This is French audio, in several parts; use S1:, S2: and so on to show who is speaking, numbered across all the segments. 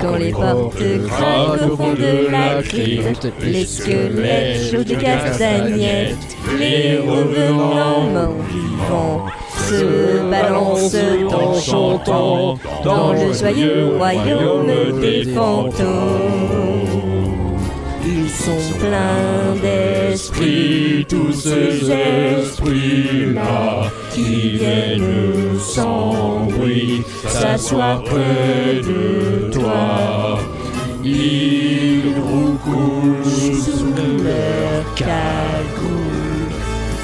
S1: Quand les portes craquent au fond de la crypte, les squelettes jouent des castagnettes, les revenants morts-vivants se balancent en chantant dans le joyeux royaume des fantômes. Ils sont pleins d'esprit, tous ces esprits-là qui viennent sans bruit s'asseoir près de toi. Ils roucoulent sous leur cagoule,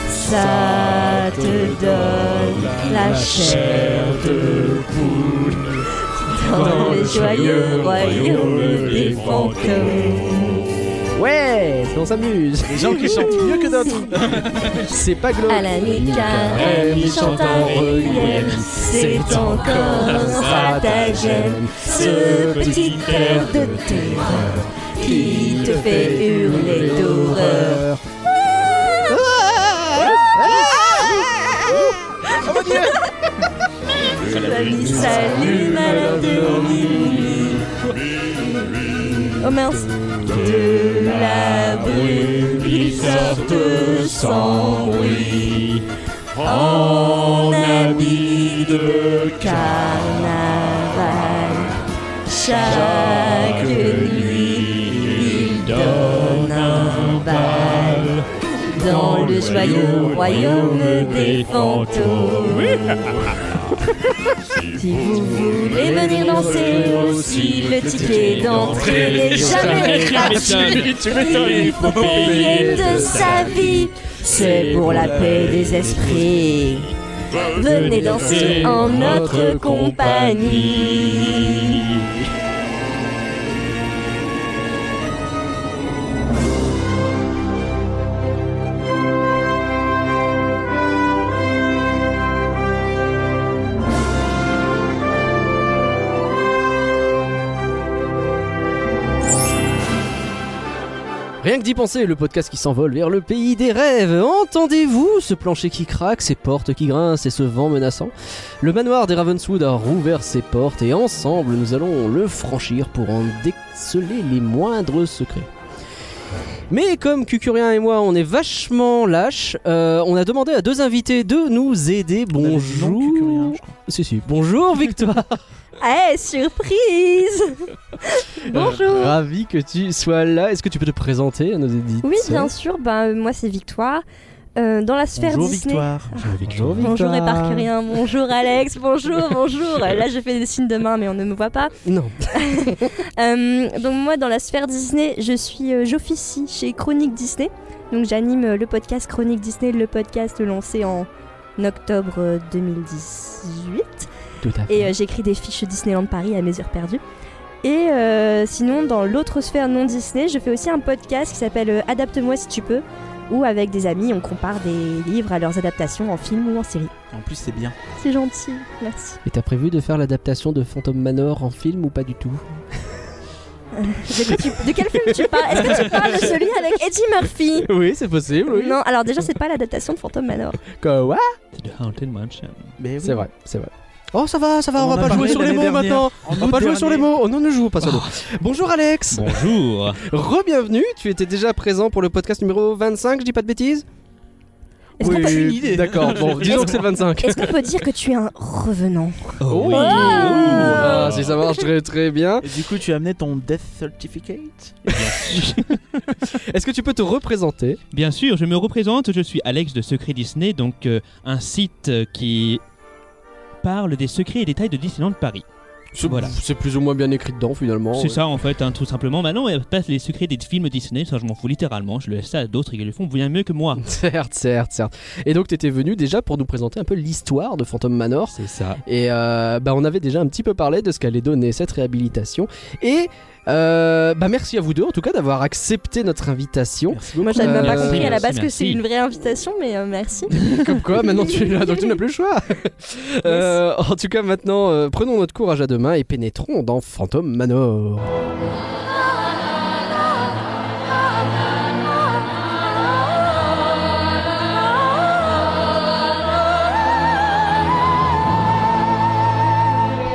S1: ça te donne la chair de poule dans le joyeux royaume des fantômes.
S2: Ouais, on s'amuse.
S3: Les gens qui chantent mieux que d'autres.
S2: C'est pas glauque.
S1: À la Micarem, il chante un requiem, c'est encore ça t'aime, ce petit cœur de terreur qui te fait hurler d'horreur. La vie s'allume à l'heure de minuit. Oh mince De la brume, ils sortent sans bruit En habit de carnaval Chaque nuit, ils donnent un bal Dans le joyeux royaume des fantômes si vous voulez venir danser aussi, le ticket d'entrée n'est jamais gratuit. Il faut payer de sa vie, c'est pour la paix des esprits. Venez danser en notre compagnie.
S2: Rien que d'y penser, le podcast qui s'envole vers le pays des rêves. Entendez-vous ce plancher qui craque, ces portes qui grincent et ce vent menaçant Le manoir des Ravenswood a rouvert ses portes et ensemble nous allons le franchir pour en déceler les moindres secrets. Mais comme Cucurien et moi, on est vachement lâches, euh, on a demandé à deux invités de nous aider. Bonjour. Si, si. Bonjour Victoire.
S1: Eh, surprise Bonjour
S2: Ravi que tu sois là. Est-ce que tu peux te présenter à nos éditeurs
S1: Oui, bien sûr, ben, euh, moi c'est Victoire. Euh, dans la sphère
S3: Bonjour
S1: Disney. Ah,
S3: Victoire.
S2: Bonjour,
S1: Bonjour Éparcurien, bonjour Alex, bonjour, bonjour. Là, je fais des signes de main, mais on ne me voit pas.
S2: Non.
S1: Euh, donc moi, dans la sphère Disney, je suis, euh, j'officie chez Chronique Disney. Donc j'anime euh, le podcast Chronique Disney, le podcast lancé en octobre euh, 2018.
S2: Tout à fait.
S1: Et euh, j'écris des fiches Disneyland Paris à mes heures perdues. Et euh, sinon, dans l'autre sphère non Disney, je fais aussi un podcast qui s'appelle euh, Adapte-moi si tu peux, où avec des amis, on compare des livres à leurs adaptations en film ou en série.
S3: En plus, c'est bien.
S1: C'est gentil, merci.
S2: Et t'as prévu de faire l'adaptation de Phantom Manor en film ou pas du tout
S1: De, quoi tu- de quel film tu parles Est-ce que tu parles de celui avec Eddie Murphy
S2: Oui, c'est possible,
S1: Non, alors déjà, c'est pas l'adaptation de Phantom Manor.
S2: Quoi
S3: C'est de Haunted Mansion. Mais
S2: C'est vrai, c'est vrai. Oh, ça va, ça va, on,
S3: On en
S2: va
S3: a
S2: pas jouer
S3: parlé
S2: sur les mots
S3: l'année dernière.
S2: maintenant.
S3: En
S2: On va pas
S3: août
S2: jouer sur les
S3: dernier.
S2: mots. Oh non, ne joue pas sur nous. Bonjour Alex.
S3: Bonjour.
S2: Re-bienvenue. Tu étais déjà présent pour le podcast numéro 25, je dis pas de bêtises
S1: Est-ce qu'on peut-
S3: Aucune idée.
S2: D'accord, bon, disons que c'est le 25.
S1: est-ce qu'on peut dire que tu es un revenant
S3: Oh, oui.
S2: Ah,
S4: Oh.
S2: si ça marche très très bien.
S3: Et du coup, tu as amené ton death certificate
S2: Est-ce que tu peux te représenter
S4: Bien sûr, je me représente, je suis Alex de Secret Disney, donc euh, un site euh, qui parle des secrets et détails de Disneyland Paris.
S2: C'est-
S4: Voilà.
S2: C'est plus ou moins bien écrit dedans
S3: Oh,
S2: finalement.
S4: C'est
S2: ouais.
S4: ça en fait, hein, tout simplement. Maintenant, elle passe les secrets des films Disney, ça je m'en fous littéralement, je le laisse ça à d'autres qui le font bien mieux que moi.
S2: Certes, certes, certes. Et donc, t'étais venu déjà pour nous présenter un peu l'histoire de Phantom Manor.
S4: C'est ça.
S2: Et euh, bah, on avait déjà un petit peu parlé de ce qu'allait donner cette réhabilitation. Et euh, bah, merci à vous deux en tout cas d'avoir accepté notre invitation.
S3: Merci beaucoup.
S1: Moi, j'avais même pas
S2: Euh,
S1: compris à la
S4: merci,
S1: base que c'est
S4: merci.
S1: une vraie invitation, mais euh, merci.
S2: Comme quoi, maintenant tu es là, donc tu n'as plus le choix. Euh, en tout cas, maintenant, euh, prenons notre courage à deux mains et pénétrons dans Phantom Manor.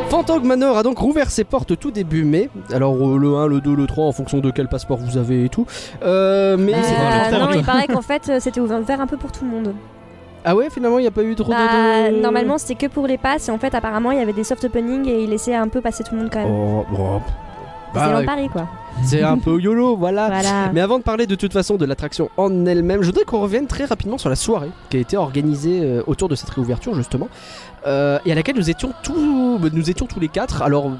S2: Fantôme Manor a donc rouvert ses portes tout début mai. Alors euh, le 1, le 2, le 3 en fonction de quel passeport vous avez et tout. Euh, mais
S1: Euh,
S4: volontaire,
S1: non,
S4: toi.
S1: il paraît qu'en fait, euh, c'était ouvert un peu pour tout le monde.
S2: Ah ouais, finalement, il n'y a pas eu trop
S1: Bah,
S2: de... de-
S1: Normalement, c'était que pour les passes. Et en fait, apparemment, il y avait des soft openings et il laissait un peu passer tout le monde quand même.
S2: Oh, bon.
S1: Euh, c'est
S2: Bah,
S1: dans Paris, quoi.
S2: c'est un peu YOLO, voilà.
S1: Voilà.
S2: Mais avant de parler de toute façon de l'attraction en elle-même, je voudrais qu'on revienne très rapidement sur la soirée qui a été organisée euh, autour de cette réouverture justement, euh, et à laquelle nous étions tous, bah, nous étions tous les quatre. Alors,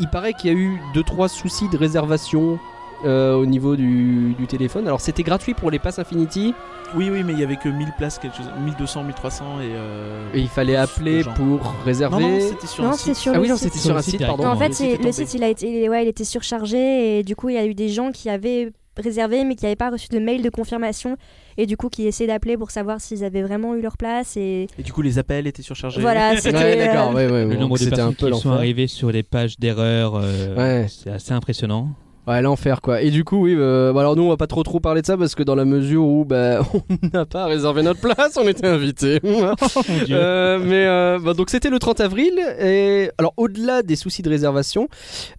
S2: il paraît qu'il y a eu deux trois soucis de réservation. euh, au niveau du, du téléphone. Alors c'était gratuit pour les passes Infinity
S5: Oui, oui, mais il y avait que 1000 places, quelque chose, 1200, 1300 et. euh,
S2: et il fallait appeler
S5: Genre.
S2: pour réserver.
S5: Non, non, c'était sur un
S1: Non, c'est
S5: site.
S1: sur
S2: ah
S1: le
S2: oui, non,
S1: site.
S2: c'était sur un site, pardon.
S1: Non, en
S4: Bon,
S1: fait,
S5: le
S1: c'est-
S5: site est
S1: le
S5: tombé.
S1: site, il, a été, il- ouais, il était surchargé et du coup, il y a eu des gens qui avaient réservé mais qui n'avaient pas reçu de mail de confirmation et du coup qui essayaient d'appeler pour savoir s'ils avaient vraiment eu leur place et
S5: Et du coup, les appels étaient surchargés.
S1: voilà c'était
S2: Ouais, d'accord,
S1: euh,
S2: ouais, ouais,
S4: Le
S2: bon,
S4: nombre de
S2: c'était un
S4: personnes
S2: peu
S4: qui sont
S2: l'enfer.
S4: arrivées sur les pages d'erreur, euh,
S2: Ouais.
S4: c'est assez impressionnant.
S2: Ouais, l'enfer quoi. Et du coup, oui, euh, bah, alors nous on va pas trop trop parler de ça parce que dans la mesure où bah, on n'a pas réservé notre place, on était invités. Euh, mais euh, bah, donc c'était le 30 avril. Et alors au-delà des soucis de réservation,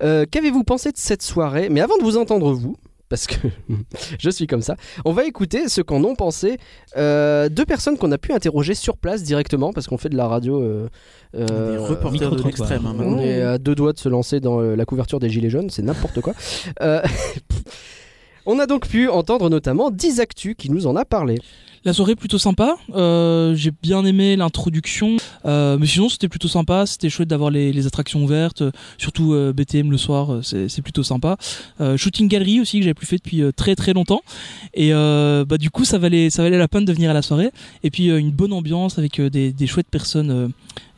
S2: euh, qu'avez-vous pensé de cette soirée Mais avant de vous entendre vous, parce que je suis comme ça, on va écouter ce qu'en ont pensé euh, deux personnes qu'on a pu interroger sur place directement parce qu'on fait de la radio. euh, euh,
S5: Des reporters de
S4: micro-trottoir.
S5: l'extrême. hein, maintenant.
S2: on est à deux doigts de se lancer dans euh, la couverture des Gilets jaunes, c'est n'importe quoi. Euh, on a donc pu entendre notamment 10 actus qui nous en a parlé.
S6: La soirée plutôt sympa. Euh, j'ai bien aimé l'introduction. Euh, mais sinon, c'était plutôt sympa. C'était chouette d'avoir les, les attractions ouvertes. euh, Surtout euh, BTM le soir, euh, c'est c'est plutôt sympa. Euh, shooting Gallery aussi, que j'avais plus fait depuis euh, très très longtemps. Et euh, bah, du coup, ça valait, ça valait la peine de venir à la soirée. Et puis, euh, une bonne ambiance avec euh, des, des chouettes personnes. euh,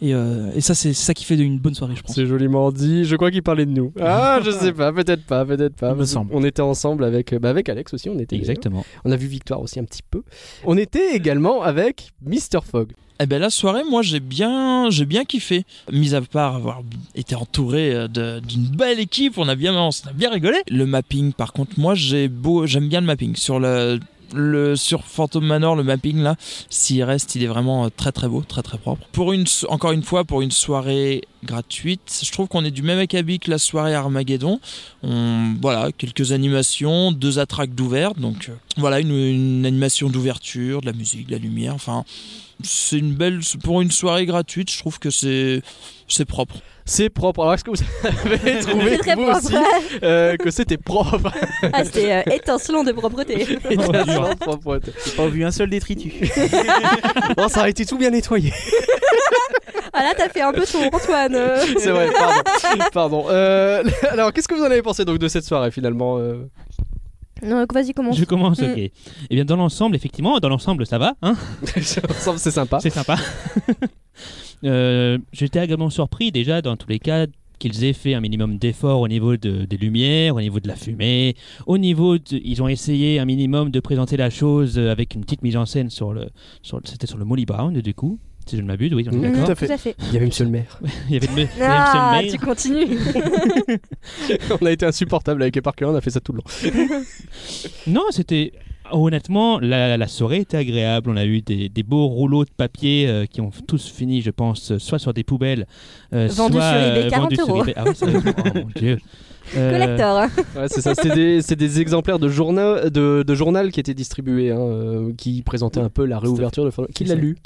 S6: et, euh, et ça, c'est c'est ça qui fait une bonne soirée, je pense.
S2: C'est joliment dit, je crois qu'il parlait de nous. Ah, je sais pas, peut-être pas, peut-être pas.
S5: Il me semble.
S2: On était ensemble avec, euh, bah, avec Alex aussi, on était.
S4: Exactement.
S2: On a vu Victoire aussi un petit peu. On était également avec Mr. Fogg.
S7: Eh ben la soirée, moi j'ai bien, j'ai bien kiffé. Mis à part avoir été entouré euh, de- d'une belle équipe, on a bien, on s'en a bien rigolé. Le mapping, par contre, moi j'ai beau, j'aime bien le mapping sur le. Le, sur Phantom Manor, le mapping là, s'il reste, il est vraiment euh, très très beau, très très propre. Pour une, so- encore une fois, pour une soirée gratuite, je trouve qu'on est du même acabit que la soirée Armageddon. On, voilà, quelques animations, deux attraques d'ouverte, donc euh, voilà, une, une animation d'ouverture, de la musique, de la lumière, enfin, c'est une belle pour une soirée gratuite je trouve que c'est c'est propre
S2: C'est propre. Alors, est-ce que vous avez trouvé
S1: c'est très
S2: vous
S1: propre
S2: aussi euh, que c'était propre
S1: ah, c'était euh, étincelant de propreté
S2: et d'insolente propreté
S5: J'ai pas vu un seul détritus.
S2: Non, ça a été tout bien nettoyé.
S1: ah là t'as fait un peu ton Antoine euh.
S2: C'est vrai, pardon. pardon. Euh, alors, qu'est-ce que vous en avez pensé donc de cette soirée finalement euh
S1: non donc, vas-y commence
S4: Je commence,
S1: Mm.
S4: ok. Eh bien, dans l'ensemble, effectivement, dans l'ensemble, ça va, hein
S2: Ensemble, c'est sympa.
S4: C'est sympa. Euh, J'étais agréablement surpris déjà dans tous les cas qu'ils aient fait un minimum d'efforts au niveau de- des lumières, au niveau de la fumée, au niveau de- ils ont essayé un minimum de présenter la chose euh, avec une petite mise en scène sur le sur le- c'était sur le Molly Brown du coup si je ne m'abuse oui on est
S2: Mhm.
S1: Mhm,
S4: d'accord
S5: à fait.
S2: Il y avait Monsieur le maire.
S4: il y avait le me- il y
S1: ah
S4: avait le
S1: tu
S4: maire.
S1: continues
S2: on a été insupportable avec Parker, on a fait ça tout le long.
S4: non c'était honnêtement la, la soirée était agréable on a eu des, des beaux rouleaux de papier euh, qui ont tous fini je pense euh, soit sur des poubelles euh,
S1: Vendus
S4: soit,
S1: sur eBay,
S4: euh,
S1: 40
S4: vendus sur
S1: euros.
S4: eBay. ah oui sérieusement oh mon dieu Euh,
S1: collector hein.
S2: Ouais, c'est ça. C'était des, c'est des exemplaires de, journaux, de, de journal qui étaient distribués, hein, euh, qui présentaient un peu la réouverture de Fort- Qui l'a lu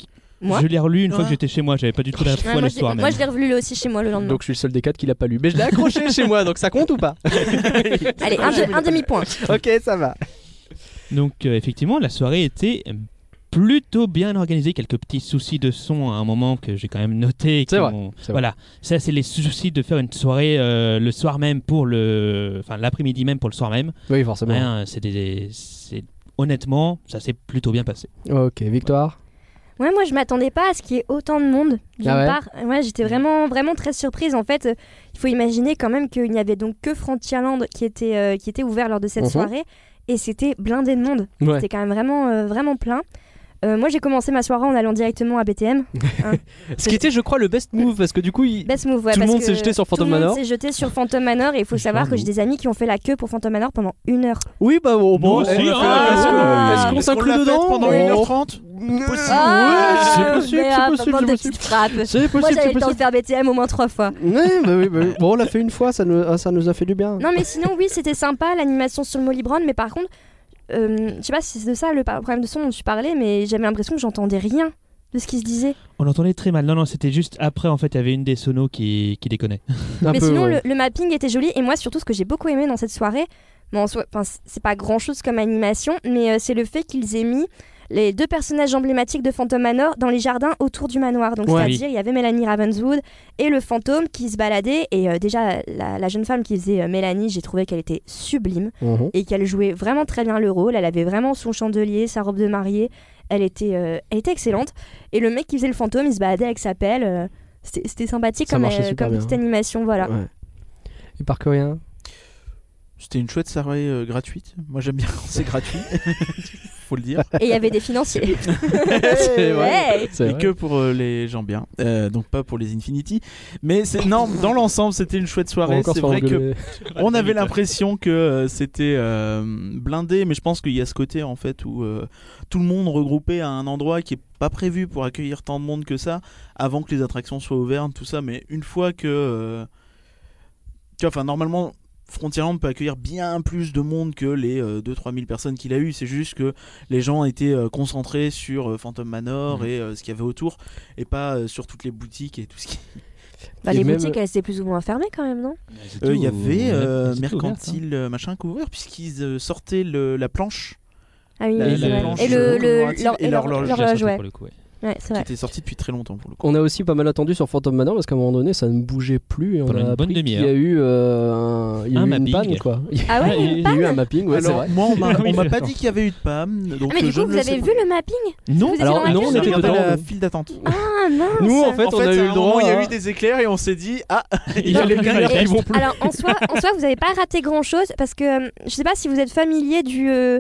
S1: Moi
S4: je l'ai relu une fois
S5: Ouais.
S4: que j'étais chez moi, j'avais pas du tout la
S1: Ouais,
S4: foi
S1: moi, je l'ai-
S4: l'histoire
S1: moi,
S4: même.
S1: je l'ai revelu là aussi chez moi le lendemain
S2: Donc je suis le seul des quatre qui l'a pas lu. Mais je l'ai accroché chez moi, donc ça compte ou pas
S1: allez un, de- un demi-point
S2: Ok, ça va.
S4: Donc euh, effectivement, la soirée était plutôt bien organisée, quelques petits soucis de son à un moment que j'ai quand même noté.
S2: C'est
S4: qui
S2: vrai,
S4: m'ont-
S2: c'est vrai.
S4: Voilà, ça c'est les soucis de faire une soirée euh, le soir même pour le, enfin l'après-midi même pour le soir même.
S2: Oui, forcément.
S4: Rien, Hein, c'est des- c'est- honnêtement, ça s'est plutôt bien passé.
S2: Ok, victoire.
S1: Ouais, moi je m'attendais pas à ce qu'il y ait autant de monde. D'une
S2: Ah ouais
S1: part, ouais, j'étais vraiment, vraiment très surprise. En fait, euh, il faut imaginer quand même qu'il n'y avait donc que Frontierland qui était, euh, qui était ouvert lors de cette
S2: Mhm.
S1: soirée et c'était blindé de monde.
S2: Ouais.
S1: C'était quand même vraiment, euh, vraiment plein. Euh, moi, j'ai commencé ma soirée en allant directement à BTM.
S2: Ce qui était, je crois, le best move parce que du coup, il-
S1: Best move, ouais,
S2: Tout le
S1: parce
S2: monde s'est
S1: que
S2: jeté sur
S1: tout
S2: Phantom
S1: le monde
S2: Manor.
S1: s'est jeté sur Phantom Manor et il faut savoir que j'ai des amis qui ont fait la queue pour Phantom Manor pendant une heure.
S2: oui, bah au moins,
S4: Nous aussi,
S2: on a fait la-
S4: hein.
S2: est-ce que-
S1: Ah.
S2: est-ce qu'on
S5: Est-ce qu'on
S2: s'inclut
S5: l'a faite
S2: dedans
S5: pendant
S2: Oh.
S5: 1h30
S2: Ouais, c'est possible,
S1: mais,
S2: c'est
S1: ah,
S2: possible,
S1: bande
S2: c'est
S1: de
S2: possible.
S1: petites frappes.
S2: C'est
S1: Moi,
S2: possible,
S1: j'avais
S2: c'est
S1: le temps de
S2: possible.
S1: faire BTM au moins trois fois.
S2: Ouais, bah oui, bah oui. Bon, on l'a fait une fois, ça nous, ah, ça nous a fait du bien.
S1: Non, mais sinon, oui, c'était sympa l'animation sur le Molybron, mais par contre, euh, je sais pas si c'est de ça le par- problème de son dont tu parlais, mais j'avais l'impression que j'entendais rien de ce qui se disait.
S4: On entendait très mal. Non, non, c'était juste après, en fait, il y avait une des sonos qui, qui déconnait.
S2: Un
S1: mais
S2: peu,
S1: sinon,
S2: ouais.
S1: le, le mapping était joli, et moi, surtout, ce que j'ai beaucoup aimé dans cette soirée, bon, en soi- enfin, c- c'est pas grand chose comme animation, mais euh, c'est le fait qu'ils aient mis les deux personnages emblématiques de Phantom Manor dans les jardins autour du manoir. Donc,
S4: Ouais,
S1: c'est-à-dire, il y avait Mélanie Ravenswood et le fantôme qui se baladait, et euh, déjà, la, la jeune femme qui faisait euh, Mélanie, j'ai trouvé qu'elle était sublime.
S2: Mhm.
S1: et qu'elle jouait vraiment très bien le rôle. Elle avait vraiment son chandelier, sa robe de mariée. Elle était, euh, elle était excellente. Et le mec qui faisait le fantôme, il se baladait avec sa pelle. euh, c'était c'était sympathique
S2: Ça
S1: comme, euh,
S2: marchait super
S1: comme
S2: bien. hein.
S1: petite animation. Voilà.
S2: Ouais. Et par coréen
S5: C'était une chouette soirée euh, gratuite. Moi, j'aime bien quand c'est gratuit. Faut le dire.
S1: Et il y avait des financiers.
S2: C'est vrai.
S1: Ouais.
S2: C'est
S5: Et
S2: vrai.
S5: que pour euh, les gens bien. Euh, donc, pas pour les Infinity. Mais c'est- non, dans l'ensemble, c'était une chouette
S2: On va
S5: soirée.
S2: encore
S5: C'est
S2: se faire
S5: vrai que
S2: engueuler.
S5: On avait l'impression que euh, c'était euh, blindé, mais je pense qu'il y a ce côté en fait où euh, tout le monde regroupé à un endroit qui est pas prévu pour accueillir tant de monde que ça, avant que les attractions soient ouvertes, tout ça. Mais une fois que, euh, tu vois, enfin normalement. Frontierland peut accueillir bien plus de monde que les euh, 2-3 000 personnes qu'il a eu. C'est juste que les gens étaient euh, concentrés sur euh, Phantom Manor et euh, ce qu'il y avait autour, et pas euh, sur toutes les boutiques et tout ce qui.
S1: Bah,
S2: Et
S1: les
S2: même-
S1: boutiques, elles étaient plus ou moins fermées quand même, non
S5: Euh, Il y avait euh,
S2: hein.
S5: mercantile euh, machin couvert puisqu'ils euh, sortaient le- la planche
S1: Ah oui,
S5: La-
S1: oui,
S4: la
S1: c'est vrai.
S4: planche,
S1: Et le-
S5: euh,
S1: le- l'hor-
S5: et
S1: et l'hor-
S4: Oh,
S5: l'horloge,
S1: l'horloge, ouais.
S4: Pour le coup, ouais.
S1: Ouais, c'est
S5: qui
S1: vrai.
S5: était sortie depuis très longtemps pour le coup.
S2: On a aussi pas mal attendu sur Phantom Manor parce qu'à un moment donné, ça ne bougeait plus. Et on
S4: Pendant
S2: a
S4: une bonne
S2: appris qu'il y a
S4: demi-heure.
S2: eu euh, un, il y a
S4: Un
S2: eu une
S4: mapping.
S2: panne, quoi. Il y
S1: Ah ouais,
S4: Ah, il-
S1: une
S4: il
S2: a
S1: panne
S2: eu un mapping, ouais, c'est
S5: Alors
S2: vrai.
S5: moi on m'a
S4: Oui,
S5: on m'a pas
S4: attends.
S5: dit qu'il y avait eu de PAM donc
S1: Ah, mais
S5: euh,
S1: du coup,
S5: je ne
S1: vous
S5: le
S1: avez
S5: sais
S1: vu
S5: pas.
S1: le mapping
S4: Non,
S1: Vous étiez dans
S2: Alors
S1: la
S2: non,
S1: queue
S2: on
S5: J'ai
S2: était
S5: regardé
S2: dedans.
S5: la file d'attente.
S1: Ah mince
S2: Nous, en fait, on a eu le droit.
S5: Il y a
S2: à-
S5: eu des éclairs et on s'est dit ah
S4: il
S5: fallait
S4: a-
S5: bien
S4: il a-
S5: dire
S4: ils vont plus.
S1: Alors en soi, en soi, vous n'avez pas raté grand chose parce que euh, je sais pas si vous êtes familier du, euh,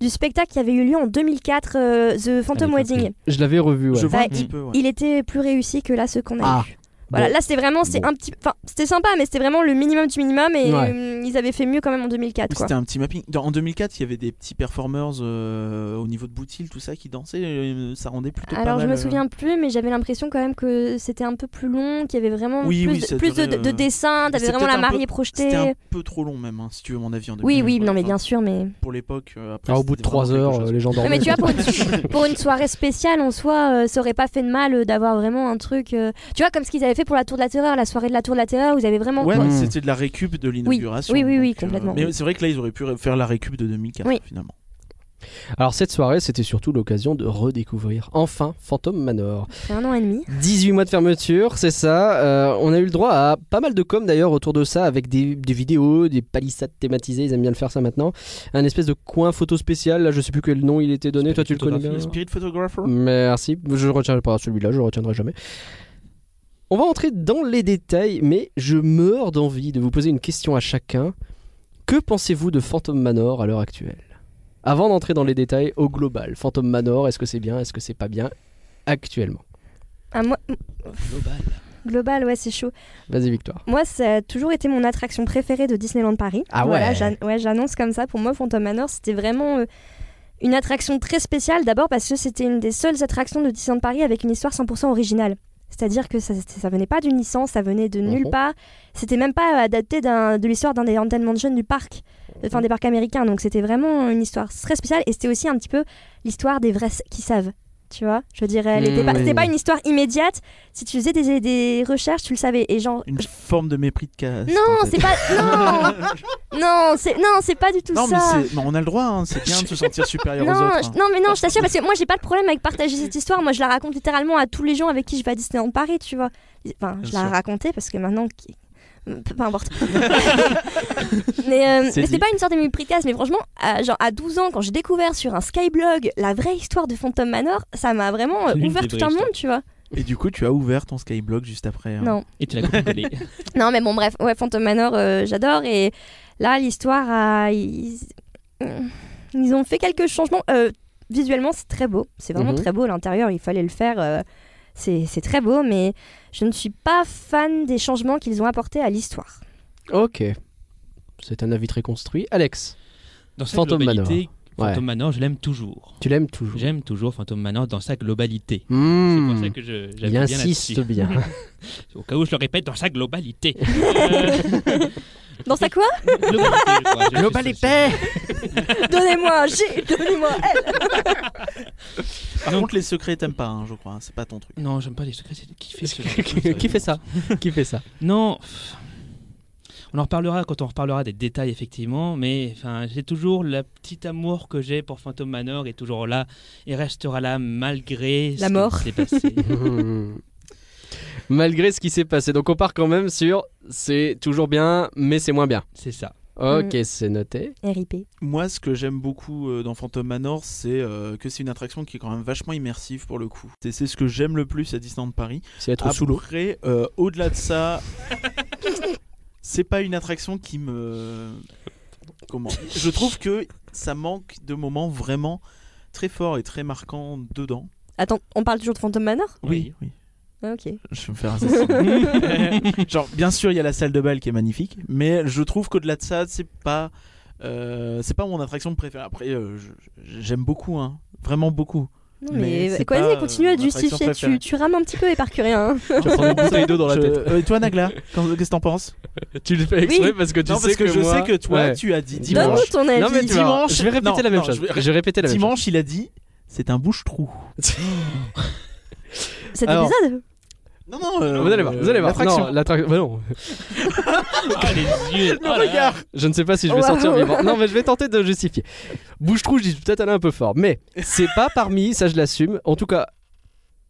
S1: du spectacle qui avait eu lieu en 2004, euh, The Phantom
S4: l'époque,
S1: Wedding.
S2: Je l'avais revu, ouais.
S5: je vois un
S1: Bah,
S5: petit
S1: il-
S5: peu. ouais.
S1: Il était plus réussi que là ce qu'on a
S2: Ah,
S1: eu. Voilà,
S2: bon.
S1: là c'était vraiment c'est
S2: Bon.
S1: un petit enfin c'était sympa mais c'était vraiment le minimum du minimum et
S2: Ouais.
S1: euh, ils avaient fait mieux quand même en 2004 quoi.
S5: C'était un petit mapping. Dans- en 2004, il y avait des petits performers euh, au niveau de Boutil, tout ça qui dansaient. euh, ça rendait plutôt pas
S1: Alors je
S5: mal,
S1: me
S5: euh.
S1: souviens plus mais j'avais l'impression quand même que c'était un peu plus long, qu'il y avait vraiment
S5: Oui,
S1: plus,
S5: oui,
S1: de-
S5: ça
S1: plus de,
S5: durait,
S1: de, de
S5: euh,
S1: dessins, t'avais
S5: c'était
S1: vraiment la
S5: peut-être un peu-
S1: mariée
S5: C'était
S1: projetée.
S5: un peu trop long même, hein, si tu veux mon avis en
S1: Oui
S5: 2004,
S1: oui, non mais
S5: enfin,
S1: bien sûr mais
S5: Pour l'époque. euh, après,
S2: Ah, au bout de
S5: c'était
S2: 3
S5: vraiment quelque
S2: heures,
S5: chose.
S2: euh, les gens
S1: Ouais,
S2: dormaient.
S1: mais tu vois, pour une, pour une soirée spéciale en soi, euh, ça aurait pas fait de mal euh, d'avoir vraiment un truc. euh, Tu vois, comme ce qu'ils avaient fait pour la Tour de la Terreur, la soirée de la Tour de la Terreur, où ils avaient vraiment.
S5: Ouais,
S2: Mm.
S5: mais c'était de la récup de l'inauguration.
S1: Oui, oui, oui,
S5: donc, euh,
S1: complètement.
S5: mais c'est vrai que là, ils auraient pu faire la récup de 2004
S1: Oui.
S5: finalement.
S2: Alors cette soirée, c'était surtout l'occasion de redécouvrir enfin Phantom Manor.
S1: C'est un an et demi.
S2: 18 mois de fermeture, c'est ça. Euh, on a eu le droit à pas mal de com d'ailleurs autour de ça, avec des, des vidéos, des palissades thématisées, ils aiment bien le faire ça maintenant. Un espèce de coin photo spécial, là je sais plus quel nom il était donné, toi tu le connais bien.
S5: Le Spirit Photographer
S2: Merci, je retiens pas celui-là, je le retiendrai jamais. On va entrer dans les détails, mais je meurs d'envie de vous poser une question à chacun. Que pensez-vous de Phantom Manor à l'heure actuelle Avant d'entrer dans les détails, au global, Phantom Manor, est-ce que c'est bien, est-ce que c'est pas bien actuellement
S1: Ah, moi... Global, ouais, c'est chaud.
S2: Vas-y Victoire.
S1: Moi, ça a toujours été mon attraction préférée de Disneyland Paris.
S2: Ah ouais.
S1: Voilà, j'an- ouais, j'annonce comme ça. Pour moi, Phantom Manor, c'était vraiment euh, une attraction très spéciale. D'abord parce que c'était une des seules attractions de Disneyland Paris avec une histoire 100% originale. C'est-à-dire que ça, ça venait pas d'une licence, ça venait de nulle
S2: Mhm.
S1: part. C'était même pas euh, adapté d'un- de l'histoire d'un des Haunted Mansion du parc, enfin
S2: Mhm.
S1: des parcs américains. Donc c'était vraiment une histoire très spéciale et c'était aussi un petit peu l'histoire des vrais s- qui savent. Tu vois, je dirais,
S2: Mhm.
S1: c'était pas une histoire immédiate. Si tu faisais des, des recherches, tu le savais. Et genre,
S5: Une forme de mépris de casse.
S1: non, c'est pas. Non Non, c'est non, c'est pas du tout
S5: Non, mais,
S1: ça.
S5: c'est- mais on a le droit, hein, c'est bien de se sentir supérieur
S1: non,
S5: aux autres.
S1: je-
S5: hein.
S1: non, mais non, je t'assure, parce que moi j'ai pas de problème avec partager cette histoire. Moi je la raconte littéralement à tous les gens avec qui je vais à Disneyland Paris, tu vois. Enfin, je
S5: Bien
S1: la
S5: sûr.
S1: racontais parce que maintenant. qui- Peu, peu importe. mais euh, mais
S5: C'est
S1: c'était
S5: dit.
S1: pas une sorte de méprise, mais franchement, à, genre à 12 ans, quand j'ai découvert sur un Skyblog la vraie histoire de Phantom Manor, ça m'a vraiment euh,
S4: C'est une
S1: ouvert
S4: des
S1: tout
S4: vraies
S1: un monde,
S4: histoires.
S1: tu vois.
S5: Et du coup, tu as ouvert ton Skyblog juste après. hein.
S1: Non.
S4: Et tu l'as coupé.
S1: Non, mais bon, bref, ouais, Phantom Manor, euh, j'adore. Et mm, là, l'histoire a. Ils... ils ont fait quelques changements. Euh, visuellement, c'est très beau. C'est vraiment
S2: Mhm.
S1: très beau. L'intérieur, il fallait le faire. euh, c'est c'est très beau, mais je ne suis pas fan des changements qu'ils ont apportés à l'histoire.
S2: Ok. C'est un avis très construit. Alex,
S4: Dans sa
S2: Phantom
S4: globalité,
S2: Ouais.
S4: Phantom Manor, je l'aime toujours.
S2: tu l'aimes toujours.
S4: J'aime toujours Phantom Manor dans sa globalité. C'est
S2: Hmm.
S4: pour ça que je j'appuie
S2: Il
S4: bien
S2: insiste
S4: là-dessus.
S2: bien.
S4: Au cas où je le répète, dans sa globalité. Euh,
S1: Dans ça quoi
S4: globalité, je crois, je-
S2: Globalité
S1: Donnez-moi un G Donnez-moi un L
S5: Par
S4: Donc-
S5: contre, les secrets, t'aimes pas, hein, je crois. hein, C'est pas ton truc.
S4: Non, j'aime pas les secrets. c'est- Qui fait ce genre de choses,
S2: Qui fait ça Qui fait ça
S4: Non. pff. On en reparlera quand on reparlera des détails, effectivement. Mais enfin, j'ai toujours la petite amour que j'ai pour Phantom Manor est toujours là et restera là malgré
S1: La
S4: ce
S1: mort.
S4: qui s'est passé.
S2: Hmm. Malgré ce qui s'est passé. Donc on part quand même sur c'est toujours bien, mais c'est moins bien.
S4: C'est ça.
S2: Ok, c'est noté.
S1: RIP.
S5: Moi, ce que j'aime beaucoup euh, dans Phantom Manor, c'est euh, que c'est une attraction qui est quand même vachement immersive pour le coup. C'est c'est ce que j'aime le plus à Disneyland Paris.
S2: C'est être sous l'eau.
S5: Après, euh, au-delà de ça, c'est pas une attraction qui me. Comment Je trouve que ça manque de moments vraiment très forts et très marquants dedans.
S1: Attends, on parle toujours de Phantom Manor
S4: Oui.
S5: oui.
S1: Ah, Ok.
S5: Je vais me faire assassiner. Genre, bien sûr, il y a la salle de bal qui est magnifique, mais je trouve qu'au-delà de ça, c'est pas. euh, c'est pas mon attraction préférée. Après, euh, je- j'aime beaucoup, hein. Vraiment beaucoup.
S1: Non,
S5: Mais
S1: mais,
S5: c'est
S1: quoi,
S5: pas,
S1: vas-y, continue
S5: euh,
S1: à te
S5: mon attraction
S1: justifier. Tu,
S5: préférée.
S1: tu rames un petit peu, épargne-rien. hein.
S5: Tu vas prendre une bouteille d'eau dans
S2: la tête.
S5: et Euh, toi, Nagla, qu'en- qu'est-ce que t'en penses
S2: Tu le fais exprès parce que tu
S5: Non,
S2: sais
S5: parce que,
S2: que
S5: je
S2: moi-
S5: sais que toi,
S2: Ouais.
S5: tu as dit dimanche.
S1: Donne-nous ton avis.
S2: Non mais tu vas voir,
S5: Dimanche-
S2: je vais répéter
S5: Non,
S2: la même
S5: non,
S2: chose.
S5: je vais-
S2: Je vais répéter la même chose.
S5: Dimanche, il a dit c'est un bouche-trou.
S1: Cet
S5: Alors-
S1: épisode
S5: Non, non, euh,
S2: Vous allez voir, vous allez voir.
S5: l'attraction.
S2: Non, l'attraction. bah non.
S4: Ah, les yeux. Oh là là.
S2: Je ne sais pas si je vais
S1: Waouh.
S2: sortir vivant. Non, mais je vais tenter de justifier. Bouche-trou, je dis peut-être aller un peu fort. Mais c'est pas parmi, ça je l'assume, en tout cas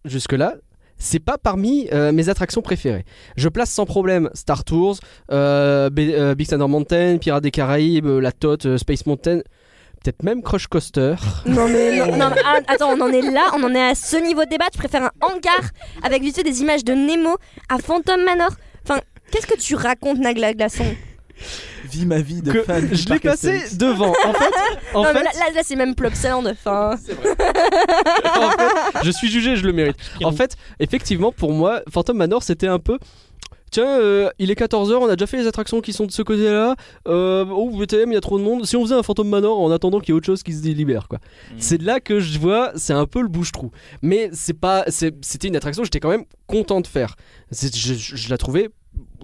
S2: jusque-là, c'est pas parmi euh, mes attractions préférées. Je place sans problème Star Tours, euh, B- euh, Big Thunder Mountain, Pirates des Caraïbes, euh, La Tote, euh, Space Mountain, peut-être même Crush Coaster.
S1: Non mais non, non, mais, ah, attends, on en est là, on en est à ce niveau de débat. Tu préfères un hangar avec vite fait des images de Nemo à Phantom Manor Enfin, qu'est-ce que tu racontes, Nagla Glaçon
S5: Vis ma vie de
S2: que
S5: fan. du
S2: je l'ai
S5: parc
S2: passé
S5: Astérix.
S2: devant. En fait, en
S1: Non
S2: fait,
S1: mais là, là, là, c'est même Plopsaland. Enfin,
S2: en fait, je suis jugé, je le mérite. En fait, effectivement, pour moi, Phantom Manor, c'était un peu. Tiens, euh, il est 14h, on a déjà fait les attractions qui sont de ce côté-là. Euh, oh, VTM, il y a trop de monde. Si on faisait un Phantom Manor en attendant qu'il y ait autre chose qui se délibère, quoi. C'est de là que je vois, c'est un peu le bouche-trou. Mais c'est pas, c'est- c'était une attraction que j'étais quand même content de faire. C'est- Je, je- je la trouvais,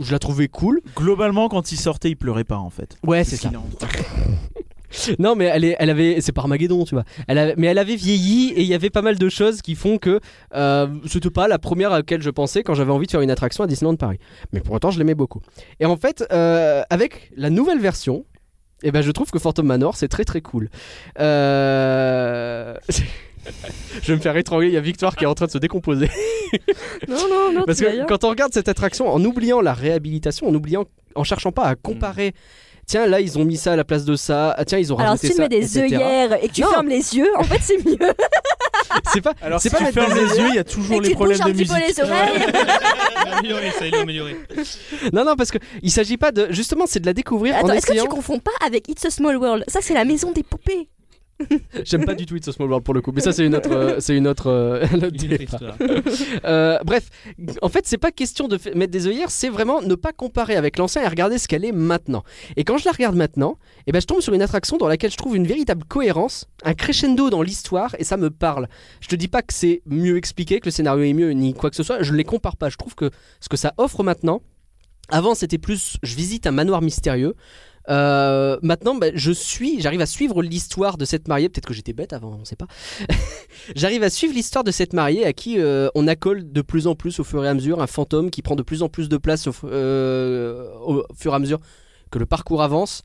S2: je la trouvais cool.
S5: Globalement, quand il sortait, il pleurait pas en fait.
S2: Ouais, c'est
S5: ce
S2: ça.
S5: qu'il en-
S2: Non, mais elle, est- elle avait, c'est pas Armageddon, tu vois. Elle avait- mais elle avait vieilli et il y avait pas mal de choses qui font que euh, c'était pas la première à laquelle je pensais quand j'avais envie de faire une attraction à Disneyland Paris. Mais pour autant, je l'aimais beaucoup. Et en fait, euh, avec la nouvelle version, eh ben, je trouve que Phantom Manor, c'est très très cool. Euh... je vais me faire étrangler, il y a Victoire qui est en train de se décomposer.
S1: non, non, non.
S2: Parce
S1: tu vas bien.
S2: que quand on regarde cette attraction, en oubliant la réhabilitation, en oubliant, en cherchant pas à comparer, tiens là ils ont mis ça à la place de ça, ah, tiens ils ont
S1: Alors
S2: rajouté
S1: si tu
S2: ça,
S1: mets des
S2: etc..
S1: œillères et que tu
S2: Non.
S1: fermes les yeux, en fait c'est mieux.
S2: C'est pas,
S5: Alors,
S2: c'est
S5: si
S2: pas
S5: tu
S2: la
S5: fermes
S2: deuxième-
S5: les yeux, il y a toujours
S1: et que
S5: les
S1: tu bouges
S5: problèmes
S1: un
S5: de
S1: petit
S5: musique.
S1: peu les oreilles.
S4: Améliorer, ça, il l'a amélioré.
S2: Non non parce que il s'agit pas de, justement c'est de la découvrir
S1: Attends,
S2: en
S1: est-ce que
S2: essayant.
S1: tu confonds pas avec It's a Small World Ça c'est la maison des poupées.
S2: J'aime pas du tout It's a Small World pour le coup, mais ça c'est une autre, euh, c'est une autre, euh, un autre
S4: Une autre
S2: débat.
S4: histoire.
S2: Euh, bref, en fait, c'est pas question de fa- mettre des œillères, c'est vraiment ne pas comparer avec l'ancien et regarder ce qu'elle est maintenant. Et quand je la regarde maintenant, eh ben, je tombe sur une attraction dans laquelle je trouve une véritable cohérence, un crescendo dans l'histoire, et ça me parle. Je te dis pas que c'est mieux expliqué, que le scénario est mieux, ni quoi que ce soit, je ne les compare pas. Je trouve que ce que ça offre maintenant, avant c'était plus je visite un manoir mystérieux. Euh, maintenant, ben, je suis, j'arrive à suivre l'histoire de cette mariée. Peut-être que j'étais bête avant, on sait pas. J'arrive à suivre l'histoire de cette mariée à qui euh, on accole de plus en plus au fur et à mesure un fantôme qui prend de plus en plus de place au, f- euh, au fur et à mesure que le parcours avance.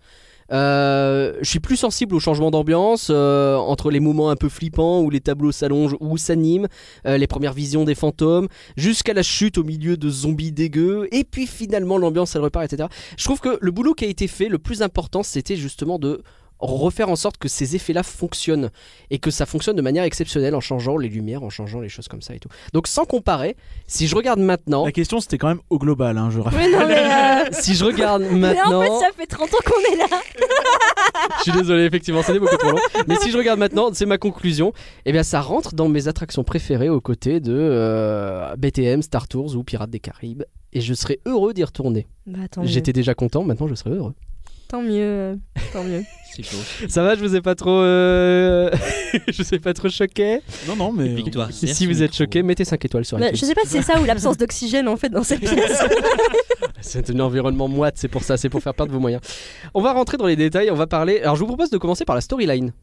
S2: Euh, je suis plus sensible aux changements d'ambiance euh, entre les moments un peu flippants où les tableaux s'allongent ou s'animent, euh, les premières visions des fantômes, jusqu'à la chute au milieu de zombies dégueux, et puis finalement l'ambiance elle repart, etc. Je trouve que le boulot qui a été fait, le plus important, c'était justement de refaire en sorte que ces effets-là fonctionnent et que ça fonctionne de manière exceptionnelle en changeant les lumières, en changeant les choses comme ça et tout. Donc sans comparer, si je regarde maintenant,
S5: La question c'était quand même au global, hein, je
S1: Mais
S5: rappelle.
S1: non, mais. euh,
S2: si je regarde
S1: Mais en
S2: maintenant,
S1: fait, ça fait 30 ans qu'on est là.
S2: je suis désolé, effectivement, c'était beaucoup trop long. Mais si je regarde maintenant, c'est ma conclusion. Eh bien, ça rentre dans mes attractions préférées aux côtés de euh, BTM, Star Tours ou Pirates des Caraïbes. Et je serais heureux d'y retourner.
S1: Bah, tant mieux.
S2: J'étais déjà content, maintenant je serais heureux.
S1: Tant mieux. euh, Tant mieux.
S4: C'est chaud.
S2: Ça va, je vous ai pas trop, euh, je vous ai pas trop choqué.
S5: Non, non, mais. euh,
S4: Victoire.
S2: Et si vous êtes choqué, mettez 5 étoiles sur
S1: Bah,
S2: iTunes.
S1: je sais pas si c'est ça ou l'absence d'oxygène en fait dans cette pièce.
S2: C'est un environnement moite, c'est pour ça, c'est pour faire perdre vos moyens. On va rentrer dans les détails, on va parler. Alors je vous propose de commencer par la storyline.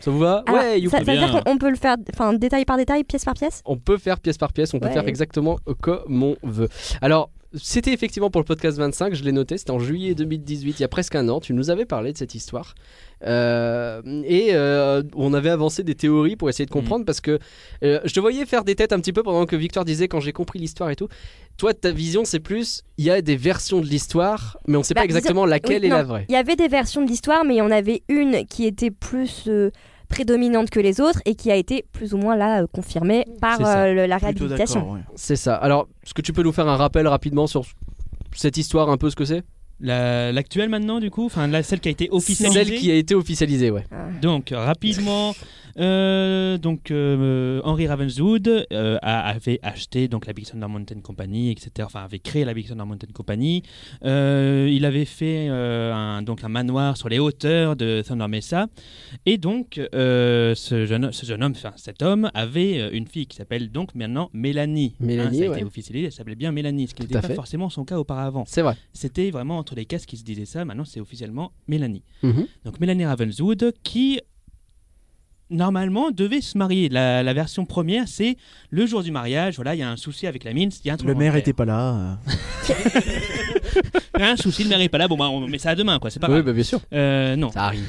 S2: Ça vous va
S1: Alors,
S2: Ouais, you
S1: Ah, ça, ça veut
S4: bien.
S1: dire qu'on on peut le faire enfin détail par détail, pièce par pièce
S2: On peut faire pièce par pièce, on peut
S1: Ouais.
S2: faire exactement comme on veut. Alors, c'était effectivement pour le podcast 25, je l'ai noté, c'était en juillet 2018, il y a presque un an, tu nous avais parlé de cette histoire. Euh, et euh, on avait avancé des théories pour
S1: Mmh.
S2: essayer de comprendre parce que euh, je te voyais faire des têtes un petit peu pendant que Victoire disait quand j'ai compris l'histoire et tout. Toi, ta vision, c'est plus, il y a des versions de l'histoire, mais on ne sait
S1: Bah,
S2: pas exactement laquelle
S1: oui,
S2: est la
S1: non.
S2: vraie.
S1: Il y avait des versions de l'histoire, mais il y en avait une qui était plus euh, prédominante que les autres et qui a été plus ou moins là euh, confirmée par
S2: C'est ça.
S1: euh, le- la
S5: plutôt
S1: réhabilitation.
S5: d'accord, ouais.
S2: C'est ça. Alors, est-ce que tu peux nous faire un rappel rapidement sur cette histoire, un peu ce que c'est
S4: La- L'actuelle maintenant, du coup, enfin la celle qui a été officialisée.
S2: Celle qui a été officialisée, ouais.
S4: Donc rapidement, euh, donc euh, Henry Ravenswood euh, a- avait acheté donc la Big Thunder Mountain Company, etc. Enfin avait créé la Big Thunder Mountain Company. Euh, il avait fait euh, un, donc un manoir sur les hauteurs de Thunder Mesa. Et donc euh, ce jeune ce jeune homme, enfin cet homme avait euh, une fille qui s'appelle donc maintenant Mélanie. Hein,
S2: Mélanie,
S4: ça a
S2: ouais.
S4: été officialisé, elle s'appelait bien Mélanie, ce
S2: Tout
S4: qui n'était
S2: à
S4: pas
S2: fait.
S4: forcément son cas auparavant.
S2: C'est vrai.
S4: C'était vraiment entre les casques qui se disaient ça. Maintenant c'est officiellement Mélanie.
S2: Mhm.
S4: Donc Mélanie Ravenswood qui normalement devait se marier. La, la version première, c'est le jour du mariage. Voilà, il y a un souci avec la mine. il y a un
S5: Le
S4: tremblement
S5: maire
S4: de
S5: était
S4: terre.
S5: pas là. euh.
S4: Il y a un souci, le maire est pas là. Bon, bah, on met ça à demain, quoi. C'est pas
S2: Oui,
S4: grave.
S2: bah, bien sûr.
S4: Euh, non,
S2: Ça arrive.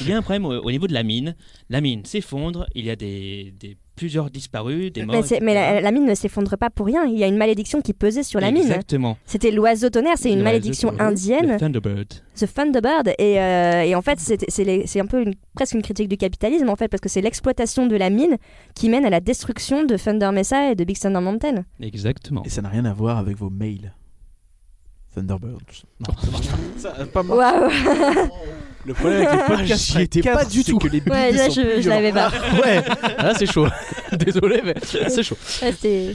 S4: il y a un problème au, au niveau de la mine. La mine s'effondre. Il y a des, des- plusieurs disparus, des morts.
S1: Mais, c'est- mais
S4: etc.
S1: la, la mine ne s'effondre pas pour rien. Il y a une malédiction qui pesait sur la mine.
S4: Exactement.
S1: C'était l'oiseau tonnerre, c'est une
S4: L'oiseau
S1: malédiction
S4: tonnerre.
S1: indienne,
S4: Le Thunderbird.
S1: The Thunderbird. Et, euh, et en fait, c'est- c'est les- c'est un peu une- presque une critique du capitalisme, en fait, parce que c'est l'exploitation de la mine qui mène à la destruction de Thunder Mesa et de Big Thunder Mountain.
S4: Exactement.
S5: Et ça n'a rien à voir avec vos mails. Thunderbirds. Non, ça a pas marché.
S1: Waouh
S5: Le problème avec les podcasts,
S2: J'y étais
S5: pas du tout.
S1: Ouais, là, je, je l'avais pas.
S2: Ouais, là Ah, c'est chaud. Désolé, mais c'est chaud.
S1: Ouais, C'était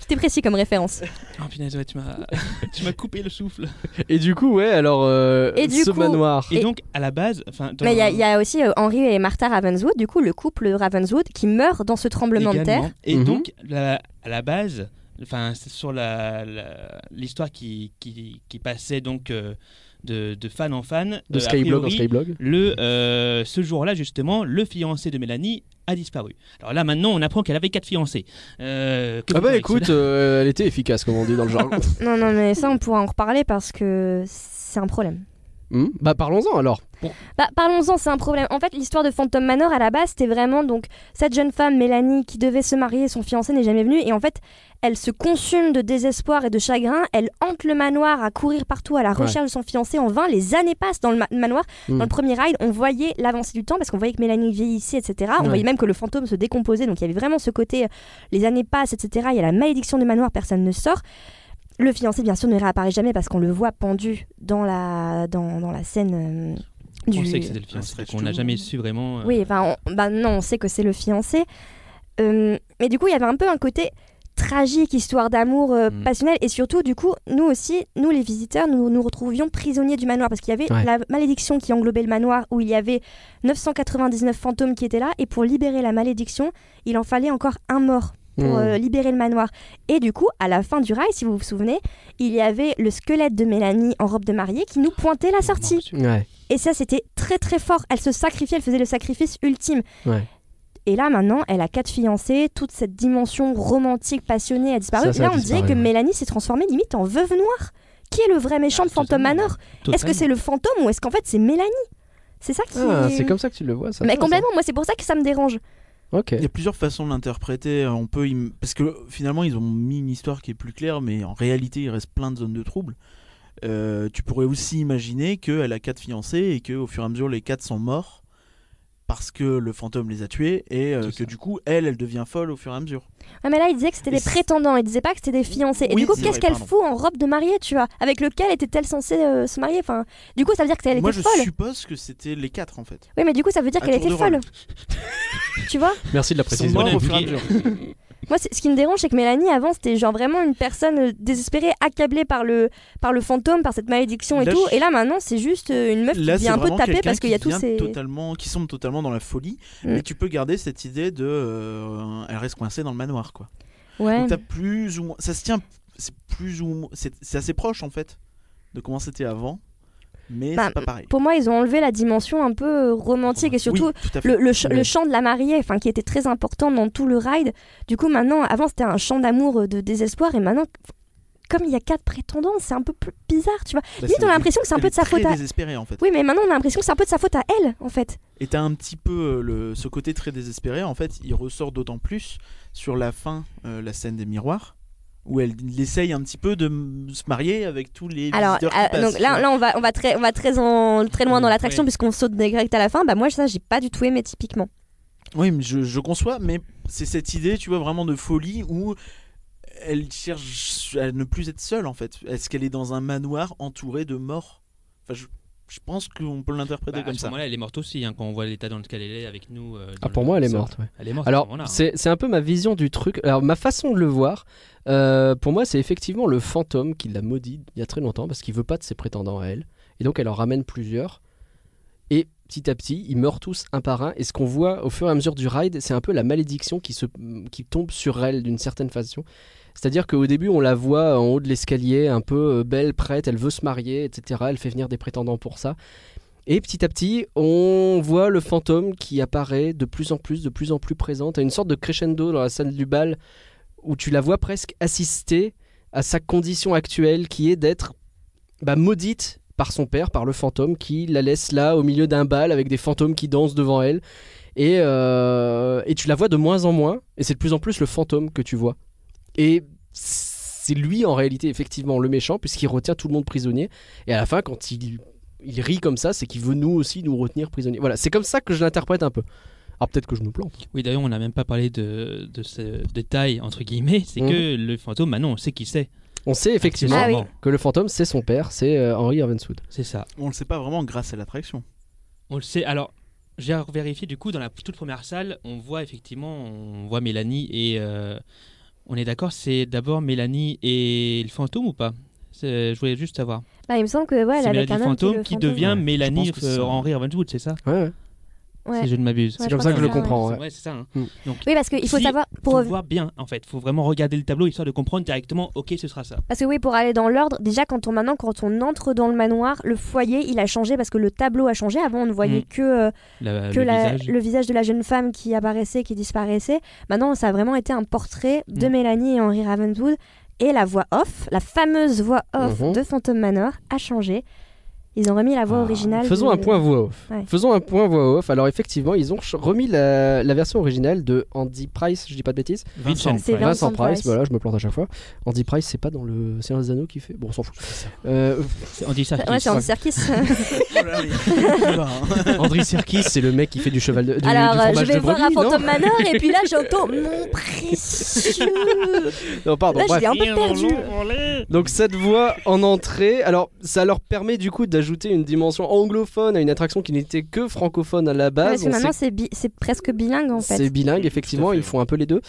S1: c'était précis comme référence.
S4: Oh punaise, ouais, tu m'as tu m'as coupé le souffle.
S2: Et du coup, ouais, alors euh,
S1: Et du
S2: ce
S1: coup-
S2: manoir.
S4: Et,
S1: Et-
S4: donc, à la base. enfin, dans-
S1: Mais il y a- il y, a aussi euh, Henry et Martha Ravenswood, du coup, le couple Ravenswood, qui meurt dans ce tremblement de
S4: Également.
S1: terre.
S4: Et
S2: Mhm.
S4: donc, la- à la base, enfin, c'est sur la- la- l'histoire qui, qui, qui passait donc euh, de, de fan en fan,
S2: De
S4: euh, a
S2: Skyblog en
S4: priori,
S2: Skyblog.
S4: le, euh, ce jour-là, justement, le fiancé de Mélanie a disparu. Alors là, maintenant, on apprend qu'elle avait quatre fiancés. Euh, que
S2: Ah bah
S4: fait-on
S2: écoute,
S4: avec
S2: euh, elle était efficace, comme on dit dans le jargon.
S1: Non, non, mais ça, on pourra en reparler parce que c'est un problème.
S2: Hmm bah parlons-en alors.
S1: Bah, parlons-en, c'est un problème. En fait, l'histoire de Phantom Manor à la base, c'était vraiment donc cette jeune femme, Mélanie, qui devait se marier, son fiancé n'est jamais venu, et en fait, elle se consume de désespoir et de chagrin. Elle hante le manoir à courir partout à la recherche de son fiancé en vain. Les années passent dans le ma- manoir.
S2: Mm.
S4: Hmm.
S1: Dans le premier ride, on voyait l'avancée du temps parce qu'on voyait que Mélanie vieillissait, etc. On
S2: Ouais.
S1: voyait même que le fantôme se décomposait. Donc il y avait vraiment ce côté, euh, les années passent, etc. Il y a la malédiction du manoir, personne ne sort. Le fiancé, bien sûr, ne réapparaît jamais parce qu'on le voit pendu dans la, dans, dans la scène. euh,
S4: On
S1: du...
S4: sait que c'était le fiancé,
S5: stretch
S4: donc on n'a
S5: tout.
S4: jamais su vraiment. euh,
S1: Oui, enfin, on- bah non, on sait que c'est le fiancé. Euh, mais du coup, il y avait un peu un côté tragique, histoire d'amour euh,
S4: Mm.
S1: passionnel. Et surtout, du coup, nous aussi, nous les visiteurs, nous nous retrouvions prisonniers du manoir. Parce qu'il y avait
S2: Ouais.
S1: la malédiction qui englobait le manoir, où il y avait 999 fantômes qui étaient là. Et pour libérer la malédiction, il en fallait encore un mort pour
S2: Hmm.
S1: euh, libérer le manoir. Et du coup, à la fin du rail, si vous vous souvenez, il y avait le squelette de Mélanie en robe de mariée qui nous pointait
S4: Oh,
S1: la sortie.
S2: Ouais.
S1: Et ça, c'était très très fort. Elle se sacrifiait, elle faisait le sacrifice ultime.
S2: Ouais.
S1: Et là, maintenant, elle a quatre fiancés, toute cette dimension romantique, passionnée a disparu.
S2: Ça, ça a
S1: là, on
S2: disparu,
S1: dirait que
S2: ouais.
S1: Mélanie s'est transformée limite en veuve noire. Qui est le vrai méchant
S4: Ah,
S1: de Phantom
S4: totalement.
S1: Manor Est-ce
S4: totalement.
S1: que c'est le fantôme ou est-ce qu'en fait c'est Mélanie C'est ça qui.
S2: Ah, c'est comme ça que tu le vois, ça.
S1: Mais complètement, moi, c'est pour ça que ça me dérange.
S2: Ok.
S5: Il y a plusieurs façons de l'interpréter. euh, On peut im- parce que finalement ils ont mis une histoire qui est plus claire, mais en réalité il reste plein de zones de trouble. Euh, tu pourrais aussi imaginer qu'elle a quatre fiancés et qu'au fur et à mesure les quatre sont morts parce que le fantôme les a tués et euh,
S4: C'est
S5: que
S4: ça.
S5: du coup elle, elle devient folle au fur et à mesure.
S1: Ah mais là il disait que c'était
S5: Et
S1: des
S5: c'est-
S1: prétendants, il disait pas que c'était des fiancés. Et
S5: Oui,
S1: du coup
S5: c'est
S1: qu'est-ce
S5: vrai,
S1: qu'elle
S5: pardon.
S1: fout en robe de mariée, tu vois Avec lequel était-elle censée euh, se marier Enfin, du coup ça veut dire qu'elle
S5: Moi
S1: était
S5: je
S1: folle.
S5: suppose que c'était les quatre en fait.
S1: Oui mais du coup ça veut dire
S5: À
S1: qu'elle
S5: tour
S1: était
S5: de rôle.
S1: folle. tu vois
S2: Merci de la
S5: Ils sont
S2: précision.
S5: morts au fur et à mesure.
S1: Moi c'est- ce qui me dérange c'est que Mélanie avant c'était genre vraiment une personne euh, désespérée, accablée par le par le fantôme, par cette malédiction et
S5: Là,
S1: tout.
S5: je-
S1: Et là maintenant c'est juste euh, une meuf
S5: Là,
S1: qui
S5: c'est
S1: vient un peu
S5: vraiment
S1: taper
S5: quelqu'un
S1: parce qu'il y a
S5: qui
S1: tous
S5: vient
S1: ces
S5: totalement, qui sont totalement dans la folie,
S1: Mm.
S5: mais tu peux garder cette idée de, euh, elle reste coincée dans le manoir, quoi.
S1: ouais.
S5: Donc t'as plus ou moins, ça se tient, c'est plus ou moins, c'est c'est assez proche en fait de comment c'était avant, mais
S1: Bah,
S5: c'est pas pareil.
S1: Pour moi ils ont enlevé la dimension un peu euh, romantique et surtout
S5: Oui, tout à fait.
S1: le, le ch-
S5: Mais-
S1: le chant de la mariée, enfin qui était très important dans tout le ride. Du coup, maintenant, avant c'était un chant d'amour, euh, de désespoir, et maintenant, comme il y a quatre prétendants, c'est un peu plus bizarre, tu vois.
S5: Bah,
S1: Limite,
S5: c'est-
S1: on a l'impression que c'est un
S5: elle
S1: peu de
S5: est
S1: sa
S5: très
S1: faute à.
S5: désespérée en fait.
S1: Oui, mais maintenant on a l'impression que c'est un peu de sa faute à elle, en fait.
S5: Et t'as un petit peu euh, le, ce côté très désespéré, en fait, il ressort d'autant plus sur la fin, euh, la scène des miroirs, où elle elle essaye un petit peu de m- se marier avec tous les
S1: Alors,
S5: visiteurs qui
S1: euh,
S5: passent,
S1: donc
S5: tu
S1: là,
S5: vois.
S1: là, on va, on va très, on va très, en- très loin dans
S5: Oui.
S1: l'attraction
S5: Oui.
S1: puisqu'on saute direct à la fin. Bah moi, ça, j'ai pas du tout aimé typiquement.
S5: Oui, mais je, je conçois, mais c'est cette idée, tu vois, vraiment de folie où elle cherche à ne plus être seule, en fait. Est-ce qu'elle est dans un manoir entouré de morts Enfin, je, je pense qu'on peut l'interpréter
S4: Bah, à
S5: comme
S4: ce
S5: ça.
S4: moment-là, elle est morte aussi, hein, quand on voit l'état dans lequel elle est avec nous. euh, dans
S2: Ah, pour
S4: le-
S2: moi, elle est
S4: ça.
S2: morte. ouais.
S4: Elle est morte.
S2: Alors,
S4: à ce moment-là, hein.
S2: c'est c'est un peu ma vision du truc. Alors, ma façon de le voir, euh, pour moi, c'est effectivement le fantôme qui l'a maudit il y a très longtemps parce qu'il veut pas de ses prétendants à elle. Et donc, elle en ramène plusieurs. Et petit à petit, ils meurent tous un par un. Et ce qu'on voit au fur et à mesure du ride, c'est un peu la malédiction qui, se, qui tombe sur elle d'une certaine façon. C'est-à-dire qu'au début, on la voit en haut de l'escalier, un peu euh, belle, prête, elle veut se marier, etc. Elle fait venir des prétendants pour ça. Et petit à petit, on voit le fantôme qui apparaît de plus en plus, de plus en plus présente, à une sorte de crescendo dans la salle du bal où tu la vois presque assister à sa condition actuelle qui est d'être bah, maudite par son père, par le fantôme qui la laisse là au milieu d'un bal avec des fantômes qui dansent devant elle. Et, euh, et tu la vois de moins en moins, et c'est de plus en plus le fantôme que tu vois. Et c'est lui en réalité effectivement le méchant puisqu'il retient tout le monde prisonnier. Et à la fin, quand il il rit comme ça, c'est qu'il veut nous aussi nous retenir prisonniers. Voilà, c'est comme ça que je l'interprète un peu. Alors peut-être que je me plante.
S4: Oui, d'ailleurs, on n'a même pas parlé de, de ce détail, entre guillemets. C'est
S2: Mhm.
S4: que le fantôme, maintenant, on sait qui c'est.
S2: On sait effectivement
S1: Ah oui.
S2: que le fantôme, c'est son père, c'est euh, Henry Irvenswood.
S4: C'est ça.
S5: On le sait pas vraiment grâce à l'attraction.
S4: On le sait. Alors, j'ai vérifié, du coup, dans la toute première salle, on voit effectivement, on voit Mélanie et. euh, on est d'accord, c'est d'abord Mélanie et le fantôme ou pas C'est- Je voulais juste savoir.
S1: Bah, il me semble que ouais, elle
S4: c'est
S1: avait
S4: Mélanie
S1: un homme
S4: fantôme
S1: le
S4: qui
S1: fantôme.
S4: devient
S2: Ouais,
S4: Mélanie
S5: je pense que c'est
S4: euh,
S5: ça.
S4: Henry Ravenswood, c'est ça
S2: Ouais, ouais.
S1: Ouais.
S4: Si je ne m'abuse.
S1: Ouais,
S2: c'est
S1: je
S2: comme ça
S1: pense
S2: que je le
S1: que
S2: comprends. ouais.
S4: Ouais, c'est ça. hein.
S1: Oui, parce qu'il faut
S4: Si-
S1: savoir
S4: Faut
S1: pour
S4: voir bien, en fait. Faut vraiment regarder le tableau histoire de comprendre directement. Ok, ce sera ça.
S1: Parce que oui, pour aller dans l'ordre, déjà quand on maintenant quand on entre dans le manoir, le foyer il a changé parce que le tableau a changé. Avant on ne voyait
S4: Mm.
S1: que, euh,
S4: La-
S1: que
S4: le
S1: la-
S4: visage.
S1: de la jeune femme qui apparaissait, qui disparaissait. Maintenant ça a vraiment été un portrait de
S4: Mm.
S1: Mélanie et Henry Ravenswood et la voix off, la fameuse voix off
S2: Mhm.
S1: de Phantom Manor a changé. Ils ont remis la voix
S4: Ah.
S1: originale.
S2: Faisons
S1: de-
S2: un point voix off.
S1: Ouais.
S2: Faisons un point voix off. Alors effectivement, ils ont ch- remis la, la version originale de Andy Price, je dis pas de bêtises.
S4: Vincent.
S1: C'est Vincent
S2: Vincent Price,
S1: Price.
S2: voilà, je me plante à chaque fois. Andy Price, c'est pas dans le Seigneur des Anneaux qui fait Bon, on s'en fout. Euh,
S4: On dit ça.
S1: Ouais, c'est Andy Serkis.
S4: Oh
S5: hein.
S2: Andri Serkis, c'est le mec qui fait du cheval de. du- du
S1: Alors euh, je
S2: fromage
S1: vais
S2: de
S1: voir
S2: brebis,
S1: à
S2: non
S1: Phantom Manor et puis là j'entends mon précieux.
S2: Non, pardon.
S1: là
S2: bref.
S1: j'ai un peu perdu.
S2: Donc cette voix en entrée, alors ça leur permet du coup d'ajouter une dimension anglophone à une attraction qui n'était que francophone à la
S1: Ouais,
S2: base.
S1: parce que
S2: On
S1: maintenant
S2: sait
S1: c'est bi- c'est presque bilingue en
S2: que
S1: fait.
S2: c'est bilingue,
S5: Tout à
S2: effectivement,
S5: fait,
S2: ils font un peu les deux.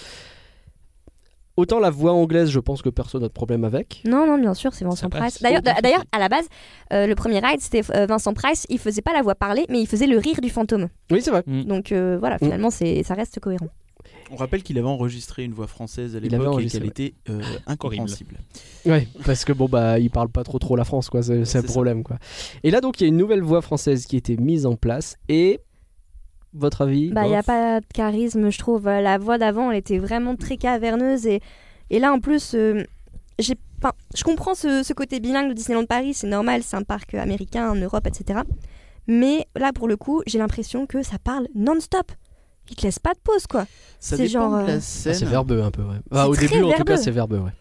S2: Autant la voix anglaise, je pense que personne n'a de problème avec.
S1: Non, non, bien sûr, c'est Vincent
S4: Ça passe.
S1: Price. D'ailleurs,
S4: Aucun
S1: d'a- d'ailleurs, à la base, euh, le premier ride, c'était euh, Vincent Price. Il faisait pas la voix parler, mais il faisait le rire du fantôme.
S2: Oui, c'est vrai.
S4: Mm.
S1: Donc euh, voilà, finalement, c'est ça reste cohérent.
S5: On rappelle qu'il avait enregistré une voix française à
S2: avait
S5: l'époque et
S2: enregistré,
S5: qu'elle
S2: ouais.
S5: était euh,
S4: Ah,
S5: incompréhensible.
S2: Ouais, parce que bon bah ils parlent pas trop trop la France quoi, c'est c'est
S5: C'est
S2: le problème quoi. Et là donc il y a une nouvelle voix française qui a été mise en place et votre avis
S1: Bah, il y a
S2: Bof
S1: pas de charisme, je trouve. Euh, La voix d'avant, elle était vraiment très caverneuse et et là en plus, euh, j'ai, enfin, je comprends ce, ce côté bilingue de Disneyland Paris, c'est normal, c'est un parc euh, américain, en Europe, etc. Mais là, pour le coup, j'ai l'impression que ça parle non-stop. Il te laisse pas de pause, quoi.
S5: Ça
S1: C'est
S5: dépend
S1: genre,
S5: de la
S1: euh,
S2: Ah, c'est
S5: scène.
S2: verbeux un peu ouais. Ah, au
S1: très
S2: début en tout cas
S1: verbeux.
S2: c'est verbeux ouais.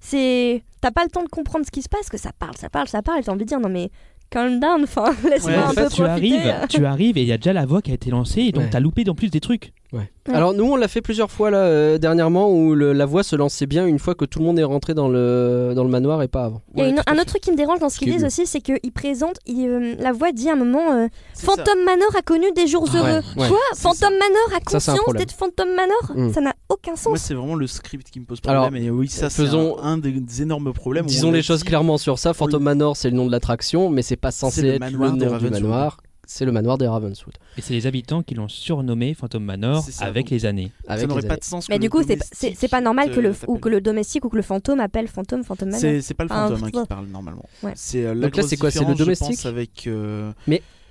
S1: c'est t'as pas le temps de comprendre ce qui se passe que ça parle, ça parle, ça parle. Et t'as envie de dire non mais calm down, enfin laisse-moi
S5: Ouais,
S1: un
S5: en
S1: peu
S4: fait, tu
S1: profiter.
S4: arrives, tu arrives et il y a déjà la voix qui a été lancée et donc
S2: Ouais.
S4: t'as loupé en plus des trucs.
S1: Ouais.
S2: Alors nous on l'a fait plusieurs fois là euh, dernièrement où le- la voix se lançait bien une fois que tout le monde est rentré dans le, dans le manoir et pas avant.
S1: Il y a une- un autre truc qui me dérange dans ce qu'ils
S2: Qui est
S1: disent
S2: mieux.
S1: aussi, c'est qu'ils présentent, ils, euh, la voix dit à un moment euh,
S5: C'est ça.
S1: Phantom Manor a connu des jours
S2: Ah,
S1: heureux.
S2: ouais, ouais.
S1: Quoi Phantom Manor a
S2: Ça, c'est un
S1: conscience
S2: problème.
S1: d'être Phantom Manor
S2: Mm.
S1: Ça n'a aucun
S5: Moi,
S1: sens.
S5: c'est vraiment le script qui me pose
S2: Alors,
S5: problème. et oui, ça, c'est
S2: faisons-
S5: un, un des, des énormes problèmes. où
S2: Disons
S5: on
S2: les
S5: a
S2: choses
S5: dit-
S2: clairement sur ça, Phantom Manor c'est le nom de l'attraction mais c'est pas censé
S5: C'est le
S2: être le
S5: manoir
S2: nom
S5: des
S2: du
S5: Ravenswood.
S2: manoir, c'est le manoir des Ravenswood.
S4: Et c'est les habitants qui l'ont surnommé Phantom Manor
S5: C'est ça,
S4: avec
S5: donc.
S4: les années.
S5: Ça
S2: Avec les
S5: n'aurait pas
S2: années.
S5: de sens.
S1: Mais
S5: que
S1: du
S5: le
S1: coup, c'est-
S5: domestique euh,
S1: c'est c'est pas normal
S5: te-
S1: que le, ou
S5: t'appelle.
S1: que le domestique ou que le fantôme appelle fantôme, Phantom Manor.
S5: C'est c'est pas le
S1: Enfin,
S5: fantôme hein,
S1: pff,
S5: qui parle normalement.
S1: ouais.
S5: C'est euh, la
S2: Donc là,
S5: grosse
S2: c'est quoi, c'est le
S5: différence, je
S2: domestique
S5: pense, avec euh,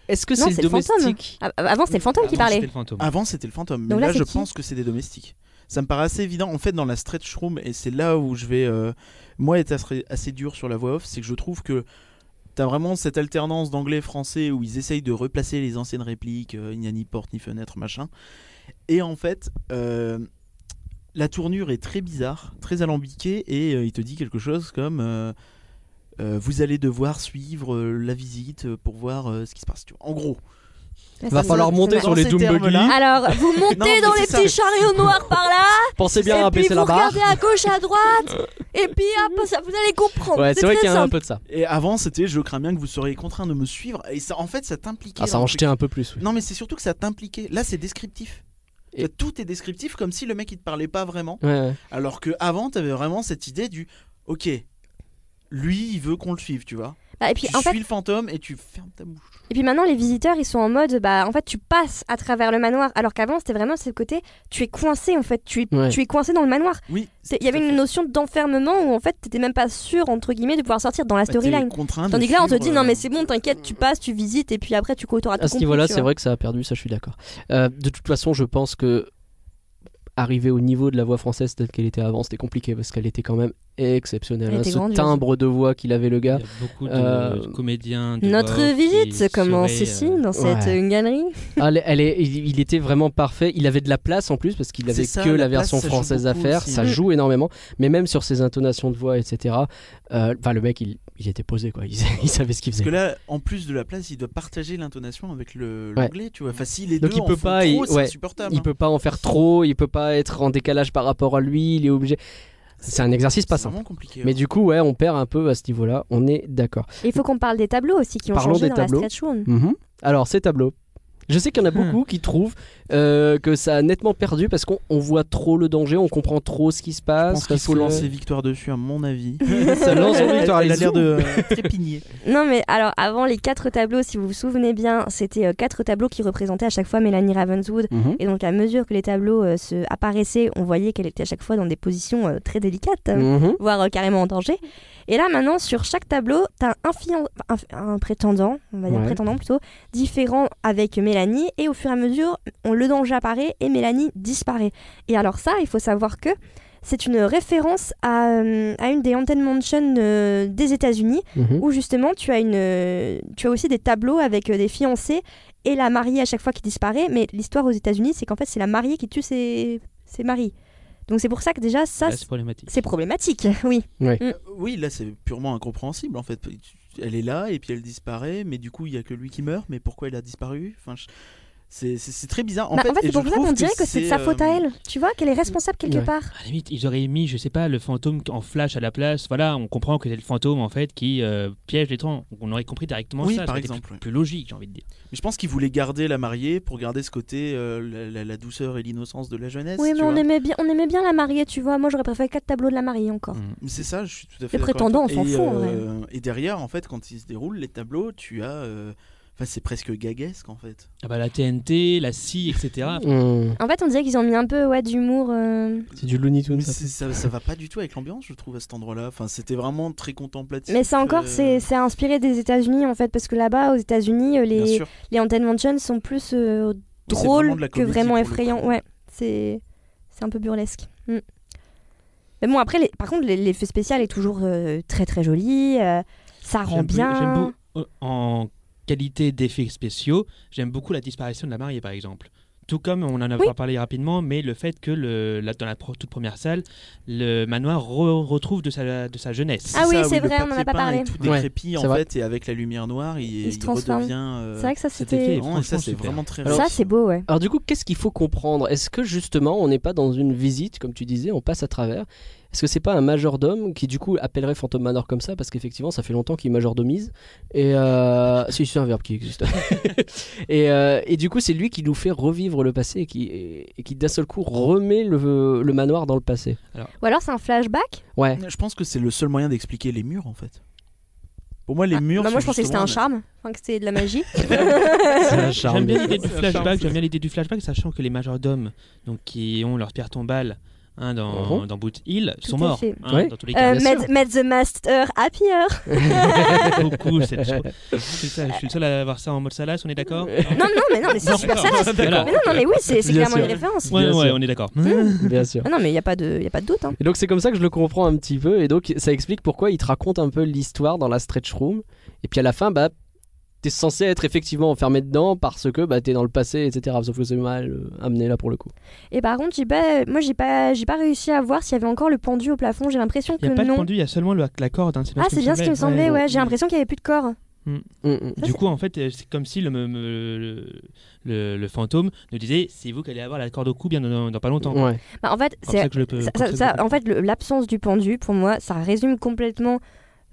S2: Est-ce que
S1: Non,
S2: c'est le
S1: c'est le fantôme.
S2: domestique
S1: Ah, Avant, c'était le fantôme qui
S4: Avant,
S1: parlait.
S4: c'était le fantôme.
S5: Avant, c'était le fantôme, mais
S1: Donc là,
S5: là,
S1: c'est
S5: je
S1: qui
S5: pense que c'est des domestiques. Ça me paraît assez évident. En fait, dans la stretch room, et c'est là où je vais, euh, moi, être assez, assez dur sur la voix off, c'est que je trouve que t'as vraiment cette alternance d'anglais-français où ils essayent de replacer les anciennes répliques, euh, il n'y a ni porte ni fenêtre, machin. Et en fait, euh, la tournure est très bizarre, très alambiquée, et euh, il te dit quelque chose comme. euh, euh, vous allez devoir suivre euh, la visite euh, pour voir euh, ce qui se passe. Tu vois. En gros,
S1: Ouais,
S2: Va
S1: c'est
S2: falloir
S1: ça.
S2: monter
S1: Ouais.
S2: sur les
S5: ces
S2: Doom Buggy.
S5: termes-là-
S1: Alors, vous montez
S5: Non, mais
S1: dans
S5: c'est
S1: les
S5: ça.
S1: petits chariots noirs par là,
S2: Pensez bien à
S1: et puis
S2: baisser
S1: vous
S2: la barre.
S1: regardez à gauche, à droite, et puis hop, ça, vous allez comprendre.
S2: Ouais, c'est vrai
S1: très
S2: qu'il y a un
S1: simple.
S2: peu de ça.
S5: Et avant, c'était je crains bien que vous seriez contraint de me suivre. Et ça, en fait, ça t'impliquait.
S2: Ah, ça
S5: dans
S2: en
S5: le
S2: jetait
S5: truc.
S2: un peu plus. oui.
S5: Non, mais c'est surtout que ça t'impliquait. Là, c'est descriptif.
S2: Et-
S5: Tout est descriptif, comme si le mec il te parlait pas vraiment.
S2: Ouais, ouais.
S5: Alors que avant, t'avais vraiment cette idée du ok, lui il veut qu'on le suive, tu vois.
S1: Bah, et puis
S5: tu
S1: en
S5: suis
S1: fait,
S5: le fantôme et tu fermes ta bouche.
S1: et puis maintenant les visiteurs ils sont en mode bah en fait tu passes à travers le manoir alors qu'avant c'était vraiment ce côté tu es coincé en fait tu es,
S2: Ouais.
S1: tu es coincé dans le manoir.
S5: Oui,
S1: C'est- Il y avait une notion d'enfermement où en fait t'étais même pas sûr entre guillemets de pouvoir sortir dans
S5: Bah,
S2: Bah,
S1: la storyline. Tandis que là on te dit non
S5: euh,
S1: mais c'est bon t'inquiète tu passes tu visites et puis après tu t'auras tout
S2: euh, À ce
S1: compris,
S2: niveau-là,
S1: tu
S2: c'est
S1: vois.
S2: vrai que ça a perdu, ça je suis d'accord. Euh, de toute façon, je pense que arriver au niveau de la voix française telle qu'elle était avant, c'était compliqué parce qu'elle était quand même exceptionnelle.
S1: Elle
S2: hein.
S1: était
S2: Ce
S1: grandiose.
S2: timbre de voix qu'il avait le
S4: Il y
S2: gars.
S4: a beaucoup de
S2: Euh,
S4: comédiens. de
S1: Notre
S4: voix off qui
S1: visite commence
S4: seraient,
S1: ici
S4: euh,
S1: dans cette
S2: ouais.
S1: euh, galerie.
S2: Ah, elle- elle est- il, il était vraiment parfait. Il avait de la place en plus parce qu'il
S5: C'est
S2: avait
S5: ça,
S2: que la,
S5: la place,
S2: version
S5: ça joue
S2: française à
S5: beaucoup
S2: faire.
S5: aussi.
S2: Ça
S5: Mm.
S2: joue énormément. Mais même sur ses intonations de voix, etc. euh, Enfin, le mec, il, il était posé quoi. Il, il savait ce qu'il faisait.
S5: Parce que là, en plus de la place, il doit partager l'intonation avec le-
S2: Ouais.
S5: l'anglais, tu vois. Enfin, si les
S2: Donc
S5: deux
S2: il
S5: en
S2: peut
S5: font
S2: pas,
S5: trop,
S2: il-
S5: c'est
S2: ouais.
S5: insupportable.
S2: Il
S5: hein.
S2: peut pas en faire trop. Il peut pas être en décalage par rapport à lui. Il est obligé. C'est un exercice pas
S5: C'est
S2: simple.
S5: vraiment compliqué. hein.
S2: Mais
S5: ouais.
S2: du coup, ouais, on perd un peu à ce niveau-là. On est d'accord.
S1: Il faut qu'on parle des tableaux aussi qui ont
S2: Parlons
S1: changé
S2: des
S1: dans
S2: tableaux.
S1: la stretch room.
S2: Alors, ces tableaux. Je sais qu'il y en a beaucoup qui trouvent euh, que ça a nettement perdu parce qu'on on voit trop le danger, on comprend trop ce qui se
S5: Je
S2: passe.
S5: pense qu'il
S2: parce
S5: faut
S2: que-
S5: lancer Victoire dessus, à mon avis.
S2: Ça lance
S5: Elle-
S2: Victoire,
S5: elle a
S2: les
S5: l'air de
S1: euh,
S5: trépigner.
S1: Non, mais alors, avant les quatre tableaux, si vous vous souvenez bien, c'était euh, quatre tableaux qui représentaient à chaque fois Mélanie Ravenswood.
S2: Mhm.
S1: Et donc, à mesure que les tableaux euh, se apparaissaient, on voyait qu'elle était à chaque fois dans des positions euh, très délicates, euh,
S2: Mhm.
S1: voire euh, carrément en danger. Et là, maintenant, sur chaque tableau, t'as un, fian- un, un prétendant, on va dire
S2: Ouais.
S1: prétendant plutôt, différent avec Mélanie. Et au fur et à mesure, on, le danger apparaît et Mélanie disparaît. Et alors, ça, il faut savoir que. C'est une référence à, euh, à une des Haunted Mansion euh, des États-Unis
S2: Mhm.
S1: où justement tu as une euh, tu as aussi des tableaux avec euh, des fiancés et la mariée à chaque fois qui disparaît mais l'histoire aux États-Unis c'est qu'en fait c'est la mariée qui tue ses ses maris. Donc c'est pour ça que déjà ça
S4: là, c'est problématique.
S1: c'est problématique, oui.
S5: Euh, Oui, là c'est purement incompréhensible en fait. Elle est là et puis elle disparaît, mais du coup il y a que lui qui meurt. Mais pourquoi elle a disparu Enfin, je- c'est- c'est c'est très bizarre. En
S1: Bah,
S5: fait, et
S1: c'est
S5: je
S1: pour ça
S5: trouve
S1: qu'on dirait que c'est de sa faute
S5: euh,
S1: à elle. Tu vois qu'elle est responsable quelque
S2: Ouais.
S1: part.
S4: À la limite, ils auraient mis, je sais pas, le fantôme en flash à la place. Voilà, on comprend que c'est le fantôme en fait qui euh, piège les gens. On aurait compris directement
S5: Oui,
S4: ça. ça
S5: par
S4: aurait été
S5: exemple,
S4: plus,
S5: ouais.
S4: plus logique, j'ai envie de dire.
S5: Mais je pense qu'il voulait garder la mariée pour garder ce côté euh, la, la- la douceur et l'innocence de la jeunesse.
S1: oui,
S5: tu
S1: mais on
S5: vois.
S1: aimait bien on aimait bien la mariée, tu vois. Moi j'aurais préféré quatre tableaux de la mariée encore.
S5: Mais C'est ça, je suis tout à fait.
S1: Les
S5: d'accord
S1: prétendants,
S5: avec toi.
S1: on s'en
S5: Et,
S1: fout, en
S5: euh, Et derrière, en fait, quand ils se déroulent les tableaux, tu as. euh, Enfin, c'est presque gaguesque en fait.
S4: Ah bah, la TNT, la scie, etc.
S2: Mhm.
S1: En fait, on dirait qu'ils ont mis un peu ouais d'humour euh,
S2: C'est du Looney Tunes.
S5: Mais
S2: ça.
S5: c'est- ça, ça va pas du tout avec l'ambiance, je trouve, à cet endroit-là. Enfin, c'était vraiment très contemplatif.
S1: mais ça encore
S5: euh,
S1: c'est c'est inspiré des États-Unis en fait parce que là-bas aux États-Unis euh,
S5: Bien
S1: les
S5: sûr.
S1: les Haunted Mansion sont plus euh,
S5: C'est
S1: drôle
S5: vraiment de la
S1: que
S5: comédie
S1: vraiment
S5: pour le coup.
S1: effrayant. Ouais, c'est c'est un peu burlesque. Mm. Mais bon, après, les- par contre, les- l'effet spécial est toujours euh, très très joli. euh, ça rend
S4: J'aime be-
S1: bien.
S4: J'aime euh, beaucoup. En qualité d'effets spéciaux, j'aime beaucoup la disparition de la mariée, par exemple. Tout comme on en a
S1: Oui.
S4: pas parlé rapidement, mais le fait que le, là, dans la pro- toute première salle, le manoir re- retrouve de sa, de sa jeunesse.
S5: C'est
S1: Ah oui,
S5: ça,
S1: c'est
S5: le
S1: vrai, on en a
S5: papier
S1: pas
S5: peint
S1: parlé.
S5: est tout
S2: Ouais,
S5: décrépit
S2: c'est
S5: en
S2: vrai.
S5: fait, et avec la lumière noire, il,
S1: Il se transforme.
S5: redevient.
S1: C'est vrai que ça
S4: C'était fait,
S1: c'était.
S5: Non, et ça,
S4: franchement,
S5: c'est
S4: super.
S5: vraiment très
S2: Alors,
S1: Ça
S5: réussi.
S1: c'est beau, ouais.
S2: Alors du coup, qu'est-ce qu'il faut comprendre Est-ce que justement, on n'est pas dans une visite, comme tu disais, on passe à travers Est-ce que c'est pas un majordome qui du coup appellerait Phantom Manor comme ça Parce qu'effectivement, ça fait longtemps qu'il majordomise. Et euh... si c'est un verbe qui existe. et, euh, et du coup, c'est lui qui nous fait revivre le passé et qui, et qui d'un seul coup remet le, le manoir dans le passé.
S1: Ou alors c'est un flashback
S2: Ouais.
S5: Je pense que c'est le seul moyen d'expliquer les murs en fait. Pour moi, les murs.
S1: Bah, Moi je
S5: sont
S1: pensais que c'était un
S5: justement-
S1: charme, enfin que c'était de la magie. Ah,
S4: J'aime bien l'idée du
S7: C'est un
S4: flashback,
S7: charme.
S4: j'aime bien l'idée du flashback, sachant que les majordomes donc, qui ont leur pierre tombale hein, dans,
S2: Mhm.
S4: dans Boot Hill
S1: à
S4: sont morts.
S1: fait.
S4: hein,
S2: Ouais.
S4: Dans tous les cas,
S1: Euh,
S4: Bien sûr.
S1: Made made the master happier.
S4: beaucoup. cette chose. Je suis le seul- je suis le seul à avoir ça en mode salace, on est d'accord
S1: Non, non, mais non, mais c'est super ça.
S4: Voilà.
S1: Mais non, non, mais oui, c'est c'est
S2: Bien
S1: clairement
S2: sûr.
S1: une référence.
S4: Ouais,
S2: Bien
S4: ouais,
S2: sûr.
S4: on est d'accord.
S2: Bien sûr.
S1: Ah non, mais il n'y a, pas de- y a pas de doute. Hein.
S2: Et donc c'est comme ça que je le comprends un petit peu et donc ça explique pourquoi il te raconte un peu l'histoire dans la stretch room et puis à la fin bah t'es censé être effectivement enfermé dedans parce que bah t'es dans le passé etc sauf que c'est mal euh, amené là pour le coup.
S1: Et par contre, j'ai pas, moi, j'ai pas, j'ai pas réussi à voir s'il y avait encore le pendu au plafond. J'ai l'impression que
S4: Il n'y a pas de
S1: non.
S4: pendu, il y a seulement le- la corde. hein,
S1: Ah,
S4: ce
S1: c'est bien ce qui me semblait, ouais. J'ai l'impression qu'il n'y avait plus de corps.
S2: Mm, mm.
S1: Ça,
S4: Du coup, en fait, euh, c'est comme si le, me- me- le, le fantôme nous disait c'est vous qui allez avoir la corde au cou bien dans, dans- dans pas longtemps.
S2: Ouais.
S1: Bah, en fait,
S6: Ah,
S4: Comme ça
S1: c'est.
S4: que je le peux.
S1: ça-
S4: comme
S1: ça-
S4: ça
S1: ça-
S4: que
S1: en fait, le- l'absence du pendu, pour moi, ça résume complètement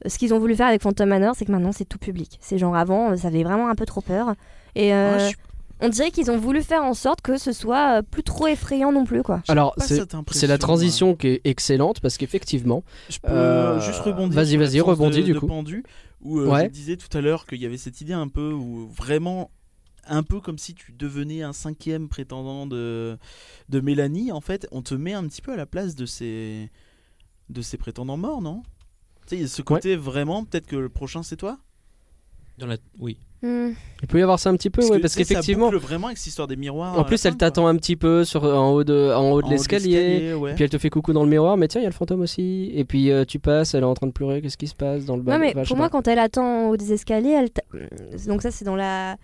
S1: ce qu'ils ont voulu faire avec Phantom Manor. C'est que maintenant, c'est tout public. C'est genre avant, ça avait vraiment un peu trop peur. Et euh,
S5: Ah, je suis
S1: on dirait qu'ils ont voulu faire en sorte que ce soit euh, plus trop effrayant non plus, quoi.
S2: Alors
S5: pas
S2: c'est
S5: cette impression,
S2: c'est la
S5: moi.
S2: transition qui est excellente parce qu'effectivement
S5: Je peux
S2: Euh,
S5: juste rebondir.
S2: vas-y,
S5: sur
S2: vas-y,
S5: l'absence
S2: rebondis,
S5: de-
S2: du
S5: de
S2: coup.
S5: Pendu, où euh,
S2: Ouais.
S5: je disais tout à l'heure qu'il y avait cette idée un peu où vraiment un peu comme si tu devenais un cinquième prétendant de, de Mélanie, en fait, on te met un petit peu à la place de ces, de ces prétendants morts, non Tu sais, il y a ce côté vraiment, peut-être que le prochain c'est toi
S4: dans la- Oui.
S1: Hmm.
S2: il peut y avoir ça un petit peu ouais, parce
S5: tu sais, ça
S2: qu'effectivement
S5: boucle vraiment avec cette histoire des miroirs. à
S2: en
S5: la
S2: plus
S5: fin,
S2: elle t'attend un petit peu sur en haut de en haut de
S5: quoi. En haut de
S2: l'escalier.
S5: ouais.
S2: Puis elle te fait coucou dans le miroir, mais tiens, il y a le fantôme aussi. Et puis euh, tu passes, elle est en train de pleurer, qu'est-ce qui se passe dans le bas
S1: Non, mais
S2: enfin, Bah, je sais
S1: pour moi, quand elle attend au des escaliers, elle t'a- donc ça, c'est dans la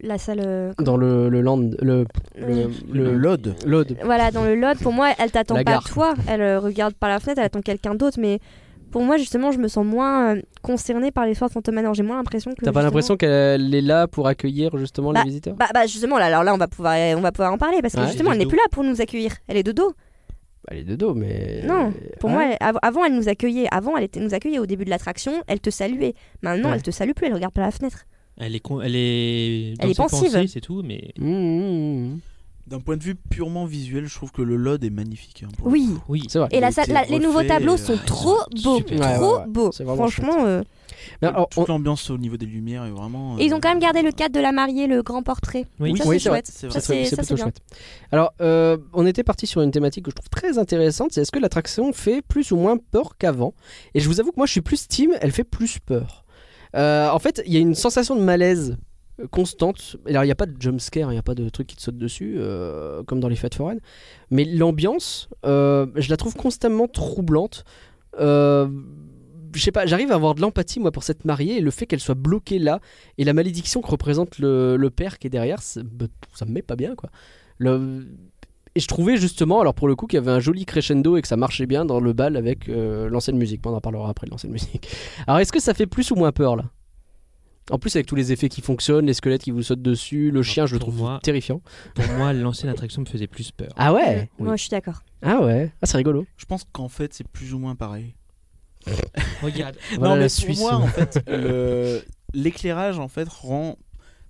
S1: la salle. euh,
S2: pas. Dans le, le land. Le, le, le-
S5: LOD.
S2: l'ode.
S1: Voilà, dans le lot, pour moi, elle t'attend
S2: La
S1: pas
S2: gare.
S1: toi. Elle euh, regarde par la fenêtre, elle attend quelqu'un d'autre. Mais pour moi, justement, je me sens moins euh, concernée par l'histoire de Phantom Manor. J'ai moins l'impression que.
S2: T'as pas
S1: justement-
S2: l'impression qu'elle est là pour accueillir justement les visiteurs
S1: bah, bah, justement, là, alors là, on va pouvoir, euh, on va pouvoir en parler parce que
S2: Ouais.
S1: justement,
S4: Elle
S1: elle
S4: est de
S1: n'est plus là pour nous accueillir. Elle est de dos.
S2: Elle est de dos, mais.
S1: Non, Pour
S2: Ah,
S1: moi, elle- av- avant, elle nous accueillait. Avant, elle était nous accueillait au début de l'attraction. Elle te saluait. Maintenant,
S2: Ouais.
S1: elle te salue plus. Elle regarde par la fenêtre.
S4: Elle est, con- elle est, dans
S1: Elle est
S4: ses
S1: pensive.
S4: pensées, c'est tout, mais.
S2: mm, mm, mm.
S5: D'un point de vue purement visuel, je trouve que le LOD est magnifique. hein, pour le
S1: Oui.
S4: Oui.
S2: C'est vrai.
S1: Et
S5: Il
S1: la
S5: a
S1: salle-
S5: été
S1: la- les nouveaux
S5: refait,
S1: tableaux
S5: euh,
S1: sont
S5: ils sont
S1: trop beaux,
S4: super.
S2: Ouais,
S1: trop
S2: ouais, ouais.
S1: beaux.
S2: C'est vraiment
S1: Franchement, euh,
S2: Mais alors, on-
S5: Toute l'ambiance au niveau des lumières est vraiment. euh,
S1: et ils ont quand même gardé le cadre de la mariée, le grand portrait. ça,
S2: Oui,
S4: Oui.
S1: c'est
S2: c'est vrai,
S1: chouette.
S5: c'est
S1: Ça,
S2: Ça,
S5: vrai.
S1: c'est
S2: c'est
S1: ça,
S2: c'est plutôt
S1: c'est bien.
S2: chouette. Alors, euh, on était parti sur une thématique que je trouve très intéressante, c'est est-ce que l'attraction fait plus ou moins peur qu'avant Et je vous avoue que moi, je suis plus team, elle fait plus peur. Euh, en fait, il y a une sensation de malaise euh, constante. Alors, il n'y a pas de jump scare, il n'y a pas de truc qui te saute dessus, euh, comme dans les fêtes foraines. Mais l'ambiance, euh, je la trouve constamment troublante. Euh, je sais pas, j'arrive à avoir de l'empathie moi pour cette mariée et le fait qu'elle soit bloquée là et la malédiction que représente le, le père qui est derrière, ça, bah, ça me met pas bien quoi. Le... Et je trouvais justement, alors pour le coup, qu'il y avait un joli crescendo et que ça marchait bien dans le bal avec euh, l'ancienne musique. Bon, on en parlera après de l'ancienne musique. Alors est-ce que ça fait plus ou moins peur là En plus avec tous les effets qui fonctionnent, les squelettes qui vous sautent dessus, le chien, je le
S4: pour
S2: trouve
S4: moi-
S2: terrifiant.
S4: Pour moi, l'ancienne attraction me faisait plus peur.
S2: Ah ouais
S1: Mm. Moi, je suis d'accord.
S2: Ah ouais Ah c'est rigolo.
S5: Je pense qu'en fait, c'est plus ou moins pareil.
S4: Regarde.
S2: Voilà
S5: non, mais
S2: la
S5: pour
S2: Suisse.
S5: moi, en fait, le- l'éclairage en fait rend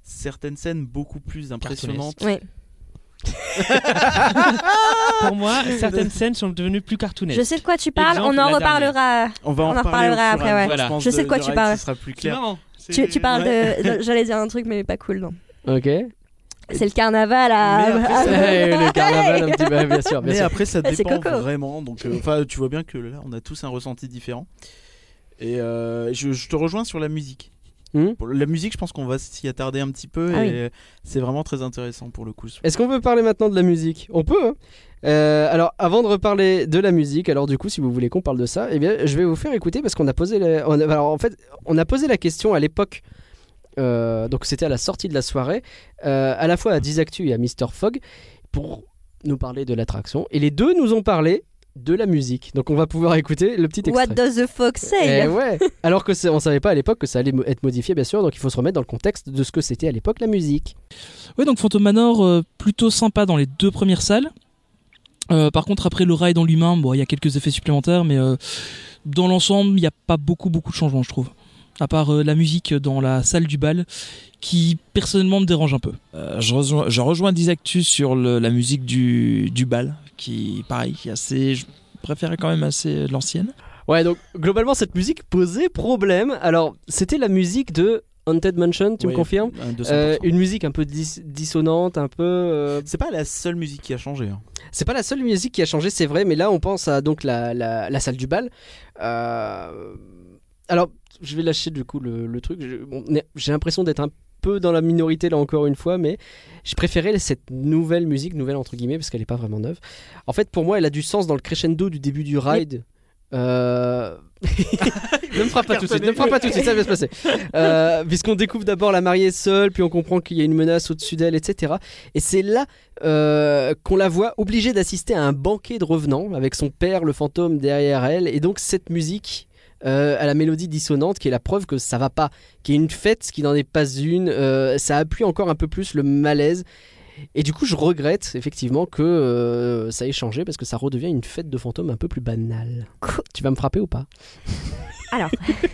S5: certaines scènes beaucoup plus impressionnantes.
S1: Ouais.
S4: Pour moi, certaines scènes sont devenues plus cartoonesques.
S1: Je sais de quoi tu parles,
S4: Exemple,
S1: on en
S4: la
S1: reparlera.
S5: On va
S1: On en
S5: en parler
S1: reparlera
S5: au fur et
S1: après,
S5: à
S1: ouais.
S5: mesure,
S4: Voilà.
S5: pense,
S1: Je sais de quoi tu
S5: Rex,
S1: parles.
S5: Ce sera plus
S4: C'est
S5: clair.
S4: marrant.
S1: Tu, tu parles de. de- J'allais dire un truc, mais pas cool, non.
S2: Ok.
S1: C'est le carnaval à.
S5: Mais après, ça-
S2: Eh, le carnaval un petit peu, bien sûr, bien
S5: Mais
S2: sûr.
S5: après, ça
S1: C'est
S5: dépend
S1: coco.
S5: vraiment. Donc, euh, enfin, tu vois bien que là, on a tous un ressenti différent. Et euh, je, je te rejoins sur la musique.
S2: Hmm.
S5: Pour la musique, je pense qu'on va s'y attarder un petit peu.
S1: Ah
S5: et c'est vraiment très intéressant pour le coup.
S2: Est-ce qu'on peut parler maintenant de la musique On peut. hein. Euh, alors, avant de reparler de la musique, alors du coup, si vous voulez qu'on parle de ça, eh bien, je vais vous faire écouter parce qu'on a posé, la... on a- alors, en fait, on a posé la question à l'époque euh, donc c'était à la sortie de la soirée, euh, à la fois à Dizactu et à Mr. Fogg, pour nous parler de l'attraction. Et les deux nous ont parlé de la musique. Donc on va pouvoir écouter le petit
S1: What
S2: extrait.
S1: does the fuck say
S2: Eh ouais. Alors que c'est- on savait pas à l'époque que ça allait mo- être modifié, bien sûr. Donc il faut se remettre dans le contexte de ce que c'était à l'époque la musique.
S6: Ouais, donc Phantom Manor, euh, plutôt sympa dans les deux premières salles. Euh, par contre, après le ride en lui-même, bon, il y a quelques effets supplémentaires, mais euh, dans l'ensemble, il n'y a pas beaucoup, beaucoup de changements, je trouve. À part euh, la musique dans la salle du bal, qui personnellement me dérange un peu.
S7: Euh, je, rejoins, je rejoins Dizactu sur le- la musique du, du bal, qui, pareil, qui est assez. Je préférais quand même assez euh, l'ancienne.
S2: Ouais, donc globalement cette musique posait problème. Alors c'était la musique de Haunted Mansion, tu me
S5: Oui,
S2: confirmes
S5: un 200%.
S2: Euh, Une musique un peu dis- dissonante, un peu. euh,
S5: C'est pas la seule musique qui a changé. hein.
S2: C'est pas la seule musique qui a changé, c'est vrai, mais là on pense à donc la, la, la salle du bal. Euh, Alors, je vais lâcher du coup le, le truc. Je- bon, on est- J'ai l'impression d'être un peu dans la minorité là encore une fois, mais j'ai préféré cette nouvelle musique, nouvelle entre guillemets, parce qu'elle n'est pas vraiment neuve. En fait, pour moi, elle a du sens dans le crescendo du début du ride. Euh, ne me frappe pas tout de suite, ne me frappe pas tout de suite, ça va se passer. Euh, Puisqu'on découvre d'abord la mariée seule, puis on comprend qu'il y a une menace au-dessus d'elle, etc. Et c'est là euh, qu'on la voit obligée d'assister à un banquet de revenants avec son père, le fantôme, derrière elle. Et donc cette musique euh, à la mélodie dissonante qui est la preuve que ça va pas, qui est une fête qui n'en est pas une, euh, ça appuie encore un peu plus le malaise. Et du coup, je regrette effectivement que euh, ça ait changé parce que ça redevient une fête de fantômes un peu plus banale. Tu vas me frapper ou pas
S1: Alors,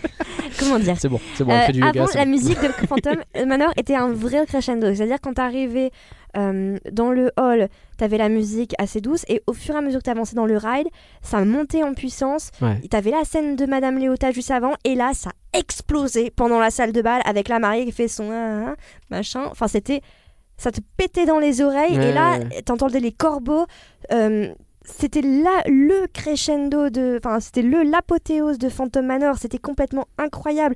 S1: comment dire
S2: C'est bon, c'est bon,
S1: Euh,
S2: on fait du yoga.
S1: avant,
S2: c'est
S1: la
S2: bon.
S1: musique de Phantom euh, Manor était un vrai crescendo. C'est-à-dire, quand t'arrivais euh, dans le hall, t'avais la musique assez douce, et au fur et à mesure que t'avançais dans le ride, ça montait en puissance.
S2: Ouais.
S1: T'avais la scène de Madame Léota juste avant, et là, ça explosait pendant la salle de bal avec la mariée qui fait son ah, ah, machin. Enfin, c'était. Ça te pétait dans les oreilles,
S2: Ouais,
S1: et là,
S2: ouais,
S1: t'entendais les corbeaux. euh, c'était là le crescendo de. Enfin, c'était le l'apothéose de Phantom Manor. C'était complètement incroyable.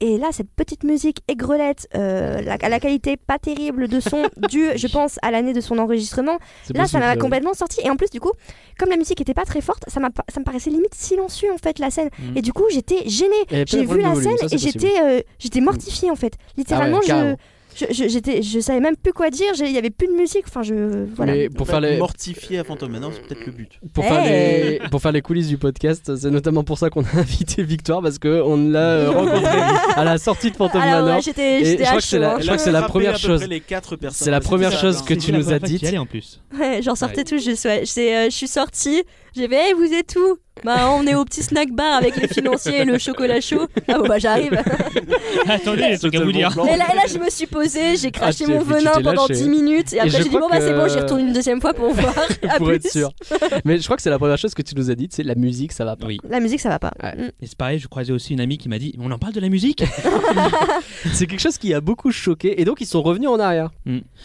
S1: Et là, cette petite musique aigrelette, euh, la, à la qualité pas terrible de son, due, je pense, à l'année de son enregistrement,
S2: C'est
S1: là, ça
S2: possible,
S1: m'a
S2: ouais.
S1: complètement sorti. Et en plus, du coup, comme la musique était pas très forte, ça, m'a pas- ça me paraissait limite silencieux, en fait, la scène.
S5: Mhm.
S1: Et du coup, j'étais gênée.
S2: Il y avait peut-être un
S1: J'ai vu
S2: problème
S1: la
S2: de volume,
S1: scène
S2: ça, c'est
S1: et
S2: possible. Ah
S1: j'étais euh, j'étais mortifiée, en fait. Littéralement, je-
S2: carrément.
S1: je, je, j'étais- je savais même plus quoi dire. j'ai- Il y avait plus de musique. Enfin, je. Voilà.
S2: Mais
S5: Bah,
S2: pour faire les,
S5: Mortifié à Phantom Manor, c'est peut-être le but.
S2: pour, faire
S1: Hey
S2: les, pour faire les coulisses du podcast, c'est notamment pour ça qu'on a invité Victoire parce qu'on l'a euh, rencontré à la sortie de Phantom
S1: Alors,
S2: Manor.
S1: Ah ouais, j'étais
S2: Et
S1: j'étais
S2: je crois
S1: à
S2: que c'est
S1: chaud,
S2: la-
S1: hein.
S2: je crois que c'est la
S5: Attraper
S2: première
S5: à peu
S2: chose.
S5: près les quatre personnes.
S2: C'est la
S5: Ouais,
S2: première
S5: ça,
S2: chose
S5: hein.
S2: que tu nous as
S4: dit.
S2: dite.
S4: en plus.
S1: Ouais, j'en sortais tous, je suis, c'est, euh, je suis sortie, j'ai fait hey, vous êtes où Bah on est au petit snack bar avec les financiers et le chocolat chaud. Ah bon bah j'arrive.
S4: Attendez, j'ai des trucs à vous dire.
S1: Et là, et là, je me suis posée, j'ai craché
S2: t'es-
S1: mon
S2: Ah, tu t'es
S1: venin pendant
S2: lâchée.
S1: 10 minutes et après
S2: je
S1: j'ai dit
S2: crois
S1: bon bah c'est
S2: que-
S1: bon, j'y retourne une deuxième fois pour voir. À
S2: pour
S1: plus.
S2: être sûr. Mais je crois que c'est la première chose que tu nous as dite, c'est la musique, ça va pas.
S4: Oui.
S1: La musique ça va pas.
S2: Ouais.
S1: Mm.
S4: Et c'est pareil, je croisais aussi une amie qui m'a dit On en parle de la musique
S2: C'est quelque chose qui a beaucoup choqué et donc ils sont revenus en arrière.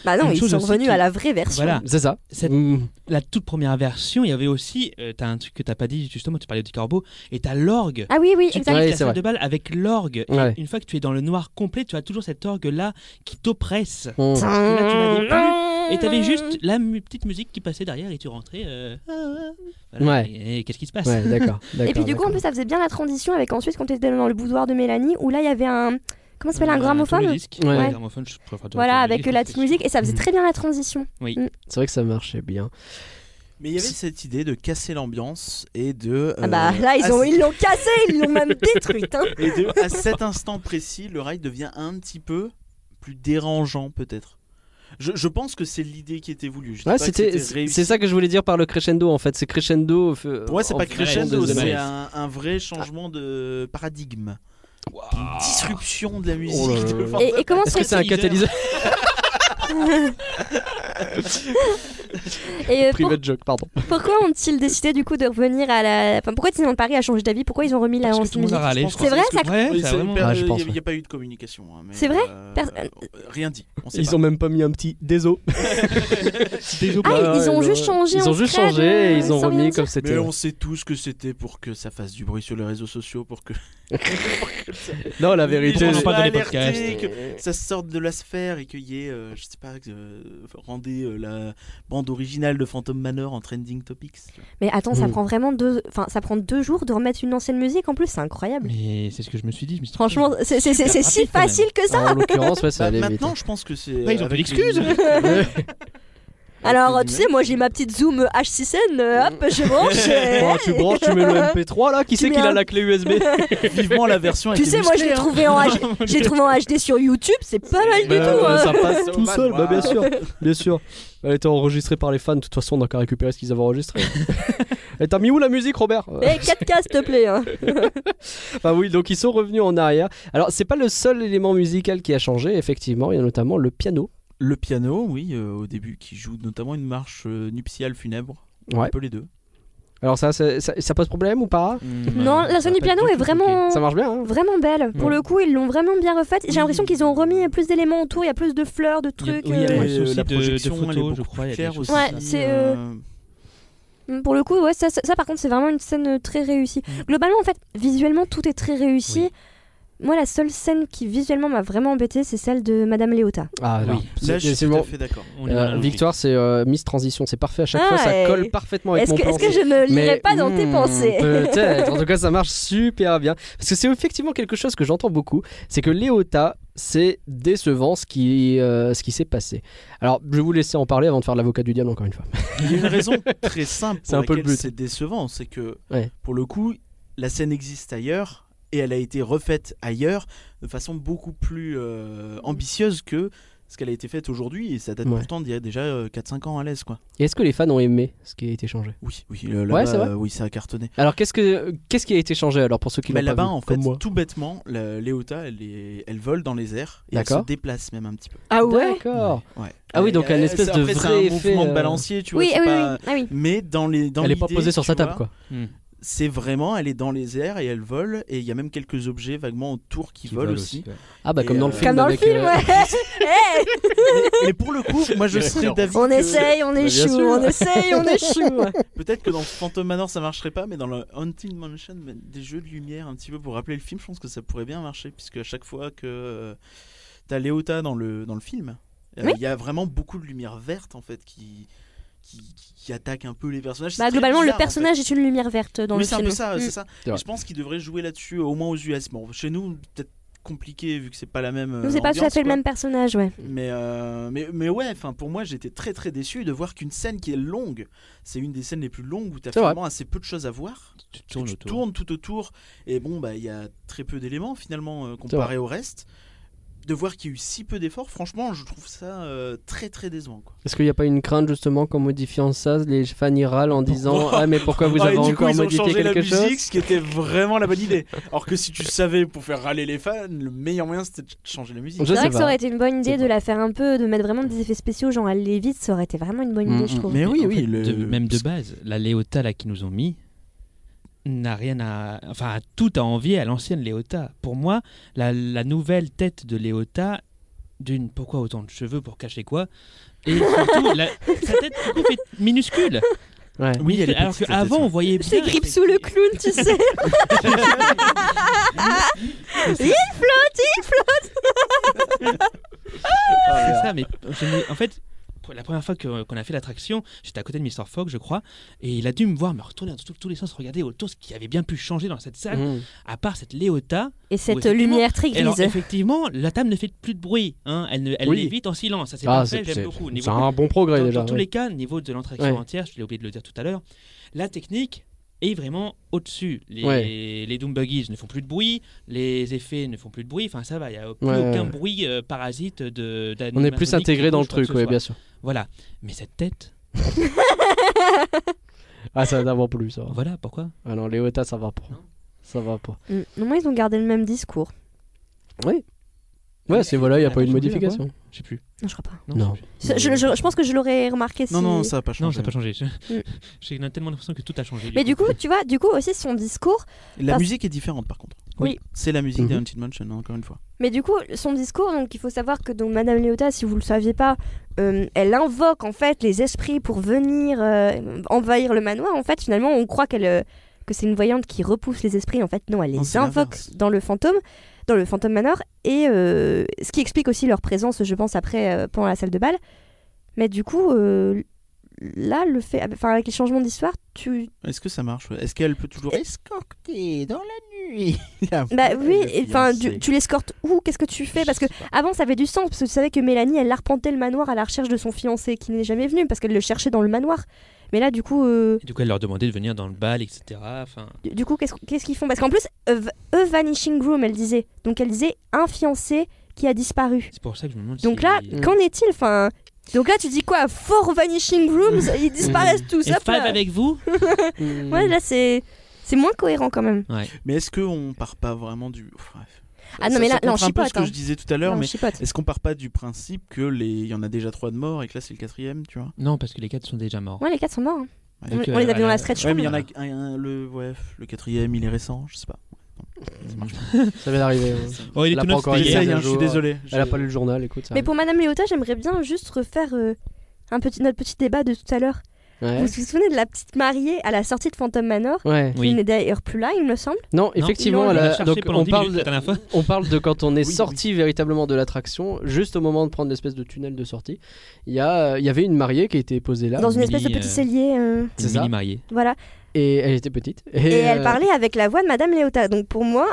S1: Bah non,
S4: Une
S1: ils
S4: chose
S1: sont
S4: aussi
S1: revenus
S4: qui-
S1: à la vraie version.
S4: Voilà,
S2: Ah, C'est ça.
S4: Cette-
S2: Mm.
S4: la toute première version, il y avait aussi, euh, t'as un truc que t'as pas dit justement, tu parlais du corbeau, et t'as l'orgue.
S1: Ah oui oui,
S4: Tu
S1: exact.
S4: t'arrives
S2: Ouais,
S4: à la
S2: c'est
S4: salle
S2: vrai.
S4: de balle avec l'orgue. et
S2: mmh. Ouais.
S4: Une fois que tu es dans le noir complet, tu as toujours cette orgue-là qui t'oppresse.
S2: Mm.
S4: Là, tu l'avais plus. Et t'avais juste la mu- petite musique qui passait derrière et tu rentrais. euh, ah, ah. Voilà.
S2: Ouais.
S4: Et, et qu'est-ce qui se passe
S2: Ouais, d'accord.
S1: Et
S2: d'accord,
S1: puis du coup en
S2: d'accord.
S1: plus ça faisait bien la transition avec ensuite quand on était dans le boudoir de Mélanie où là il y avait un comment ça s'appelle un gramophone
S4: tourne-disque.
S2: Ouais.
S4: Un gramophone, je préfère dire
S1: Voilà,
S4: tourne-disque,
S1: avec la
S4: en
S1: petite
S4: fait.
S1: musique et ça faisait
S2: Mhm.
S1: très bien la transition.
S2: C'est vrai que ça marchait bien.
S5: Mais il y avait cette idée de casser l'ambiance et de.
S1: Ah bah
S5: euh,
S1: là ils
S5: à-
S1: ont ils l'ont cassé, ils l'ont même détruite. hein.
S5: Et de, à cet instant précis, le ride devient un petit peu plus dérangeant, peut-être. Je, je pense que c'est l'idée qui était voulue. Je dis
S2: Ouais,
S5: pas que
S2: c'était,
S5: réussi.
S2: c'est ça que je voulais dire par le crescendo en fait. C'est crescendo. euh,
S5: Pour moi, c'est
S2: en
S5: pas
S2: fonction
S5: crescendo,
S2: des
S4: de- de-
S5: c'est
S2: années.
S5: un, un
S2: Ah.
S5: vrai changement de paradigme. Une disruption de la musique.
S2: Oh là là
S5: de
S2: là.
S5: Phantom.
S1: Et, et comment
S2: Est-ce que
S1: serait
S2: c'est un catalyseur
S1: et euh, pour-
S2: Private joke, pardon.
S1: pourquoi ont-ils décidé du coup de revenir à la enfin pourquoi Disneyland Paris a changé d'avis pourquoi ils ont remis la
S4: Parce
S1: musique
S4: que tout le monde a râlé, je
S1: C'est
S4: pense.
S1: vrai,
S4: Parce que- Ouais,
S5: Oui,
S4: ça a
S5: c'est-
S4: vraiment-
S1: Ah,
S5: per-
S2: Ouais, je
S5: euh,
S2: pense,
S5: il
S2: ouais.
S5: n'y a, pas eu de communication. hein, mais,
S1: C'est vrai
S5: euh,
S1: Pers-
S5: euh, Rien dit. On sait
S2: Ils
S5: pas.
S2: ont même pas mis un petit déso.
S1: Ah, ils- ils ont
S2: Ouais,
S1: juste
S2: ouais.
S1: changé
S2: Bah, Ils
S1: en
S2: ont juste
S1: thread,
S2: changé et
S1: euh,
S2: ils ont
S1: sans rien
S2: remis
S1: dire.
S2: comme c'était.
S5: Mais on sait tous que c'était pour que ça fasse du bruit sur les réseaux sociaux, pour que.
S2: Non, la
S5: les
S2: vérité.
S5: gens
S4: on en
S5: soient
S4: parle dans les
S5: alertés,
S4: podcasts.
S5: que ça sorte de la sphère et qu'il y ait, euh, je sais pas, que, euh, rend- demander euh, la bande originale de Phantom Manor en trending topics. Bah,
S1: Mais attends, ça
S2: Mm.
S1: prend vraiment deux. Enfin, ça prend deux jours de remettre une ancienne musique en plus, c'est incroyable.
S4: Mais c'est ce que je me suis dit. Je me suis dit,
S1: Franchement, c'est c'est- c'est-
S4: Super
S1: c'est si
S4: rapide, quand même.
S1: facile que ça.
S2: Ah, en l'occurrence, ouais, ça
S5: Bah,
S2: allait vite.
S1: hein.
S5: maintenant, je pense que c'est.
S4: Bah, ils ont
S5: avec
S4: fait l'excuse.
S5: les-
S1: Alors,
S5: avec
S1: tu
S5: les
S1: sais, moi j'ai ma petite Zoom H6N, euh, hop, je branche. euh, et-
S2: Bon, tu branches, tu mets le MP3 là, qui
S1: Tu
S2: sait
S1: mets
S2: qu'il
S1: un-
S2: a la clé USB
S5: Vivement la version avec
S1: Tu
S5: les
S1: sais, moi je
S5: musclés,
S1: l'ai
S5: hein.
S1: trouvé, en H- je l'ai trouvé en HD sur YouTube, c'est pas mal du
S2: Bah,
S1: tout.
S2: ouais,
S1: hein.
S2: Ça passe tout seul, bah, bien
S5: Wow.
S2: sûr, bien sûr. Elle était enregistrée par les fans, de toute façon, on n'a qu'à récupérer ce qu'ils avaient enregistré. Et t'as mis où la musique, Robert
S1: Eh, 4K, s'il te plaît. hein.
S2: Bah oui, donc ils sont revenus en arrière. Alors, c'est pas le seul élément musical qui a changé, effectivement, il y a notamment le piano.
S5: Le piano, oui, euh, au début, qui joue notamment une marche euh, nuptiale funèbre.
S2: Ouais.
S5: Un peu les deux.
S2: Alors, ça, ça, ça- ça pose problème ou pas
S4: Mmh.
S1: Non, la scène du piano est vraiment.
S2: Ça marche bien, hein
S1: Vraiment belle. Pour le coup, ils l'ont vraiment bien refaite. J'ai l'impression qu'ils ont remis plus d'éléments autour. Il y a plus de fleurs, de
S4: Il y a-
S1: trucs.
S4: oui, il y a
S1: euh,
S4: moins de
S5: Et, euh,
S4: soucis
S5: la
S4: de- de
S5: projection, elle est
S4: photos, je
S5: beaucoup
S4: crois, il y a des
S5: plus claire
S4: choses
S5: aussi.
S1: Ouais, c'est, euh, Mm, Pour le coup, ouais, ça, ça, ça, par contre, c'est vraiment une scène euh, très réussie. Globalement, en fait, visuellement, tout est très réussi. Moi, la seule scène qui visuellement m'a vraiment embêtée, c'est celle de Madame Léota.
S2: Ah,
S4: Oui.
S2: non.
S5: Là,
S2: C'est-
S5: je
S2: c'est
S5: suis tout
S2: bon.
S5: à fait d'accord.
S4: On est
S2: Euh,
S4: dans la logique.
S2: victoire, c'est euh, Miss Transition, c'est parfait à chaque
S1: Ah,
S2: fois, ça
S1: et-
S2: colle parfaitement Oh, avec
S1: Est-ce
S2: mon
S1: que,
S2: plan.
S1: est-ce que je ne lirai
S2: Mais,
S1: pas dans tes
S2: hmm,
S1: pensées
S2: Peut-être, en tout cas ça marche super bien. Parce que c'est effectivement quelque chose que j'entends beaucoup, c'est que Léota, c'est décevant ce qui, euh, ce qui s'est passé. Alors je vais vous laisser en parler avant de faire l'avocat du diable encore une fois.
S5: Il y a une raison très simple
S2: C'est un
S5: pour
S2: peu le
S5: laquelle
S2: but.
S5: c'est décevant, c'est que
S2: Ouais.
S5: pour le coup, la scène existe ailleurs et elle a été refaite ailleurs de façon beaucoup plus euh, ambitieuse que ce qu'elle a été faite aujourd'hui et ça date
S2: Ouais.
S5: pourtant d'il y a déjà euh, 4-5 ans à l'aise quoi.
S2: Et est-ce que les fans ont aimé ce qui a été changé
S5: Oui, oui, euh,
S2: Ouais,
S5: là-bas,
S2: c'est vrai.
S5: euh, oui, ça a cartonné.
S2: Alors qu'est-ce, que, qu'est-ce qui a été changé alors pour ceux qui
S5: Mais
S2: l'ont pas
S5: Bah, là-bas,
S2: vu,
S5: en fait,
S2: comme moi
S5: tout bêtement, la Léota, elle, est- elle vole dans les airs et elle se
S2: D'accord.
S5: déplace même un petit peu.
S1: Ah ouais
S2: D'accord.
S5: Ouais.
S2: Ah oui, donc
S5: Elle-
S2: un
S5: elle-
S2: espèce
S5: c'est-
S2: de
S5: après,
S2: vrai
S5: c'est un
S2: effet,
S5: mouvement
S2: euh,
S5: de balancier, tu vois.
S1: Oui,
S5: c'est
S1: ah oui,
S5: pas-
S1: oui. Ah oui.
S5: Mais dans les dans
S2: Elle est pas
S5: l'idée,
S2: posée sur
S5: tu
S2: sa table
S5: vois,
S2: quoi.
S5: C'est vraiment, elle est dans les airs et elle vole. Et il y a même quelques objets vaguement autour qui, volent aussi.
S2: Ah bah
S5: Et,
S2: comme dans le
S5: euh,
S2: film.
S1: Comme dans le
S2: avec,
S1: film,
S2: euh,
S1: ouais. Eh,
S5: Mais pour le coup, moi je serais d'avis.
S1: on
S5: que-
S1: essaye, on échoue,
S2: sûr.
S1: on essaye, on échoue.
S5: Peut-être que dans Phantom Manor ça marcherait pas, mais dans le Haunted Mansion, mais des jeux de lumière un petit peu pour rappeler le film, je pense que ça pourrait bien marcher. Puisque à chaque fois que euh, t'as Léota dans le, dans le film, euh, il
S1: Oui.
S5: y a vraiment beaucoup de lumière verte en fait qui, qui, qui attaque un peu les personnages. C'est
S1: Bah,
S5: très
S1: globalement,
S5: bizarre,
S1: le
S5: en fait.
S1: personnage est une lumière verte dans
S5: Oui,
S1: le
S5: c'est un
S1: film.
S5: peu ça, c'est
S1: Mm.
S5: ça.
S2: C'est vrai.
S5: Et je pense qu'il devrait jouer là-dessus, euh, au moins aux US. Bon, chez nous, peut-être compliqué vu que c'est pas la même. euh,
S1: Nous, c'est pas tout à fait le même personnage, ouais.
S5: Mais, euh, mais, mais ouais, enfin pour moi j'étais très très déçu de voir qu'une scène qui est longue, c'est une des scènes les plus longues où t'as
S2: C'est vrai.
S5: finalement assez peu de choses à voir.
S4: Tu
S5: parce que
S4: tournes
S5: tu
S4: autour.
S5: tournes tout autour et bon bah il y a très peu d'éléments finalement euh, comparé au reste. De voir qu'il y a eu si peu d'efforts, franchement je trouve ça euh, très très décevant. Quoi.
S2: Est-ce qu'il n'y a pas une crainte justement qu'en modifiant ça, les fans y râlent en disant Ah mais pourquoi vous
S5: Ah,
S2: avez
S5: et du coup
S2: encore
S5: ils ont
S2: modifié
S5: changé la
S2: quelque chose
S5: musique, ce qui était vraiment la bonne idée. Alors que si tu savais pour faire râler les fans, le meilleur moyen c'était de changer la musique.
S2: Je
S1: C'est
S2: sais
S1: vrai que
S2: pas.
S1: ça aurait été une bonne idée
S2: C'est
S1: de
S2: pas.
S1: la faire un peu, de mettre vraiment des effets spéciaux, genre elle lévite, ça aurait été vraiment une bonne idée, je trouve.
S5: Mais oui,
S4: en
S5: oui,
S4: fait,
S5: le-
S4: de- même de base, la Léota là qui nous ont mis n'a rien à, enfin a tout à envier à l'ancienne Léota. Pour moi, la, la nouvelle tête de Léota, d'une pourquoi autant de cheveux pour cacher quoi, et surtout la- sa tête du coup, fait minuscule.
S2: Ouais.
S5: Oui, elle est
S4: alors
S5: petite,
S4: qu'avant
S5: cette
S4: on voyait bien.
S1: C'est grippe sous le clown, tu sais.
S4: C'est ça, mais je n'ai- en fait, pour la première fois que- qu'on a fait l'attraction, j'étais à côté de Mr. Fogg, je crois, et il a dû me voir me retourner dans tous- tous les sens, regarder autour ce qui avait bien pu changer dans cette salle,
S2: Mm.
S4: à part cette Léota.
S1: Et cette
S4: effectivement.
S1: lumière très
S4: Et Alors,
S1: grise.
S4: effectivement, la table ne fait plus de bruit, hein, elle, ne, elle
S2: Oui.
S4: lévite en silence, ça c'est
S2: Ah,
S4: parfait, j'aime beaucoup.
S2: c'est
S4: Niveau-
S2: un bon progrès
S4: dans,
S2: déjà.
S4: dans tous
S2: ouais.
S4: les cas, niveau de l'attraction
S2: Ouais.
S4: entière, je l'ai oublié de le dire tout à l'heure, la technique est vraiment au-dessus. Les, les Doom Buggies ne font plus de bruit, les effets ne font plus de bruit, enfin ça va, il n'y a plus
S2: Ouais,
S4: aucun
S2: ouais.
S4: bruit euh, parasite de
S2: On est plus intégré dans le truc, ouais, bien sûr.
S4: Voilà, mais cette tête,
S2: Ah, ça va d'avant plus, ça va.
S4: voilà pourquoi.
S2: Ah non, Léota, ça va pas. Ça va pas.
S1: Mm. Au moins, ils ont gardé le même discours.
S2: Ouais, c'est voilà, il n'y a
S4: Ah,
S2: pas eu de
S4: t'as changé, là,
S2: modification.
S4: Je sais plus.
S1: Non, je crois pas.
S4: Non,
S2: Non.
S4: je sais plus.
S1: Je, je- je pense que je l'aurais remarqué si.
S5: Non, non, ça n'a pas changé.
S4: Non, ça n'a pas changé. Je-
S1: Mm.
S4: J'ai tellement l'impression que tout a changé.
S1: Mais du coup, tu vois, du coup aussi son discours.
S5: La
S1: Parce-
S5: musique est différente par contre.
S1: Oui.
S5: C'est la musique
S2: Mhm.
S5: de Haunted Mansion, hein, encore une fois.
S1: Mais du coup, son discours, donc il faut savoir que donc Madame Léota, si vous le saviez pas, euh, elle invoque en fait les esprits pour venir euh, envahir le manoir. En fait, finalement, on croit qu'elle euh, que c'est une voyante qui repousse les esprits. En fait, non, elle
S5: Non,
S1: les
S5: c'est
S1: invoque
S5: l'inverse.
S1: dans le fantôme, dans le fantôme manor, et euh, ce qui explique aussi leur présence, je pense, après euh, pendant la salle de bal. Mais du coup, euh, là, le fait, enfin, avec les changements d'histoire, tu.
S5: Est-ce que ça marche ouais Est-ce qu'elle peut toujours escorter dans la nuit La
S1: Bah
S5: voix
S1: oui,
S5: de
S1: et- enfin,
S5: fiancée.
S1: tu, tu l'escortes où Qu'est-ce que tu fais Parce que
S5: Je sais pas.
S1: avant, ça avait du sens, parce que tu savais que Mélanie, elle arpentait le manoir à la recherche de son fiancé qui n'est jamais venu, parce qu'elle le cherchait dans le manoir. Mais là, du coup, euh,
S4: Et du coup, elle leur demandait de venir dans le bal, etc. Enfin,
S1: du du coup, qu'est-ce qu'est-ce qu'ils font Parce qu'en plus, euh, v- eux, Vanishing Groom, elle disait. Donc, elle disait un fiancé qui a disparu.
S4: c'est pour ça que je me demande
S1: Donc
S4: si-
S1: là,
S4: Et
S1: qu'en est-il Enfin, donc là, tu dis quoi Four Vanishing Rooms, ils disparaissent tous. hop
S4: Fab
S1: là.
S4: avec vous
S2: Mmh.
S1: Ouais, là, c'est c'est moins cohérent quand même.
S5: Mais est-ce qu'on part pas vraiment du. Pff, bref.
S1: Ah non,
S5: Ça-
S1: mais
S5: ça
S1: là, là, on
S5: contre un peu
S1: chipote.
S5: ce que
S1: hein.
S5: je disais tout à l'heure,
S1: Là, on
S5: mais
S1: chipote.
S5: est-ce qu'on part pas du principe que les, il y en a déjà trois de morts et que là c'est le quatrième, tu vois
S4: Non, parce que les quatre sont déjà morts.
S1: Ouais, les quatre sont morts. hein.
S5: Ouais.
S1: On-
S4: Donc,
S1: on les
S4: euh,
S1: avait dans la
S4: voilà.
S1: stretch
S5: Oh. Ouais,
S1: room.
S5: mais il y en a un, un- le, ouais, le quatrième, il est récent, je sais pas. Ça marche pas.
S2: Ça vient d'arriver. ouais.
S4: Oh, il est
S2: Elle a
S4: tout
S2: pas
S4: neuf,
S2: encore
S4: c'était
S2: essayé.
S4: hier.
S5: J'essaye,
S2: le
S5: hein, je suis
S2: jour, euh,
S5: désolé.
S2: Elle a
S5: J'ai-
S2: pas lu le journal, écoute. ça
S1: Mais
S2: arrive.
S1: pour Madame Léota, j'aimerais bien juste refaire euh, un petit, notre petit débat de tout à l'heure.
S2: Ouais.
S1: Vous vous souvenez de la petite mariée à la sortie de Phantom Manor
S2: Ouais.
S1: qui
S4: Oui.
S1: n'est d'ailleurs plus là, il me semble.
S2: Non,
S4: ils
S2: effectivement,
S1: l'ont
S2: elle a-
S4: cherché
S2: donc
S4: pendant
S2: on
S4: 10
S2: parle,
S4: minutes la dernière fois.
S2: on parle de quand on est
S5: Oui,
S2: sorti véritablement de l'attraction, juste au moment de prendre l'espèce de tunnel de sortie. Il y, a, euh, il y avait une mariée qui était posée là,
S1: dans une
S4: oui,
S1: espèce de petit
S4: euh,
S1: cellier. euh,
S2: C'est
S4: Une
S2: ça.
S4: mini-mariée.
S1: voilà.
S2: et elle était petite. Et,
S1: Et, elle
S2: euh,
S1: parlait avec la voix de Madame Léota. Donc pour moi,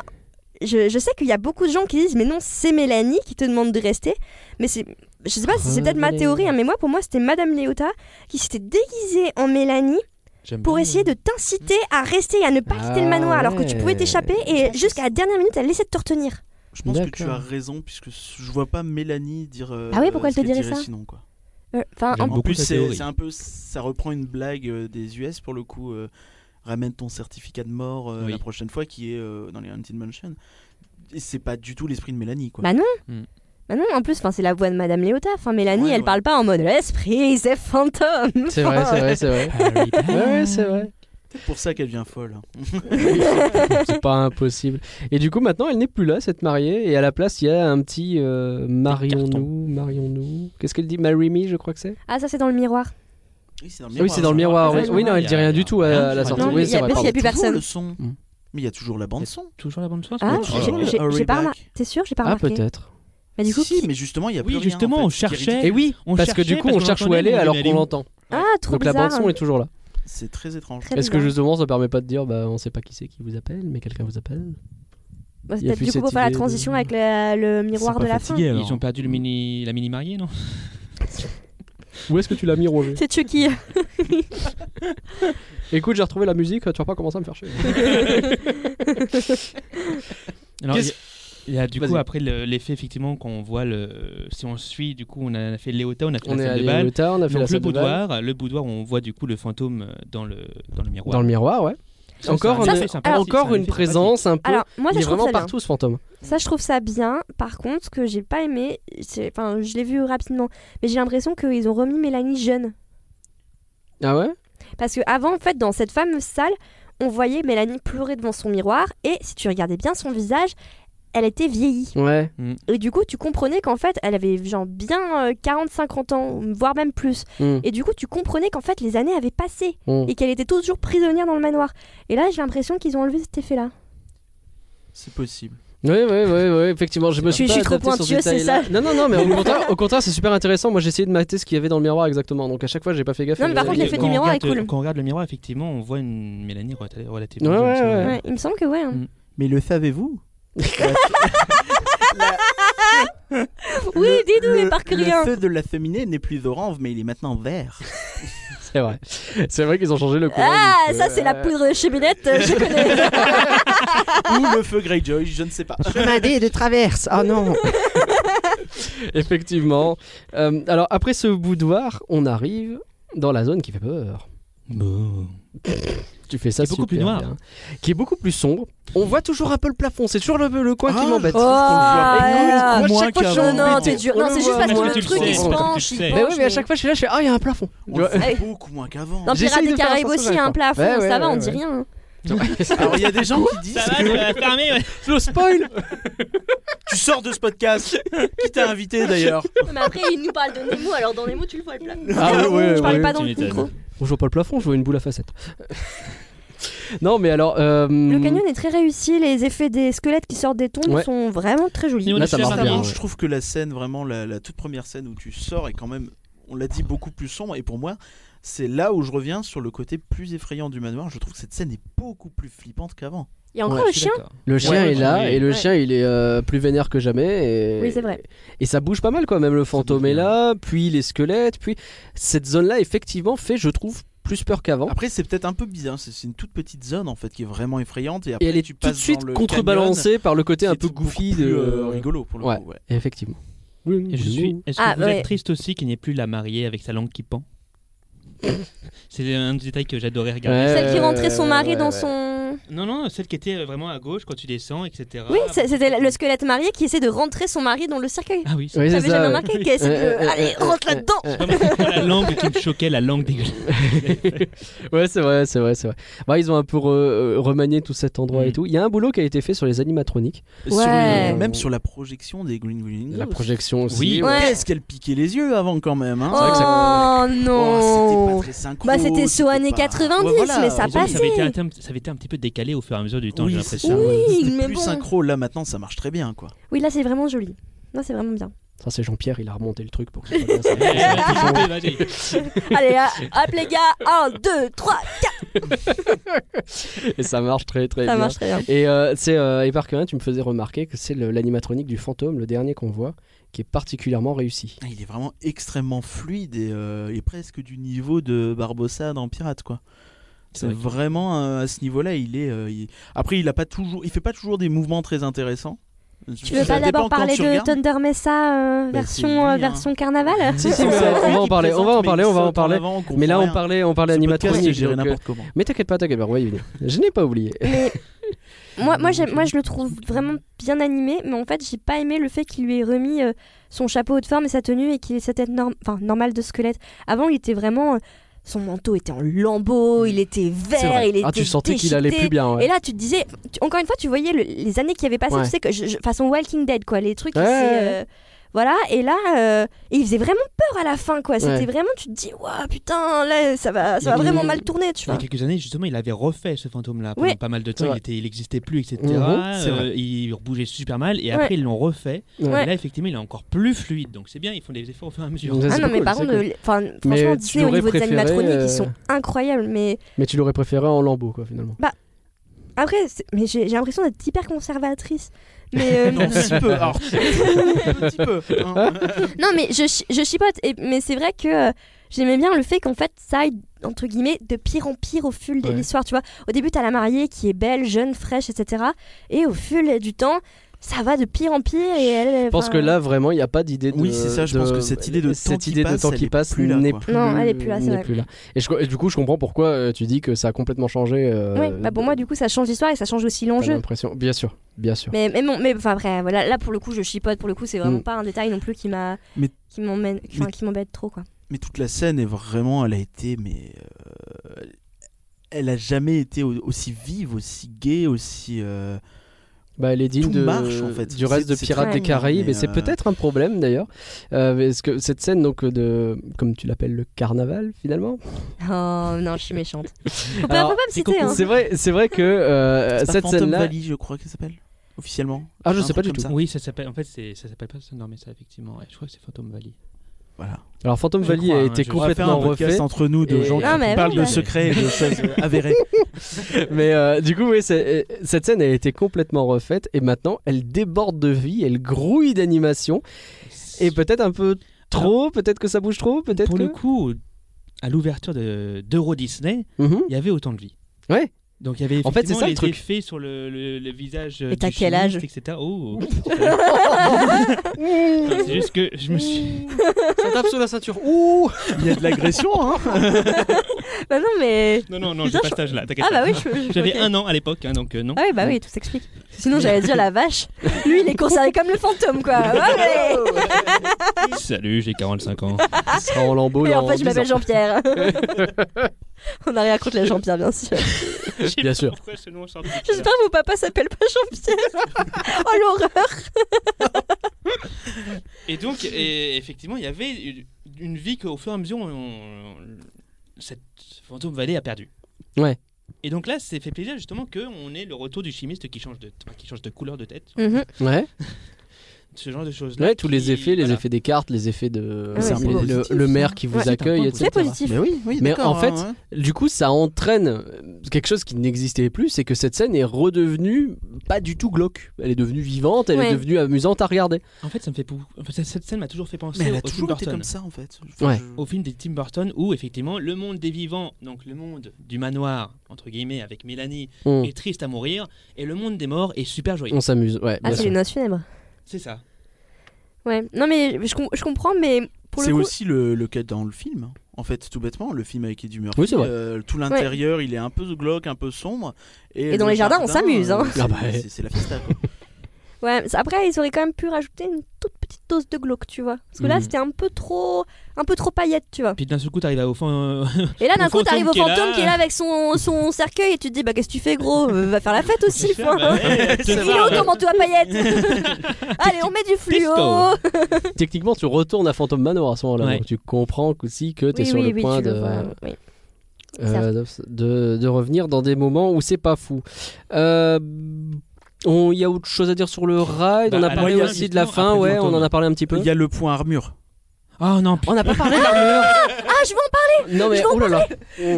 S1: je, je sais qu'il y a beaucoup de gens qui disent Mais non, c'est Mélanie qui te demande de rester. Mais c'est. Je sais pas si c'est peut-être ma
S2: Revenez.
S1: théorie, hein, mais moi, pour moi, c'était Madame Léota qui s'était déguisée en Mélanie
S4: J'aime
S1: pour
S2: Mmh.
S4: bien.
S1: essayer de t'inciter à rester et à ne pas quitter le
S2: Ah
S1: manoir alors que tu pouvais
S2: ouais.
S1: t'échapper et jusqu'à la dernière minute elle laissait de te retenir.
S5: Je pense que tu as
S2: D'accord.
S5: raison, puisque je vois pas Mélanie dire. euh,
S1: Ah oui, pourquoi
S5: ce
S1: elle te
S5: qu'elle
S1: dirait ça
S5: sinon, quoi.
S1: Euh, Enfin,
S4: J'aime
S1: en-
S5: En
S4: beaucoup
S5: plus,
S4: ta
S5: c'est
S4: théorie.
S5: c'est un peu. Ça reprend une blague euh, des US pour le coup. euh, ramène ton certificat de mort euh,
S4: Oui.
S5: la prochaine fois qui est euh, dans les Haunted Mansion. Et c'est pas du tout l'esprit de Mélanie, quoi.
S1: bah non.
S4: Hmm.
S1: Bah non, en plus, enfin, c'est la voix de Madame Léota. Enfin, Mélanie,
S5: Ouais,
S1: elle
S5: ouais.
S1: parle pas en mode l'esprit, c'est fantôme.
S2: C'est vrai, c'est vrai, c'est vrai. ouais, ouais, c'est vrai.
S5: C'est pour ça qu'elle devient folle.
S2: C'est pas impossible. Et du coup, maintenant, elle n'est plus là, cette mariée. Et à la place, il y a un petit euh, marions-nous, marions-nous. Qu'est-ce qu'elle dit Marry me, je crois que c'est.
S1: Ah, ça, c'est dans le miroir.
S5: Oui, c'est dans le
S2: Ah oui, c'est dans le miroir. Oui, Oui, non, elle dit rien du tout à, à la sortie.
S1: Non,
S2: Oui,
S1: il y
S2: c'est
S1: a-
S2: vrai.
S1: parce qu'il y a
S2: pardon.
S1: plus
S5: toujours
S1: personne. Bah,
S5: le son.
S2: Mm.
S5: Mais il y a toujours la bande son.
S4: Toujours la bande chance
S1: Ah,
S4: mais-
S5: je-
S1: j'ai-
S5: toujours le
S1: j'ai
S5: Hurry
S1: j'ai pas
S5: Back.
S1: remarqué. T'es sûr, j'ai pas
S2: Ah,
S1: remarqué.
S2: peut-être.
S1: Mais du coup,
S5: si,
S1: qui-
S5: mais justement, il y a
S4: Oui,
S5: plus
S4: justement,
S5: rien, en
S4: on
S5: fait, ce qui est
S4: cherchait.
S5: ridicule.
S2: Et oui,
S4: On
S2: parce que
S4: cherchait,
S2: du coup,
S4: parce
S2: on
S4: qu'on
S2: cherche où
S4: entendait,
S2: elle est
S4: mais on
S2: alors
S4: est
S2: qu'on
S4: allé.
S2: l'entend.
S1: ah, trop
S2: Donc la
S1: bizarre.
S2: bande son est toujours là.
S5: C'est très étrange.
S1: Très
S2: Est-ce que
S1: bizarre.
S2: justement ça permet pas de dire bah on sait pas qui c'est qui vous appelle mais quelqu'un vous appelle
S1: Bah, c'est
S2: il y a
S1: peut-être
S2: plus
S1: du coup
S2: cette
S1: pour faire la
S2: idée de-
S1: transition avec la- le miroir de la fin.
S4: Ils ont perdu le mini... la mini-mariée, non
S2: Où est-ce que tu l'as mis Roger
S1: C'est Chucky.
S2: Écoute j'ai retrouvé la musique, tu vas pas commencer à me faire chier.
S4: Alors,
S2: Qu'est-ce-
S4: il y a- il y a du
S2: Vas-y.
S4: coup, après le- l'effet, effectivement, qu'on voit le. Si on suit, du coup, on a fait Léota, on a fait
S2: On est
S4: la salle de
S2: allé
S4: bal.
S2: au tard, on a fait la
S4: Donc, le
S2: salle de bal.
S4: boudoir, le boudoir, on voit du coup le fantôme euh, dans le, dans le miroir.
S2: Dans le miroir ouais.
S4: Ça,
S2: Encore,
S4: c'est
S2: on
S4: un
S2: est-
S4: effet sympathique, c'est
S2: encore
S4: un
S2: une
S4: effet
S2: présence un peu.
S1: Alors, moi, ça,
S2: il est
S1: je trouve
S2: vraiment
S1: ça bien.
S2: partout ce fantôme.
S1: Ça, je trouve ça bien. Par contre, ce que j'ai pas aimé, c'est, enfin, je l'ai vu rapidement, mais j'ai l'impression qu'ils ont remis Mélanie jeune.
S2: Ah ouais
S1: Parce que avant, en fait, dans cette fameuse salle, on voyait Mélanie pleurer devant son miroir, et si tu regardais bien son visage, elle était vieillie.
S2: Ouais.
S1: Et du coup, tu comprenais qu'en fait, elle avait genre bien euh, 40-50 ans, voire même plus.
S2: Mm.
S1: Et du coup, tu comprenais qu'en fait, les années avaient passé
S2: Mm.
S1: et qu'elle était toujours prisonnière dans le manoir. Et là, j'ai l'impression qu'ils ont enlevé cet effet-là.
S5: C'est possible.
S2: Oui, oui, oui, oui, effectivement, je me
S1: Je
S2: suis
S1: suis-
S2: pas
S1: je suis trop
S2: adapté sur ce
S1: pointueux, c'est
S2: détail-là. Non, non, non, mais au contraire, au contraire, c'est super intéressant. Moi, j'ai essayé de mater ce qu'il y avait dans le miroir exactement, donc à chaque fois, j'ai pas fait gaffe.
S1: Non, mais par
S2: à-
S1: contre,
S4: sympathique.
S1: l'effet
S4: Quand
S1: du
S4: on
S1: miroir est
S4: regarde-
S1: cool.
S4: Quand on regarde le miroir, effectivement, on voit une Mélanie relati- relativement.
S2: Ouais,
S4: jeune,
S2: ouais,
S4: c'est vrai.
S2: ouais.
S1: Ouais, il me semble que ouais. hein.
S4: Mm.
S5: Mais le savez-vous
S1: Oui,
S5: Le-
S1: dis-nous,
S5: le-
S1: il marque rien.
S5: Le feu de la cheminée n'est plus orange, mais il est maintenant vert.
S2: C'est vrai. C'est vrai qu'ils ont changé le courant.
S1: Ah,
S2: du feu.
S1: ça c'est la
S2: Ouais.
S1: poudre de cheminette, euh, je connais.
S5: Ou le feu Greyjoy, je ne sais pas.
S2: de traverse. Ah non. Effectivement. Euh, alors après ce boudoir, on arrive dans la zone qui fait peur.
S4: Bon.
S2: Tu fais ça
S4: Qui est beaucoup
S2: super
S4: plus noir.
S2: bien. Qui est beaucoup plus sombre. On voit toujours un peu le plafond. C'est toujours le, le coin qui
S5: Ah,
S2: m'embête.
S1: Oh,
S5: voit
S1: là.
S5: beaucoup moins
S2: chaque fois, je suis
S5: qu'avant.
S2: en
S1: non, non,
S2: embêtant.
S1: t'es dur.
S2: On
S1: Non,
S2: le
S1: c'est juste
S2: voit,
S1: parce
S2: moi,
S1: que
S4: tu
S1: le
S4: le
S1: truc
S4: sais.
S1: il se
S4: Bon, tu
S1: penche,
S4: le
S1: il
S4: sais.
S1: penche.
S2: Mais oui, mais à chaque fois, je suis là, je fais ah, il y a un plafond.
S5: On
S2: Tu
S5: le
S2: vois
S5: voit
S1: Ouais.
S5: beaucoup moins qu'avant.
S1: Dans
S2: J'essaye
S1: Pirates des
S2: de faire
S1: Caraïbes
S2: attention
S1: aussi,
S2: à
S1: il y a un
S2: chaque
S1: plafond,
S2: fois. Ouais, ouais,
S1: ça va,
S2: ouais,
S1: on dit
S2: ouais.
S1: rien.
S5: Alors il y a des gens qui disent
S4: Ça va,
S5: que
S4: tu vas fermer, ouais.
S2: Le spoil.
S5: tu sors de ce podcast. qui t'a invité d'ailleurs
S1: Mais après, il nous parle de Nemo, alors dans Nemo, tu le vois le plat.
S2: Ah ouais, ouais,
S1: Je
S2: ouais,
S1: parlais
S2: ouais.
S1: pas dans
S4: tu
S1: le
S4: m'étonnes.
S1: micro.
S2: Je vois pas le plafond, je vois une boule à facettes. non, mais alors. euh,
S1: Le canyon est très réussi, les effets des squelettes qui sortent des tombes
S2: Ouais.
S1: sont vraiment très jolis.
S4: Nemo
S2: Là, ça marche
S4: Sincèrement,
S2: bien.
S5: Je trouve que la scène, vraiment la, la toute première scène où tu sors est quand même. on l'a dit, beaucoup plus sombre. Et pour moi, c'est là où je reviens sur le côté plus effrayant du manoir. Je trouve que cette scène est beaucoup plus flippante qu'avant.
S1: Il y a encore
S2: Ouais,
S1: le
S2: je
S1: chien
S2: Le chien
S4: Ouais,
S2: est là
S4: oui.
S2: et le
S1: Ouais.
S2: chien il est euh, plus vénère que jamais. Et...
S1: Oui, c'est vrai.
S2: Et ça bouge pas mal quoi, même le fantôme est là, puis les squelettes, puis cette zone là effectivement fait, je trouve, plus peur qu'avant.
S5: Après, c'est peut-être un peu bizarre. C'est c'est une toute petite zone en fait qui est vraiment effrayante. Et, après,
S2: Et elle est
S5: tu
S2: tout de
S5: passes
S2: suite
S5: dans le canyon,
S2: contrebalancée par le côté un
S5: qui est
S2: peu
S5: beaucoup
S2: goofy
S5: plus,
S2: de.
S5: euh, rigolo pour le
S2: Ouais.
S5: coup. ouais.
S2: Effectivement.
S4: Et je suis. Est-ce que
S1: Ah,
S4: vous
S1: ouais.
S4: êtes triste aussi qu'il n'y ait plus la mariée avec sa langue qui pend C'est un détail que j'adorais regarder.
S2: Ouais.
S1: Celle qui rentrait son mari
S2: Euh, ouais,
S1: dans
S2: ouais.
S1: son.
S4: Non, non, celle qui était vraiment à gauche quand tu descends, etc.
S1: Oui,
S5: Ah.
S1: c'est- c'était le squelette marié qui essaie de rentrer son mari dans le cercueil.
S4: Ah oui, c'est
S2: Oui, c'est
S1: T'avais
S2: ça,
S1: jamais
S2: ouais.
S1: remarqué qu'elle essaie
S2: Euh,
S1: de.
S2: euh,
S1: Allez,
S2: euh,
S1: rentre
S2: euh,
S1: là-dedans
S2: euh,
S4: la langue qui me choquait, la langue dégueulasse.
S2: Ouais, c'est vrai, c'est vrai, c'est vrai. Bah, ils ont un peu re- euh, remanié tout cet endroit
S4: Mm.
S2: et tout. Il y a un boulot qui a été fait sur les animatroniques.
S5: Sur
S1: Ouais.
S5: le- même sur la projection des Green Green.
S2: La
S5: Hills.
S2: projection aussi.
S4: Oui,
S1: Ouais.
S5: Qu'est-ce qu'elle piquait les yeux avant quand même. hein.
S1: Oh non
S5: Oh, c'était pas très synchro,
S1: Bah, c'était saut
S5: pas-
S1: années
S5: Ouais,
S1: 90, mais ça
S5: disons que
S1: passe.
S4: ça, avait été un thème- ça avait été un petit peu décalé au fur et à mesure du temps,
S5: Oui,
S4: j'ai l'impression.
S5: c'est ça.
S1: Ah, Oui,
S5: C'était
S1: mais
S5: plus
S1: bon.
S5: synchro. Là maintenant, ça marche très bien quoi.
S1: Oui, là c'est vraiment joli. Là c'est vraiment bien.
S2: Ça, c'est Jean-Pierre, il a remonté le truc pour que ce soit bien
S4: Ouais, ouais,
S2: synchro.
S4: ouais, vas-y.
S1: Allez, ah, hop les gars 1, 2, 3,
S2: Et ça marche très, très
S1: ça
S2: bien.
S1: marche très bien.
S2: Et euh, c'est euh, et par que rien, tu me faisais remarquer que c'est le- l'animatronique du fantôme, le dernier qu'on voit, qui est particulièrement réussi.
S5: Ah, Il est vraiment extrêmement fluide et, euh, et presque du niveau de Barbossa dans Pirate quoi. C'est
S4: vrai.
S5: vraiment euh, à ce niveau-là, il est. euh, il- Après, il a pas toujours, il fait pas toujours des mouvements très intéressants.
S1: Tu veux pas d'abord parler de Thunder Mesa euh,
S5: Bah,
S1: version,
S5: c'est lui,
S1: euh,
S5: hein.
S1: version carnaval
S2: Si, si, mais euh, on- on va en parler, on va en parler, on va en parler. Mais là, on parlait, on parlait
S5: hein. Ce podcast est
S2: animatronique.
S5: géré
S2: donc, euh,
S5: n'importe comment.
S2: Mais t'inquiète pas, t'inquiète pas, on va y venir. Je n'ai pas oublié.
S1: Mais moi, moi, j'aime- moi, je le trouve vraiment bien animé, mais en fait, j'ai pas aimé le fait qu'il lui ait remis euh, son chapeau de forme et sa tenue et qu'il ait cette tête norm- enfin, normale de squelette. Avant, il était vraiment. euh, son manteau était en lambeaux, il était
S2: Mm. C'est
S1: vert,
S2: vrai.
S1: il était.
S2: ah, tu sentais qu'il allait
S1: déchiqueté.
S2: plus bien. ouais.
S1: Et là, tu te disais, tu- encore une fois, tu voyais le- les années qui avaient passé,
S2: Ouais.
S1: tu sais, que je- je- façon Walking Dead, quoi, les trucs.
S2: Ouais,
S1: c'est,
S2: ouais,
S1: euh, voilà, et là, euh, et il faisait vraiment peur à la fin, quoi. C'était
S2: Ouais.
S1: vraiment, tu te dis, waouh, putain, là, ça va, ça va
S4: Il-
S1: vraiment mal tourner, tu
S4: Il y a
S1: vois.
S4: quelques années, justement, il avait refait ce fantôme-là pendant
S1: Ouais.
S4: pas mal de
S2: C'est
S4: temps.
S2: vrai.
S4: Il était, il existait plus, etc.
S2: Mhm, c'est
S4: Euh,
S2: vrai.
S4: il bougeait super mal et après
S1: Ouais.
S4: ils l'ont refait.
S2: Ouais.
S4: Et là, effectivement, il est encore plus fluide. Donc c'est bien, ils font des efforts au fur et à mesure.
S2: Ouais,
S1: Ah
S2: c'est
S1: non, mais
S2: cool,
S1: par
S2: c'est
S1: contre,
S2: cool.
S1: le- enfin,
S2: Mais euh,
S1: franchement,
S2: tu
S1: Disney au
S2: l'aurais
S1: niveau des
S2: préféré,
S1: animatroniques,
S2: euh,
S1: ils sont incroyables, mais
S2: Mais tu l'aurais préféré en lambeau, quoi,
S1: Eh
S2: finalement.
S1: après, c'est- mais j'ai j'ai l'impression d'être hyper conservatrice. Mais euh,
S5: Non, si peu. Alors, petit peu. hein.
S1: non, mais je, chi- je chipote, et- mais c'est vrai que euh, j'aimais bien le fait qu'en fait, ça aille, entre guillemets, de pire en pire au fil de
S2: Ouais.
S1: l'histoire, tu vois. Au début, t'as la mariée qui est belle, jeune, fraîche, etc. Et au fil du temps, ça va de pire en pire, et elle...
S2: Je pense que là, vraiment, il n'y a pas d'idée de.
S5: Oui, c'est ça, je pense que cette idée de temps
S2: cette
S5: qui
S2: idée
S5: passe,
S2: de temps
S5: elle
S2: qui
S5: est
S2: passe
S5: plus là,
S2: n'est
S5: quoi.
S2: plus,
S1: Non, elle est plus là, c'est
S2: n'est
S1: vrai.
S2: plus là. Et, je- et du coup, je comprends pourquoi euh, tu dis que ça a complètement changé. euh,
S1: Oui, bah pour moi, du coup, ça change l'histoire et ça change aussi
S2: t'as
S1: l'enjeu.
S2: l'impression. Bien sûr, bien sûr.
S1: Mais, mais bon, mais enfin après, voilà, là pour le coup, je chipote. Pour le coup, c'est vraiment
S2: Mm.
S1: pas un détail non plus qui m'a,
S5: Mais-
S1: qui m'emmène, enfin,
S5: Mais-
S1: qui m'embête trop quoi.
S5: Mais toute la scène est vraiment, elle a été, mais euh, elle a jamais été au- aussi vive, aussi gaie, aussi. euh,
S2: Bah, elle est digne
S5: Tout
S2: de-
S5: marche, en fait.
S2: du reste de
S5: C'est- c'est
S2: Pirates
S1: très
S2: des
S1: bien,
S2: Caraïbes
S5: mais,
S2: et c'est
S5: euh,
S2: peut-être un problème d'ailleurs. Euh, parce que cette scène donc euh, de comme tu l'appelles le carnaval finalement.
S1: Oh non, je suis méchante. Faut pas,
S2: Alors,
S1: faut pas me citer. Hein.
S2: C'est vrai, c'est vrai que euh,
S5: c'est pas
S2: cette
S5: Phantom
S2: scène là.
S5: Valley, je crois qu'elle s'appelle officiellement.
S2: Ah, je
S5: Un
S2: sais pas
S5: truc
S2: du
S5: comme
S2: tout.
S5: ça.
S4: Oui, ça s'appelle. En fait, c'est- ça s'appelle pas non mais ça effectivement. ouais, je crois que c'est Phantom Valley.
S5: Voilà.
S2: Alors Phantom
S4: Je
S2: Valley
S4: crois,
S2: a
S4: hein,
S2: été
S4: je-
S5: On va faire
S2: complètement
S5: un podcast
S2: refait,
S5: entre nous de
S2: Et-
S5: gens
S1: Non,
S5: qui
S1: mais
S5: parlent
S1: bon,
S5: de
S1: bah.
S5: secrets et de choses
S4: euh,
S5: avérées.
S2: mais euh, du coup oui, c'est- euh, cette scène a été complètement refaite et maintenant elle déborde de vie, elle grouille d'animation et peut-être un peu trop, peut-être que ça bouge trop, peut-être
S4: Pour
S2: que.
S4: le coup, à l'ouverture de- d'Euro Disney,
S2: Mhm.
S4: il y avait autant de vie.
S2: Ouais.
S4: Donc il y avait
S2: En
S4: effectivement
S2: fait, c'est ça, le
S4: les
S2: truc.
S4: effets sur le, le- le visage. euh,
S1: Et t'as quel âge
S4: etc. Oh. c'est juste que je me suis.
S2: Ça tape sur la ceinture. Ouh.
S5: Il y a de l'agression, hein.
S1: Bah non mais
S4: Non non non,
S1: Putain,
S4: j'ai pas
S1: je-
S4: cet âge-là. t'inquiète
S1: ah
S4: pas.
S1: bah oui, je- je-
S4: J'avais
S1: ok.
S4: un an à l'époque, hein, donc euh, non.
S1: Ah oui, bah oui, tout s'explique. Sinon, j'allais dire la vache. Lui, il est conservé comme le fantôme, quoi. Ouais, ouais.
S4: Salut, j'ai 45 ans.
S2: Il sera en lambeau.
S1: Mais en
S2: dans
S1: fait, je
S2: 10
S1: m'appelle
S2: ans.
S1: Jean-Pierre. On a rien contre la Jean-Pierre, bien sûr.
S2: Bien sûr.
S4: Pourquoi ce nom sort
S1: J'espère que vos papas s'appellent pas Jean-Pierre. oh l'horreur.
S4: Et donc, et effectivement, il y avait une- une vie qu'au fur et à mesure, on- on- cette fantôme vallée a perdu.
S2: Ouais.
S4: Et donc là, c'est fait plaisir
S1: Mm-hmm.
S4: justement qu'on ait le retour du chimiste qui change de, enfin, qui change de couleur de tête.
S1: Mhm.
S2: Ouais.
S4: ce genre de choses.
S2: Ouais, tous les effets, les effets des cartes, les effets de
S1: Ah ouais,
S2: le-
S1: c'est beau.
S2: le, le maire qui vous
S1: Ouais, c'est un
S2: accueille, etc.
S1: C'est positif.
S5: Mais oui, oui,
S2: Mais
S5: d'accord,
S2: en fait,
S5: hein, ouais.
S2: Du coup, ça entraîne euh, quelque chose qui n'existait plus, c'est que cette scène est redevenue pas du tout glauque. Elle est devenue vivante, elle
S1: Ouais.
S2: est devenue amusante à regarder.
S4: En fait, ça me fait beaucoup- en fait, cette scène m'a toujours fait penser
S5: mais elle
S4: au,
S5: a
S4: au Tim
S5: toujours été
S4: Burton.
S5: comme ça en fait. Enfin,
S2: Ouais.
S5: je-
S4: Au film des Tim Burton où effectivement le monde des vivants, donc le monde du manoir entre guillemets avec Mélanie,
S2: On,
S4: est triste à mourir et le monde des morts est super joyeux.
S2: on s'amuse, ouais.
S1: Ah,
S2: bien
S1: c'est
S2: sûr.
S1: les noces funèbres.
S4: C'est ça.
S1: Ouais. Non, mais je, com- je comprends, mais pour
S5: C'est
S1: le coup.
S5: aussi le, le cas dans le film, en fait, tout bêtement. Le film avec Eddie Murphy,
S2: Oui, c'est vrai.
S5: euh, tout l'intérieur, il est un peu glauque, un peu sombre. Et,
S1: Et dans
S5: le
S1: les jardins, on
S5: jardin,
S1: s'amuse, hein.
S5: euh, c'est-
S2: Ah bah,
S5: c'est c'est la fiesta. quoi.
S1: Ouais, c'est- après, ils auraient quand même pu rajouter une toute petite dose de glauque, tu vois. Parce que là,
S4: Mhm.
S1: c'était un peu trop. Un peu trop paillette, tu vois.
S4: Puis d'un seul coup t'arrives à au fond. euh,
S1: Et là, d'un
S4: Au
S1: coup, t'arrives au
S4: fantôme qui est
S1: fantôme
S4: là.
S1: qui est là avec son, son cercueil et tu te dis, bah, qu'est-ce que tu fais, gros Euh, Va faire la fête aussi,
S4: Bah
S1: point.
S2: hein.
S4: ouais,
S1: T'es
S4: c'est
S1: Philo,
S4: ça.
S1: comment tu vas paillettes Allez, on met du fluo
S4: Testo.
S2: Techniquement, tu retournes à Phantom Manor à ce moment-là,
S4: Ouais.
S2: donc tu comprends aussi que tu es
S1: Oui,
S2: sur
S1: oui,
S2: le
S1: oui,
S2: point
S1: tu
S2: de.
S1: le vois, oui.
S2: Euh, de, de revenir dans des moments où c'est pas fou. Euh, on- Il y a autre chose à dire sur le ride.
S4: Bah,
S2: on a
S4: à la
S2: parlé
S4: fin,
S2: aussi de
S4: justement,
S2: la fin,
S4: après
S2: ouais,
S4: Fantôme.
S2: on en a parlé un petit peu.
S5: Il y a le point armure.
S4: Ah non, putain.
S2: On n'a pas parlé de l'armure.
S1: Ah, je m'en
S2: Non mais
S1: Je m'en
S2: oh là là.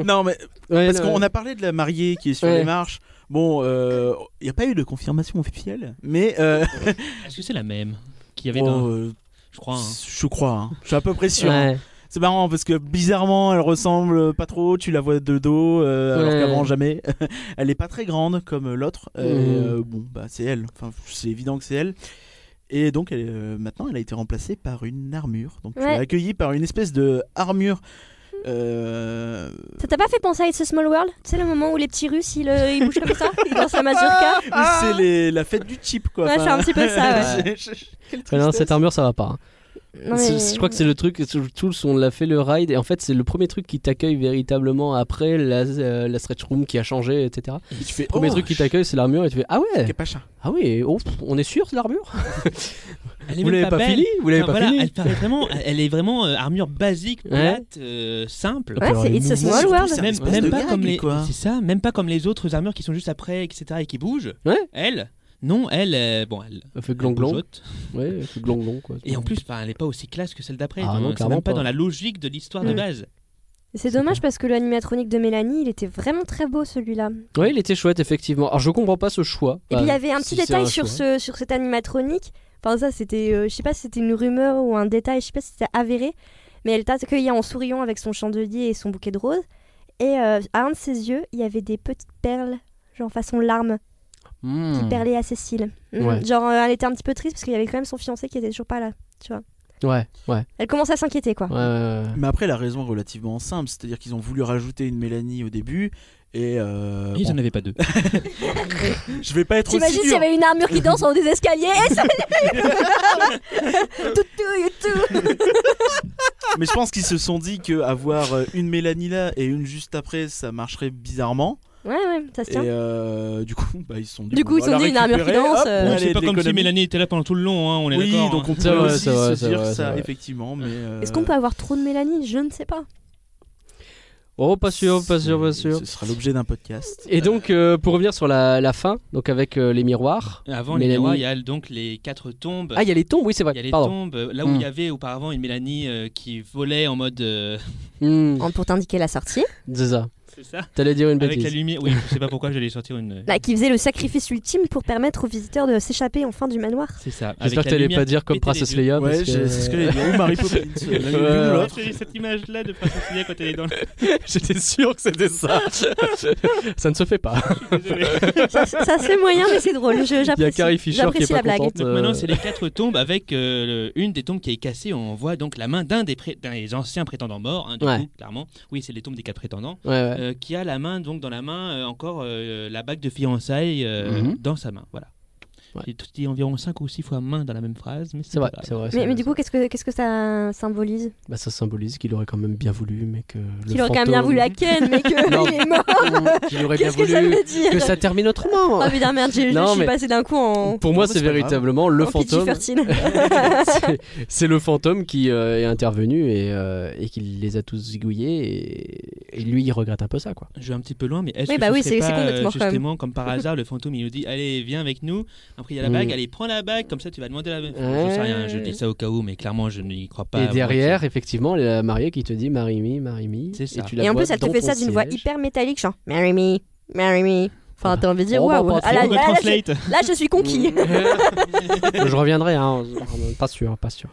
S5: Non, mais
S2: Ouais,
S5: parce
S2: non,
S5: qu'on a parlé de la mariée qui est sur
S2: Ouais.
S5: les marches. Bon, euh, il n'y a pas eu de confirmation officielle, mais euh,
S4: Est-ce que c'est la même qu'il y avait
S5: bon,
S2: Oh.
S4: dans,
S5: euh,
S4: je crois. hein.
S5: je crois, hein. je suis à peu près sûr. hein.
S2: ouais.
S5: C'est marrant parce que bizarrement, elle ressemble pas trop. Tu la vois de dos, euh, alors
S2: Ouais.
S5: qu'avant jamais. elle est pas très grande comme l'autre. et,
S2: Mm.
S5: euh, bon, bah c'est elle. Enfin, c'est évident que c'est elle. Et donc elle, euh, maintenant, elle a été remplacée par une armure. Donc tu
S1: Ouais.
S5: l'as accueillie par une espèce de armure. euh,
S1: Ça t'a pas fait penser à It's a Small World Tu sais, le moment où les petits Russes ils, euh, ils bougent comme ça Ils dansent la mazurka
S5: où
S4: Ah,
S5: c'est les- la fête du chip quoi.
S1: Ah. Ouais, c'est un petit peu ça,
S5: ouais.
S2: Ouais, non, cette armure ça va pas. hein.
S1: Non,
S2: C'est-
S1: mais-
S2: Je crois que c'est le truc tout on l'a fait le ride et en fait c'est le premier truc qui t'accueille véritablement après la, euh, la stretch room qui a changé etc.
S5: Et tu fais
S2: Le premier
S5: oh,
S2: truc qui t'accueille c'est l'armure et tu fais ah ouais
S5: qu'est pas chat.
S2: ah oui oh, pff, on est sûr de l'armure
S4: Elle est
S2: vous
S4: même
S2: l'avez pas,
S4: belle.
S2: fini vous l'avez
S4: Enfin,
S2: pas
S4: voilà,
S2: fini
S4: elle paraît vraiment, elle est vraiment euh, armure basique,
S2: Ouais.
S4: plate, euh, simple.
S1: Ouais, c'est It's a
S5: mouvements,
S1: Small World.
S5: surtout,
S4: Même,
S5: espèce
S4: même
S5: de
S4: pas
S5: gag,
S4: comme les,
S5: quoi.
S4: c'est ça, même pas comme les autres armures qui sont juste après, etc. et qui bougent.
S2: Ouais.
S4: Elle, non, elle, euh, bon, elle.
S2: Elle fait
S4: elle
S2: glong glong
S4: bougeotte.
S2: ouais elle fait glong glong quoi.
S4: Et en plus, enfin, elle est pas aussi classe que celle d'après.
S2: Ah
S4: donc,
S2: non,
S4: c'est
S2: clairement
S4: même pas,
S2: pas.
S4: dans la logique de l'histoire de
S1: Mm.
S4: base.
S1: C'est dommage parce que l'animatronique de Mélanie, il était vraiment très beau celui-là.
S2: ouais il était chouette effectivement alors je comprends pas ce choix.
S1: Et puis il y avait un
S2: Bah, si
S1: petit
S2: c'est
S1: détail
S2: un
S1: sur,
S2: choix.
S1: ce, sur cet animatronique. Enfin, ça, c'était. euh, je sais pas si c'était une rumeur ou un détail, je sais pas si c'était avéré. Mais elle t'a accueilli en souriant avec son chandelier et son bouquet de roses. Et euh, à un de ses yeux, il y avait des petites perles, genre façon larmes,
S2: Hmm.
S1: qui perlaient à ses cils. Mm.
S2: Ouais.
S1: Genre, euh, elle était un petit peu triste parce qu'il y avait quand même son fiancé qui était toujours pas là.
S2: Ouais ouais
S1: Elle commence à s'inquiéter, quoi.
S2: ouais, ouais, ouais.
S5: Mais après, la raison est relativement simple, c'est-à-dire qu'ils ont voulu rajouter une Mélanie au début. Et euh,
S4: Ils
S5: bon,
S4: en avaient pas deux.
S5: je vais pas être aussi
S1: T'imagines s'il y
S5: dur.
S1: avait une armure qui danse en haut des escaliers et ça... Tout, tout, tout.
S5: Mais je pense qu'ils se sont dit que avoir euh, une Mélanie là et une juste après, ça marcherait bizarrement.
S1: Ouais, ouais, ça se
S5: Et
S1: tient.
S5: euh, du coup, bah, ils se sont dit.
S1: Du
S5: bon,
S1: coup,
S5: on
S1: ils
S5: va
S1: se sont
S5: la
S1: dit, une armure qui
S5: récupérer,
S1: danse,
S5: hop,
S1: euh.
S5: on
S1: Ouais,
S5: va
S4: c'est
S5: aller
S4: pas comme si
S5: l'économie.
S4: Mélanie était là pendant tout le long. hein, on est
S5: Oui,
S4: d'accord.
S5: donc
S4: hein.
S5: on peut
S2: C'est vrai,
S5: aussi
S2: c'est vrai,
S5: se
S2: c'est
S5: dire
S2: vrai, c'est
S5: ça,
S2: vrai.
S5: effectivement. Mais euh,
S1: Est-ce qu'on peut avoir trop de Mélanie Je ne sais pas.
S2: Oh pas sûr pas sûr pas
S5: c'est-
S2: sûr.
S5: Ce sera l'objet d'un podcast.
S2: Et donc, euh, pour revenir sur la, la fin, donc avec euh, les miroirs.
S4: Avant les
S2: Mélanie-
S4: miroirs, il y a donc les quatre tombes.
S2: Ah, il y a les tombes, oui, c'est vrai.
S4: Il y a les
S2: Pardon.
S4: tombes, euh, là où il
S2: Mm.
S4: y avait auparavant une Mélanie euh, qui volait en mode. euh,
S2: Hmm,
S1: En- Pour t'indiquer la sortie.
S2: c'est ça.
S4: C'est ça
S2: T'allais dire une
S4: Avec la
S2: bêtise.
S4: lumière. Oui, je sais pas pourquoi j'allais sortir une.
S1: Bah, qui faisait le sacrifice ultime pour permettre aux visiteurs de s'échapper enfin du manoir.
S4: C'est ça.
S2: J'espère
S4: avec
S2: que
S4: la
S2: t'allais
S4: lumière
S2: pas dire comme
S4: péter les
S2: Princess
S4: yeux.
S2: Leia.
S5: ouais,
S2: parce que-
S5: j'ai- c'est ce que j'ai dit. Ou Marie Poppins. euh, l'une
S2: Ouais.
S5: ou
S4: Ouais,
S5: l'autre.
S4: c'est cette image-là de Princess Leia quand elle est dans le.
S2: J'étais sûr que c'était ça. ça ne se fait pas.
S4: Désolé.
S1: ça, ça c'est moyen, mais c'est drôle. Je-
S2: Il y a
S1: J'apprécie
S2: Carrie Fisher qui
S1: j'apprécie
S2: est pas
S1: la blague.
S2: contente.
S4: Donc
S2: euh,
S4: maintenant, c'est les quatre tombes avec euh, le- une des tombes qui est cassée. On voit donc la main d'un des, pré- d'un des anciens prétendants morts, hein, du
S2: Ouais.
S4: coup, clairement. Oui, c'est les tombes des quatre prétendants.
S2: Ouais, ouais.
S4: euh, qui a la main, donc dans la main, euh, encore euh, la bague de fiançailles euh,
S2: Mhm.
S4: dans sa main. Voilà.
S2: Ouais.
S4: J'ai tout dit environ 5 ou 6 fois main dans la même phrase, mais
S2: C'est
S4: c'est
S2: vrai,
S4: pas grave.
S2: c'est vrai. c'est
S1: Mais,
S2: vrai.
S1: mais du coup, qu'est-ce que qu'est-ce que ça symbolise
S2: Bah, ça symbolise qu'il aurait quand même bien voulu, mais que. le
S1: Qu'il aurait quand même bien
S2: fantôme-
S1: voulu à Ken, mais qu'il
S2: Non.
S1: est mort.
S2: Mmh, Qu'il aurait bien
S1: Qu'est-ce que ça
S2: voulu
S1: veut dire
S2: que ça termine autrement.
S1: Oh putain, merde, j'ai- je
S2: Non,
S1: je suis
S2: mais-
S1: passé d'un coup en.
S2: Pour moi,
S5: bah,
S2: c'est
S5: c'est pas grave.
S2: véritablement le
S1: en
S2: fantôme.
S1: PG-13.
S2: C'est- c'est le fantôme qui euh, est intervenu et, euh, et qui les a tous zigouillés. Et, Et lui, il regrette un peu ça, quoi.
S4: Je vais un petit peu loin, mais est-ce
S1: Oui,
S4: que
S1: bah
S4: ce
S1: oui,
S4: serait
S1: c'est- c'est
S4: pas,
S1: complètement
S4: euh,
S1: quand même.
S4: justement comme par hasard le fantôme il nous dit allez viens avec nous après il y a la
S2: Mm.
S4: bague allez prends la bague comme ça tu vas demander la bague je sais rien je dis ça au cas où mais clairement je n'y crois pas
S2: et
S4: moi,
S2: derrière, effectivement, la mariée qui te dit Marie-mi, Marie-mi.
S4: C'est ça.
S2: tu la
S1: Et en
S2: vois
S1: plus, elle te
S2: dans
S1: fait
S2: ton
S1: ça d'une voix
S2: siège.
S1: hyper métallique, genre Marry me, marry me. Enfin, t'as envie de dire
S2: Oh, bah,
S1: waouh.
S2: pas
S1: ah,
S2: trop,
S1: là,
S4: Google
S1: là, là, je-
S4: Translate
S1: là, je suis
S2: Mm.
S1: conquis.
S2: je reviendrai, hein. pas sûr, pas sûr.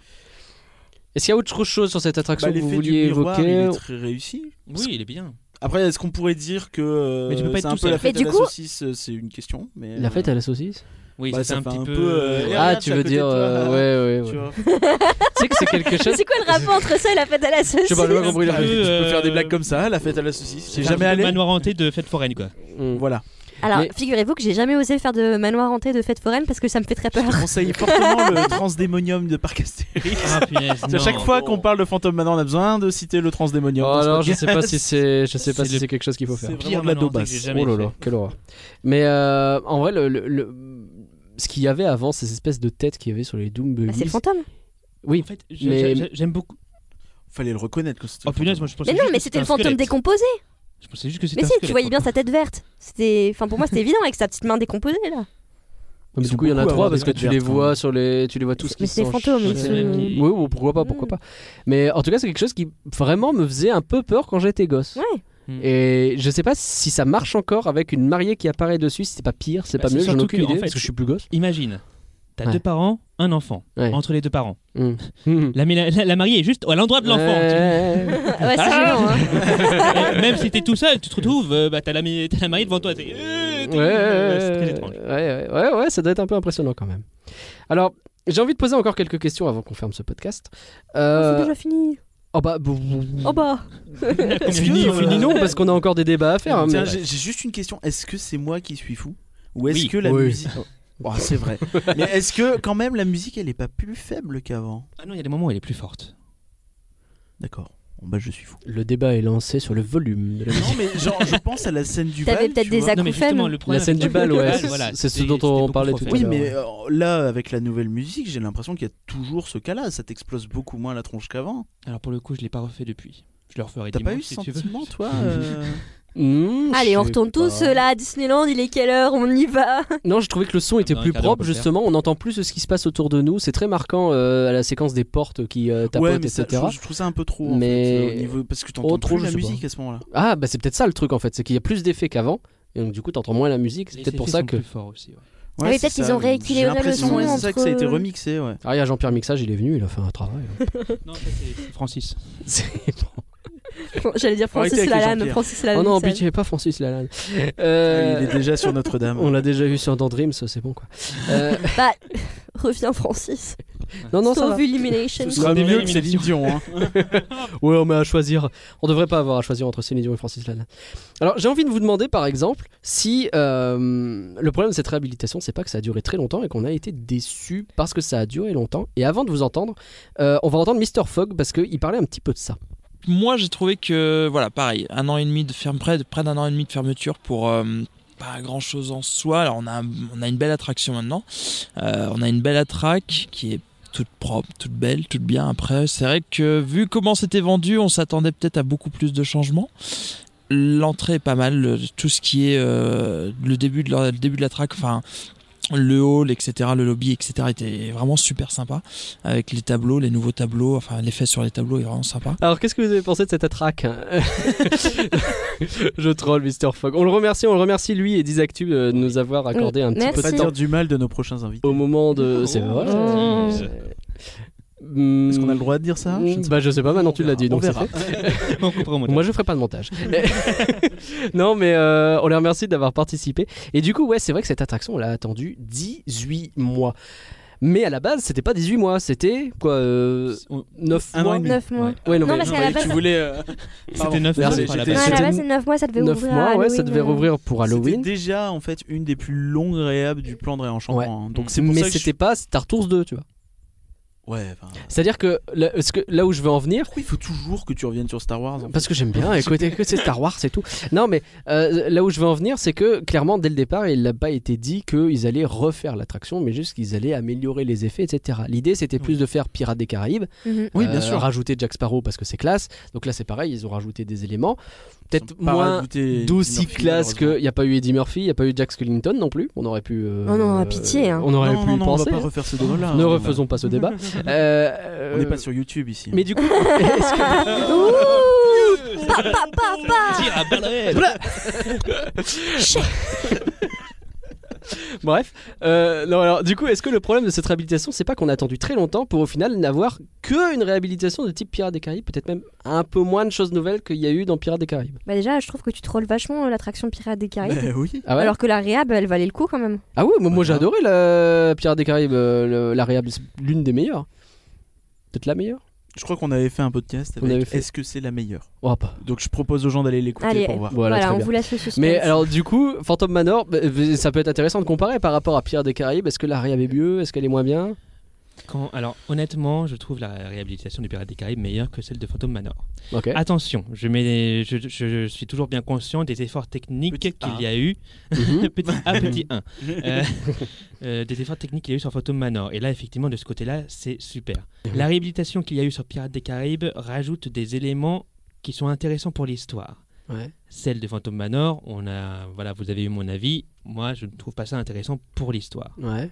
S2: Est-ce qu'il y a autre chose sur cette attraction
S5: Bah,
S2: que vous
S5: l'effet du
S2: vouliez
S5: miroir, il
S2: évoquer
S5: est très réussi.
S4: oui il est bien
S5: Après, est-ce qu'on pourrait dire que euh,
S4: Mais tu peux pas être
S5: c'est un
S4: tout
S5: peu
S4: seul.
S5: la fête
S1: Mais du
S5: à
S1: coup-
S5: la saucisse euh, C'est une question. Mais euh,
S2: La fête à la saucisse
S4: oui
S5: Bah,
S4: c'est
S5: ça
S4: un
S5: fait
S4: petit
S5: un
S4: peu,
S5: peu, euh,
S4: ouais.
S5: Et
S2: Ah,
S5: regarde,
S2: tu
S5: c'est à
S2: veux
S5: côté de
S2: dire.
S5: toi, hein.
S2: euh, ouais, ouais,
S5: Tu
S2: ouais.
S5: vois.
S2: Tu sais que c'est quelque chose.
S1: C'est quoi le rapport entre ça et la fête à la saucisse
S2: Je sais pas, j'ai pas compris la
S4: Un peu,
S2: fête.
S5: On peut faire des
S4: euh,
S5: blagues comme ça, la fête à la saucisse. J'ai
S4: c'est un peu
S5: jamais
S4: le
S5: allé.
S4: manoir hanté de fête foraine quoi
S2: Mm.
S5: Voilà.
S1: Alors,
S2: Mais-
S1: figurez-vous que j'ai jamais osé faire de manoir hanté de fête foraine parce que ça me fait très
S5: Je
S1: peur.
S5: te conseille fortement le Transdémonium de Parc Astérix.
S4: ah punaise
S5: C'est à chaque fois qu'on parle de fantôme maintenant, on a besoin de citer le Transdémonium.
S2: Oh,
S5: dans ce
S2: alors, je
S5: podcast.
S2: sais pas si c'est, je sais pas
S4: C'est
S2: si
S4: le
S2: c'est quelque chose qu'il faut faire.
S5: C'est
S4: pire
S5: vraiment de la
S4: manoir hanté que j'ai
S5: daubasse.
S4: jamais
S2: Oh là
S4: fait.
S2: là, quelle horreur. Mais euh, en vrai, le, le- le- ce qu'il y avait avant, ces espèces de têtes qu'il y avait sur les Doom
S1: Bah, c'est le fantôme.
S2: Oui,
S4: en fait je-
S2: mais-
S4: je- j'aime beaucoup
S5: Fallait le reconnaître. que c'était
S4: oh
S5: le
S4: punaise
S5: fantôme.
S4: moi je pensais
S1: Mais non,
S4: juste
S1: mais
S4: que
S1: c'était
S4: un
S1: le fantôme
S4: squelette.
S1: décomposé.
S4: je pensais juste que c'était
S1: Mais
S4: un
S1: si, tu
S4: squelette,
S1: voyais bien
S4: quoi.
S1: sa tête verte. C'était, enfin pour moi, c'était évident avec sa petite main décomposée là.
S2: Mais
S5: Ils
S2: du
S5: sont
S2: coup, il y en a
S5: beaucoup à
S2: trois
S5: avoir
S2: parce que
S5: des
S2: tu
S5: vertes,
S2: les
S5: hein.
S2: vois sur les, tu les vois tous
S1: Mais
S2: qui
S1: c'est des
S2: sont
S1: fantômes, ils
S2: ch-
S1: se-
S2: Oui, ou pourquoi pas, pourquoi
S1: Mm.
S2: pas. Mais en tout cas, c'est quelque chose qui vraiment me faisait un peu peur quand j'étais gosse.
S1: Ouais.
S4: Mm.
S2: Et je sais pas si ça marche encore avec une mariée qui apparaît dessus, si c'est pas pire, c'est
S4: Bah,
S2: pas
S4: c'est
S2: mieux, j'en ai
S4: surtout
S2: aucune
S4: que, en
S2: idée
S4: fait,
S2: parce que je suis plus gosse.
S4: imagine t'as
S2: Ouais.
S4: deux parents un enfant
S2: Ouais.
S4: entre les deux parents
S2: Mm. Mm.
S4: la, la, la mariée est juste à l'endroit de l'enfant
S1: Euh,
S4: tu
S2: Ouais.
S4: vois.
S1: Ouais, c'est gênant. Hein.
S4: Et même si t'es tout seul, tu te retrouves, euh, bah, t'as la, mi- t'as la mariée devant toi. t'es, euh, t'es-
S2: Ouais,
S4: ouais, c'est
S2: ouais,
S4: très étrange.
S2: ouais, ouais, ouais, ouais, ça doit être un peu impressionnant quand même. Alors, j'ai envie de poser encore quelques questions avant qu'on ferme ce podcast.
S1: Oh, C'est
S2: Euh,
S1: déjà fini.
S2: oh bah, bou- bou- bou-
S1: Oh bah.
S2: Est-ce que-
S5: euh,
S2: fini non parce qu'on a encore des débats à faire. hein,
S5: Tiens,
S2: mais-
S5: j'ai j'ai juste une question. Est-ce que c'est moi qui suis fou ou est-ce
S4: Oui.
S5: que la
S2: Oui.
S5: musique Oh, C'est vrai. Mais est-ce que quand même la musique elle est pas plus faible qu'avant
S4: Ah non, il y a des moments où elle est plus forte.
S5: D'accord. Bon bah je suis fou.
S2: Le débat est lancé sur le volume de la musique.
S5: Non mais genre je pense à la scène du
S1: T'avais
S5: bal,
S1: peut-être
S5: tu
S1: des
S5: vois.
S1: accords.
S4: Non, mais justement, le problème
S2: La scène
S4: avec
S2: du bal, ouais,
S4: bal,
S2: c'est-
S4: voilà,
S2: c'est ce
S4: c'était-
S2: dont on
S4: c'était
S2: parlait
S4: beaucoup
S2: tout à
S4: trop
S5: Oui
S4: faible.
S5: mais euh, là avec la nouvelle musique j'ai l'impression qu'il y a toujours ce cas-là. Ça t'explose beaucoup moins la tronche qu'avant.
S4: Alors pour le coup, je l'ai pas refait depuis. Je le referai
S5: T'as
S4: dimanche
S5: pas eu ce
S4: si tu veux.
S5: sentiment toi euh,
S2: Mmh,
S1: Allez, on
S2: je sais
S1: retourne tous
S2: pas.
S1: euh, là à Disneyland. Il est quelle heure On y va.
S2: Non, je trouvais que le son était
S4: dans un
S2: plus
S4: quart d'heure, on
S2: propre
S4: peut le faire.
S2: justement. On entend plus ce qui se passe autour de nous. C'est très marquant euh, à la séquence des portes qui euh, tapotent,
S5: Ouais mais ça-
S2: etc.
S5: je, trouve- je trouve ça un peu trop. en
S2: Mais-
S5: fait, euh, au niveau- parce que
S2: Oh,
S5: t'entends
S2: trop,
S5: trop la
S2: je sais pas.
S5: musique à ce moment-là.
S2: Ah bah c'est peut-être ça le truc en fait, c'est qu'il y a plus d'effets qu'avant. Et donc du coup t'entends moins la musique, c'est
S4: Les
S2: peut-être pour
S4: effets
S2: ça
S4: sont
S2: que...
S4: plus forts aussi. ouais.
S1: Ah oui,
S5: c'est
S1: peut-être qu'ils
S5: ça.
S1: ont rééquilibré le
S5: J'ai l'impression,
S1: son
S5: ouais, C'est ça que ça a
S1: entre-
S5: été remixé ouais.
S2: Ah il y a Jean-Pierre Mixage, il est venu, il a fait un travail.
S4: Non, ça, c'est Francis.
S2: C'est bon.
S1: Bon, J'allais dire Francis
S5: Arrêtez avec les
S1: Lalanne.
S5: Jean-Pierre.
S1: Francis Lalanne.
S2: Oh non,
S1: Ah ça-
S2: pitié, pas Francis Lalanne. Euh,
S5: Il est déjà sur Notre-Dame.
S2: on l'a déjà vu sur Dans Dreams, c'est bon quoi. Euh,
S1: Bah, reviens Francis.
S2: non, non, ça va.
S1: Sauve Illumination.
S5: Ce sera
S4: Des
S5: mieux
S4: belles
S5: que Céline Dion. hein.
S2: Ouais, on met à choisir. On devrait pas avoir à choisir entre Céline Dion et Francis Lalanne. Alors, j'ai envie de vous demander, par exemple, si euh, le problème de cette réhabilitation, c'est pas que ça a duré très longtemps et qu'on a été déçu parce que ça a duré longtemps. Et avant de vous entendre, euh, on va entendre Mr. Fogg parce qu'il parlait un petit peu de ça.
S7: moi j'ai trouvé que voilà pareil un an et demi de ferme près, de- près d'un an et demi de fermeture pour euh, pas grand chose en soi alors on a on a une belle attraction maintenant Euh, on a une belle attraque qui est toute propre, toute belle, toute bien. Après, c'est vrai que vu comment c'était vendu, on s'attendait peut-être à beaucoup plus de changements. L'entrée est pas mal, le- tout ce qui est euh, le début de la, le début de la track, enfin le hall, etc., le lobby, etc., était vraiment super sympa avec les tableaux, les nouveaux tableaux, enfin l'effet sur les tableaux est vraiment sympa.
S2: Alors, qu'est-ce que vous avez pensé de cette attraque hein Je troll Mr. Fogg. On le remercie, on le remercie lui et Disactu de nous avoir accordé un petit
S5: Faut pas
S2: peu de
S1: Merci.
S5: dire
S2: temps
S5: du mal de nos prochains invités.
S2: au moment de. C'est vrai.
S1: Oh.
S2: Hum,
S5: Est-ce qu'on a le droit de dire ça Je ne sais
S2: bah, je sais pas, maintenant
S5: On
S2: tu l'as
S5: verra,
S2: dit,
S5: on
S2: donc c'est
S5: verra.
S2: fait.
S4: On comprend moi.
S2: Moi, je ferai pas de montage. Mais- non, mais euh, on les remercie d'avoir participé. Et du coup, ouais, c'est vrai que cette attraction, on l'a attendue 18 mois. Mais à la base, c'était pas 18 mois, c'était quoi euh, 9
S5: Un an
S2: mois
S5: et demi.
S1: Neuf mois.
S4: Ouais.
S2: Ouais, non,
S1: Non,
S2: mais
S1: parce
S5: Non,
S1: qu'à la
S5: mais
S1: base,
S5: tu
S1: ça-
S5: voulais. euh,
S4: C'était
S5: Pardon.
S4: 9
S2: Merci,
S4: mois.
S5: j'étais-
S4: par la
S2: j'étais-
S1: Non,
S4: base.
S1: à la
S2: c'était
S1: base, c'est 9 mois, ça devait
S2: 9
S1: ouvrir. à
S2: mois, ouais, ça
S1: Halloween,
S2: devait
S1: euh.
S2: rouvrir pour Halloween.
S5: C'était déjà en fait une des plus longues réhab du plan de réenchantement. hein. Donc c'est pour
S2: mais
S5: ça que je
S2: c'était pas Star Tours 2, tu vois.
S5: suis- Ouais, enfin.
S2: C'est-à-dire que là, ce que là où je veux en venir,
S5: Pourquoi il faut toujours que tu reviennes sur Star Wars hein? en fait
S2: Parce que j'aime bien, écoutez, que c'est Star Wars, c'est tout. Non, mais euh, là où je veux en venir, c'est que clairement, dès le départ, il n'a pas été dit qu'ils allaient refaire l'attraction, mais juste qu'ils allaient améliorer les effets, etc. L'idée, c'était plus de faire Pirates des Caraïbes,
S1: Mhm.
S5: Oui, bien
S2: euh,
S5: sûr.
S2: rajouter Jack Sparrow parce que c'est classe. Donc là, c'est pareil, ils ont rajouté des éléments. Peut-être
S5: Pas
S2: moins
S5: rajouter
S2: d'aussi
S5: Eddie Murphy,
S2: classe
S5: malheureusement.
S2: qu'il n'y a pas eu Eddie Murphy, il n'y a pas eu Jack Skellington non plus. On aurait pu. euh,
S1: Oh non, à pitié, hein.
S2: On aurait
S5: non,
S2: pu
S5: non,
S2: y
S5: non,
S2: penser.
S5: on va pas refaire ce débat-là.
S2: ne
S5: hein.
S2: refaisons pas ce débat. Euh,
S5: On n'est pas sur YouTube ici. hein.
S2: Mais du coup, est-ce que.
S1: Ouh Pa, pa, pa, pa.
S4: Tire à balles réelles.
S2: Bref, euh, non, alors, du coup, est-ce que le problème de cette réhabilitation, c'est pas qu'on a attendu très longtemps pour au final n'avoir que une réhabilitation de type Pirates des Caraïbes, peut-être même un peu moins de choses nouvelles qu'il y a eu dans Pirates des Caraïbes
S1: Bah déjà, je trouve que tu trolles vachement euh, l'attraction Pirates des Caraïbes.
S5: Ben oui.
S2: Ah ouais
S1: Alors que la réhab, elle valait le coup quand même.
S2: Ah oui, moi, moi, j'ai adoré la Pirates des Caraïbes, euh, le- la réhab, c'est l'une des meilleures. Peut-être la meilleure
S5: Je crois qu'on avait fait un podcast
S2: On avait
S5: avec
S2: fait.
S5: Est-ce que c'est la meilleure
S2: Oh, pas.
S5: Donc je propose aux gens d'aller l'écouter
S1: Allez.
S5: pour voir.
S2: Voilà, très
S1: on
S2: bien.
S1: vous laisse le suspense.
S2: Mais alors du coup, Phantom Manor, bah, euh, ça peut être intéressant de comparer par rapport à Pirates des Caraïbes. Est-ce que la réhab est mieux Est-ce qu'elle est moins bien
S4: Quand- alors, honnêtement, je trouve la réhabilitation du Pirate des Caraïbes meilleure que celle de Phantom Manor.
S2: Ok.
S4: Attention, je, mets- je- je- je suis toujours bien conscient des efforts techniques
S5: Petit A.
S4: qu'il y a eu.
S2: Mhm.
S4: petit A, petit 1. Hein Euh,
S2: Euh,
S4: des efforts techniques qu'il y a eu sur Phantom Manor. Et là, effectivement, de ce côté-là, c'est super. La réhabilitation qu'il y a eu sur Pirates des Caraïbes rajoute des éléments qui sont intéressants pour l'histoire.
S2: Ouais.
S4: Celle de Phantom Manor, on a, voilà, vous avez eu mon avis. Moi, je ne trouve pas ça intéressant pour l'histoire.
S2: Ouais.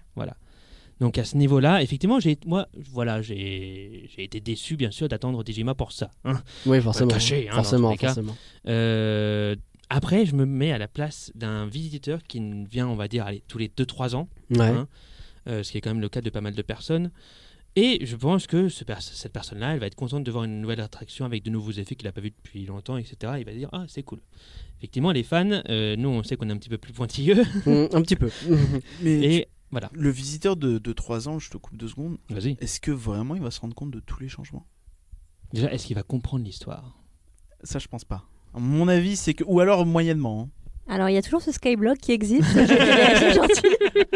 S4: Donc à ce niveau-là, effectivement, j'ai, moi, voilà, j'ai, j'ai été déçu, bien sûr, d'attendre Digima pour ça. hein.
S2: Oui, forcément.
S4: cacher, hein, dans
S2: forcément,
S4: tous les cas.
S2: forcément.
S4: Euh, après, je me mets à la place d'un visiteur qui ne vient, on va dire, allez, tous les 2-3 ans,
S2: Ouais.
S4: Hein. euh, ce qui est quand même le cas de pas mal de personnes. Et je pense que ce pers- cette personne-là, elle va être contente de voir une nouvelle attraction avec de nouveaux effets qu'il n'a pas vu depuis longtemps, etc. Il va dire Ah, c'est cool. Effectivement, les fans, euh, nous, on sait qu'on est un petit peu plus pointilleux.
S2: Mm, un petit peu.
S5: Mais
S4: Et voilà.
S5: le visiteur de, de 3 ans, je te coupe deux secondes,
S4: Vas-y.
S5: est-ce que vraiment il va se rendre compte de tous les changements
S4: Déjà, est-ce qu'il va comprendre l'histoire
S5: Ça, je pense pas. À mon avis, c'est que. Ou alors moyennement. hein.
S1: Alors, il y a toujours ce Skyblock qui existe. Je vais vérifier gentiment.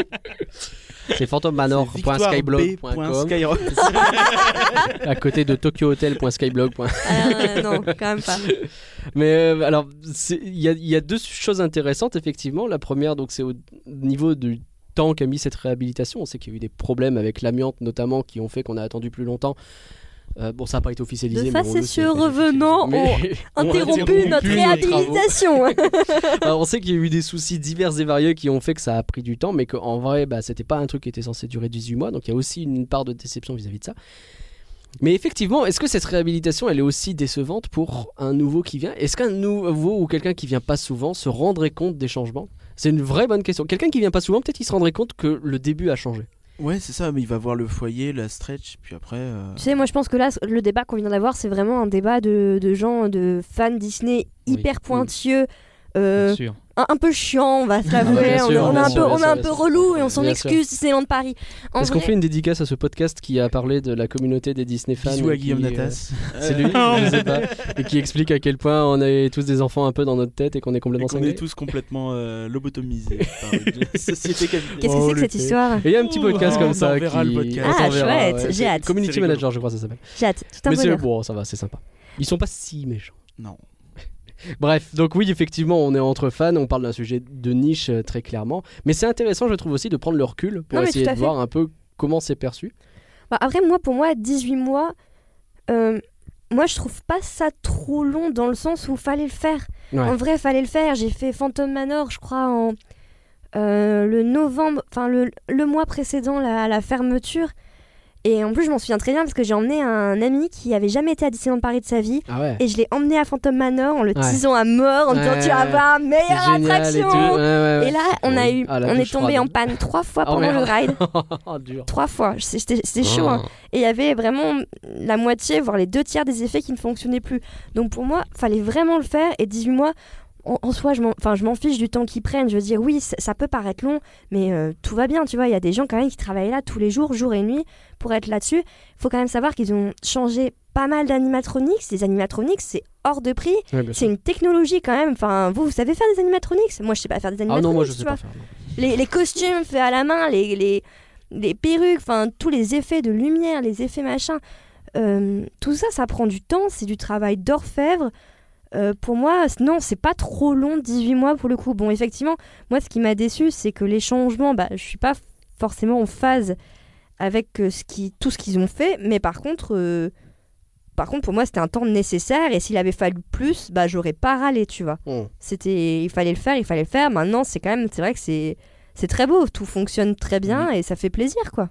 S2: C'est
S5: C'est
S2: phantommanor.skyblog.com
S5: victoireb.skyrock.
S2: à côté de tokyohotel.skyblog.
S1: Ah, non, quand même pas.
S2: Mais euh, alors, c'est- il y a, il y a deux choses intéressantes, effectivement. La première, donc, c'est au niveau du temps qu'a mis cette réhabilitation. On sait qu'il y a eu des problèmes avec l'amiante, notamment, qui ont fait qu'on a attendu plus longtemps. Euh, bon, ça n'a pas été officialisé.
S1: De
S2: mais on
S1: face et
S2: le sait.
S1: sur revenant,
S2: Mais- on a
S1: Interrompu notre
S2: les travaux.
S1: réhabilitation.
S2: Alors, Bah, on sait qu'il y a eu des soucis divers et variés qui ont fait que ça a pris du temps, mais qu'en vrai, bah, c'était pas un truc qui était censé durer 18 mois, donc il y a aussi une part de déception vis-à-vis de ça. Mais effectivement, est-ce que cette réhabilitation, elle est aussi décevante pour un nouveau qui vient Est-ce qu'un nouveau ou quelqu'un qui vient pas souvent se rendrait compte des changements C'est une vraie bonne question. Quelqu'un qui vient pas souvent, peut-être qu'il se rendrait compte que le début a changé.
S5: Ouais, c'est ça, mais il va voir le foyer, la stretch, puis après. euh,
S1: Tu sais, moi je pense que là, le débat qu'on vient d'avoir, c'est vraiment un débat de, de gens, de fans Disney
S4: Oui.
S1: hyper pointilleux. euh,
S4: Bien sûr.
S1: un, un peu chiant, on va se
S2: Ah bien
S1: l'avouer.
S2: sûr,
S1: on est- on est
S2: bien
S1: un
S2: sûr,
S1: peu,
S2: bien
S1: on est
S2: sûr,
S1: un
S2: bien
S1: peu
S2: sûr.
S1: relou et on s'en
S2: Bien
S1: excuse, Disneyland Paris. En
S2: Est-ce qu'on
S1: vrai-
S2: fait une dédicace à ce podcast qui a parlé de la communauté des Disney fans
S5: Bisous
S2: et
S5: à
S2: qui,
S5: Guillaume
S2: euh,
S5: Natas.
S2: C'est lui, je sais pas. Et qui explique à quel point on est tous des enfants un peu dans notre tête et qu'on est
S5: Et
S2: complètement
S5: qu'on
S2: cinglés.
S5: est tous complètement euh, lobotomisés par la
S1: Qu'est-ce
S5: société capitaliste.
S1: que c'est que
S2: Oh,
S1: cette histoire
S2: Et il y a un petit podcast
S5: Oh,
S2: comme
S5: on
S2: ça
S5: en verra
S2: qui...
S5: le podcast.
S1: Ah,
S2: on verra,
S1: chouette, j'ai
S2: C'est
S1: hâte.
S2: Community
S5: C'est rigolo.
S2: Manager, je crois que ça s'appelle.
S1: J'ai hâte, tout un
S2: Mais c'est
S1: bonheur.
S2: bon, ça va, c'est sympa. Ils sont pas si méchants.
S5: Non.
S2: Bref, donc oui, effectivement, on est entre fans, on parle d'un sujet de niche euh, très clairement, mais c'est intéressant, je trouve aussi, de prendre le recul pour
S1: Non, mais
S2: essayer
S1: tout à
S2: de
S1: fait.
S2: voir un peu comment c'est perçu.
S1: Bah, après, moi, pour moi, 18 mois, euh, moi, je trouve pas ça trop long dans le sens où fallait le faire.
S2: Ouais.
S1: En vrai, fallait le faire. J'ai fait Phantom Manor, je crois, en euh, le novembre, enfin le, le mois précédent la, la fermeture. Et en plus, je m'en souviens très bien parce que j'ai emmené un ami qui avait jamais été à Disneyland Paris de sa vie.
S2: Ah ouais.
S1: Et je l'ai emmené à Phantom Manor en le
S2: Ouais.
S1: teasant à mort, en disant
S2: Ouais,
S1: tu vas
S2: ouais.
S1: avoir une
S2: C'est
S1: meilleure
S2: génial et tout.
S1: attraction.
S2: Ouais, ouais,
S1: Et là, on a
S2: Oui.
S1: eu,
S2: Ah, la
S1: on est
S2: douche
S1: tombé
S2: froide.
S1: en panne trois fois
S2: Oh,
S1: pendant le
S2: merde.
S1: ride.
S2: ouais. Oh, dur.
S1: Trois fois, C'est- c'était c'était chaud. hein. Et il y avait vraiment la moitié, voire les deux tiers des effets qui ne fonctionnaient plus. Donc pour moi, fallait vraiment le faire. Et 18 mois, en, en soi, je m'en enfin, je m'en fiche du temps qu'ils prennent. Je veux dire, oui, ça, ça peut paraître long, mais euh, tout va bien, tu vois. Il y a des gens quand même qui travaillent là tous les jours, jour et nuit, pour être là-dessus. Il faut quand même savoir qu'ils ont changé pas mal d'animatronics. Les animatronics, c'est hors de prix.
S2: Ouais, bien sûr.
S1: C'est une technologie quand même. Enfin, vous, vous savez faire des animatronics Moi, je sais pas faire des
S2: Ah
S1: animatronics.
S2: non, moi je
S1: tu
S2: sais
S1: vois.
S2: pas faire. non.
S1: Les, les costumes faits à la main, les, les, les perruques, enfin tous les effets de lumière, les effets machin. Euh, tout ça, ça prend du temps, c'est du travail d'orfèvre. Euh, pour moi, c- non, c'est pas trop long, 18 mois pour le coup. Bon, effectivement, moi, ce qui m'a déçu, c'est que les changements, bah, je suis pas forcément en phase avec euh, ce qui, tout ce qu'ils ont fait, mais par contre, euh, par contre, pour moi, c'était un temps nécessaire, et s'il avait fallu plus, bah, j'aurais pas râlé, tu vois.
S2: Mm.
S1: C'était, il fallait le faire, il fallait le faire. Maintenant, c'est quand même, c'est vrai que c'est, c'est très beau, tout fonctionne très bien, et ça fait plaisir, quoi.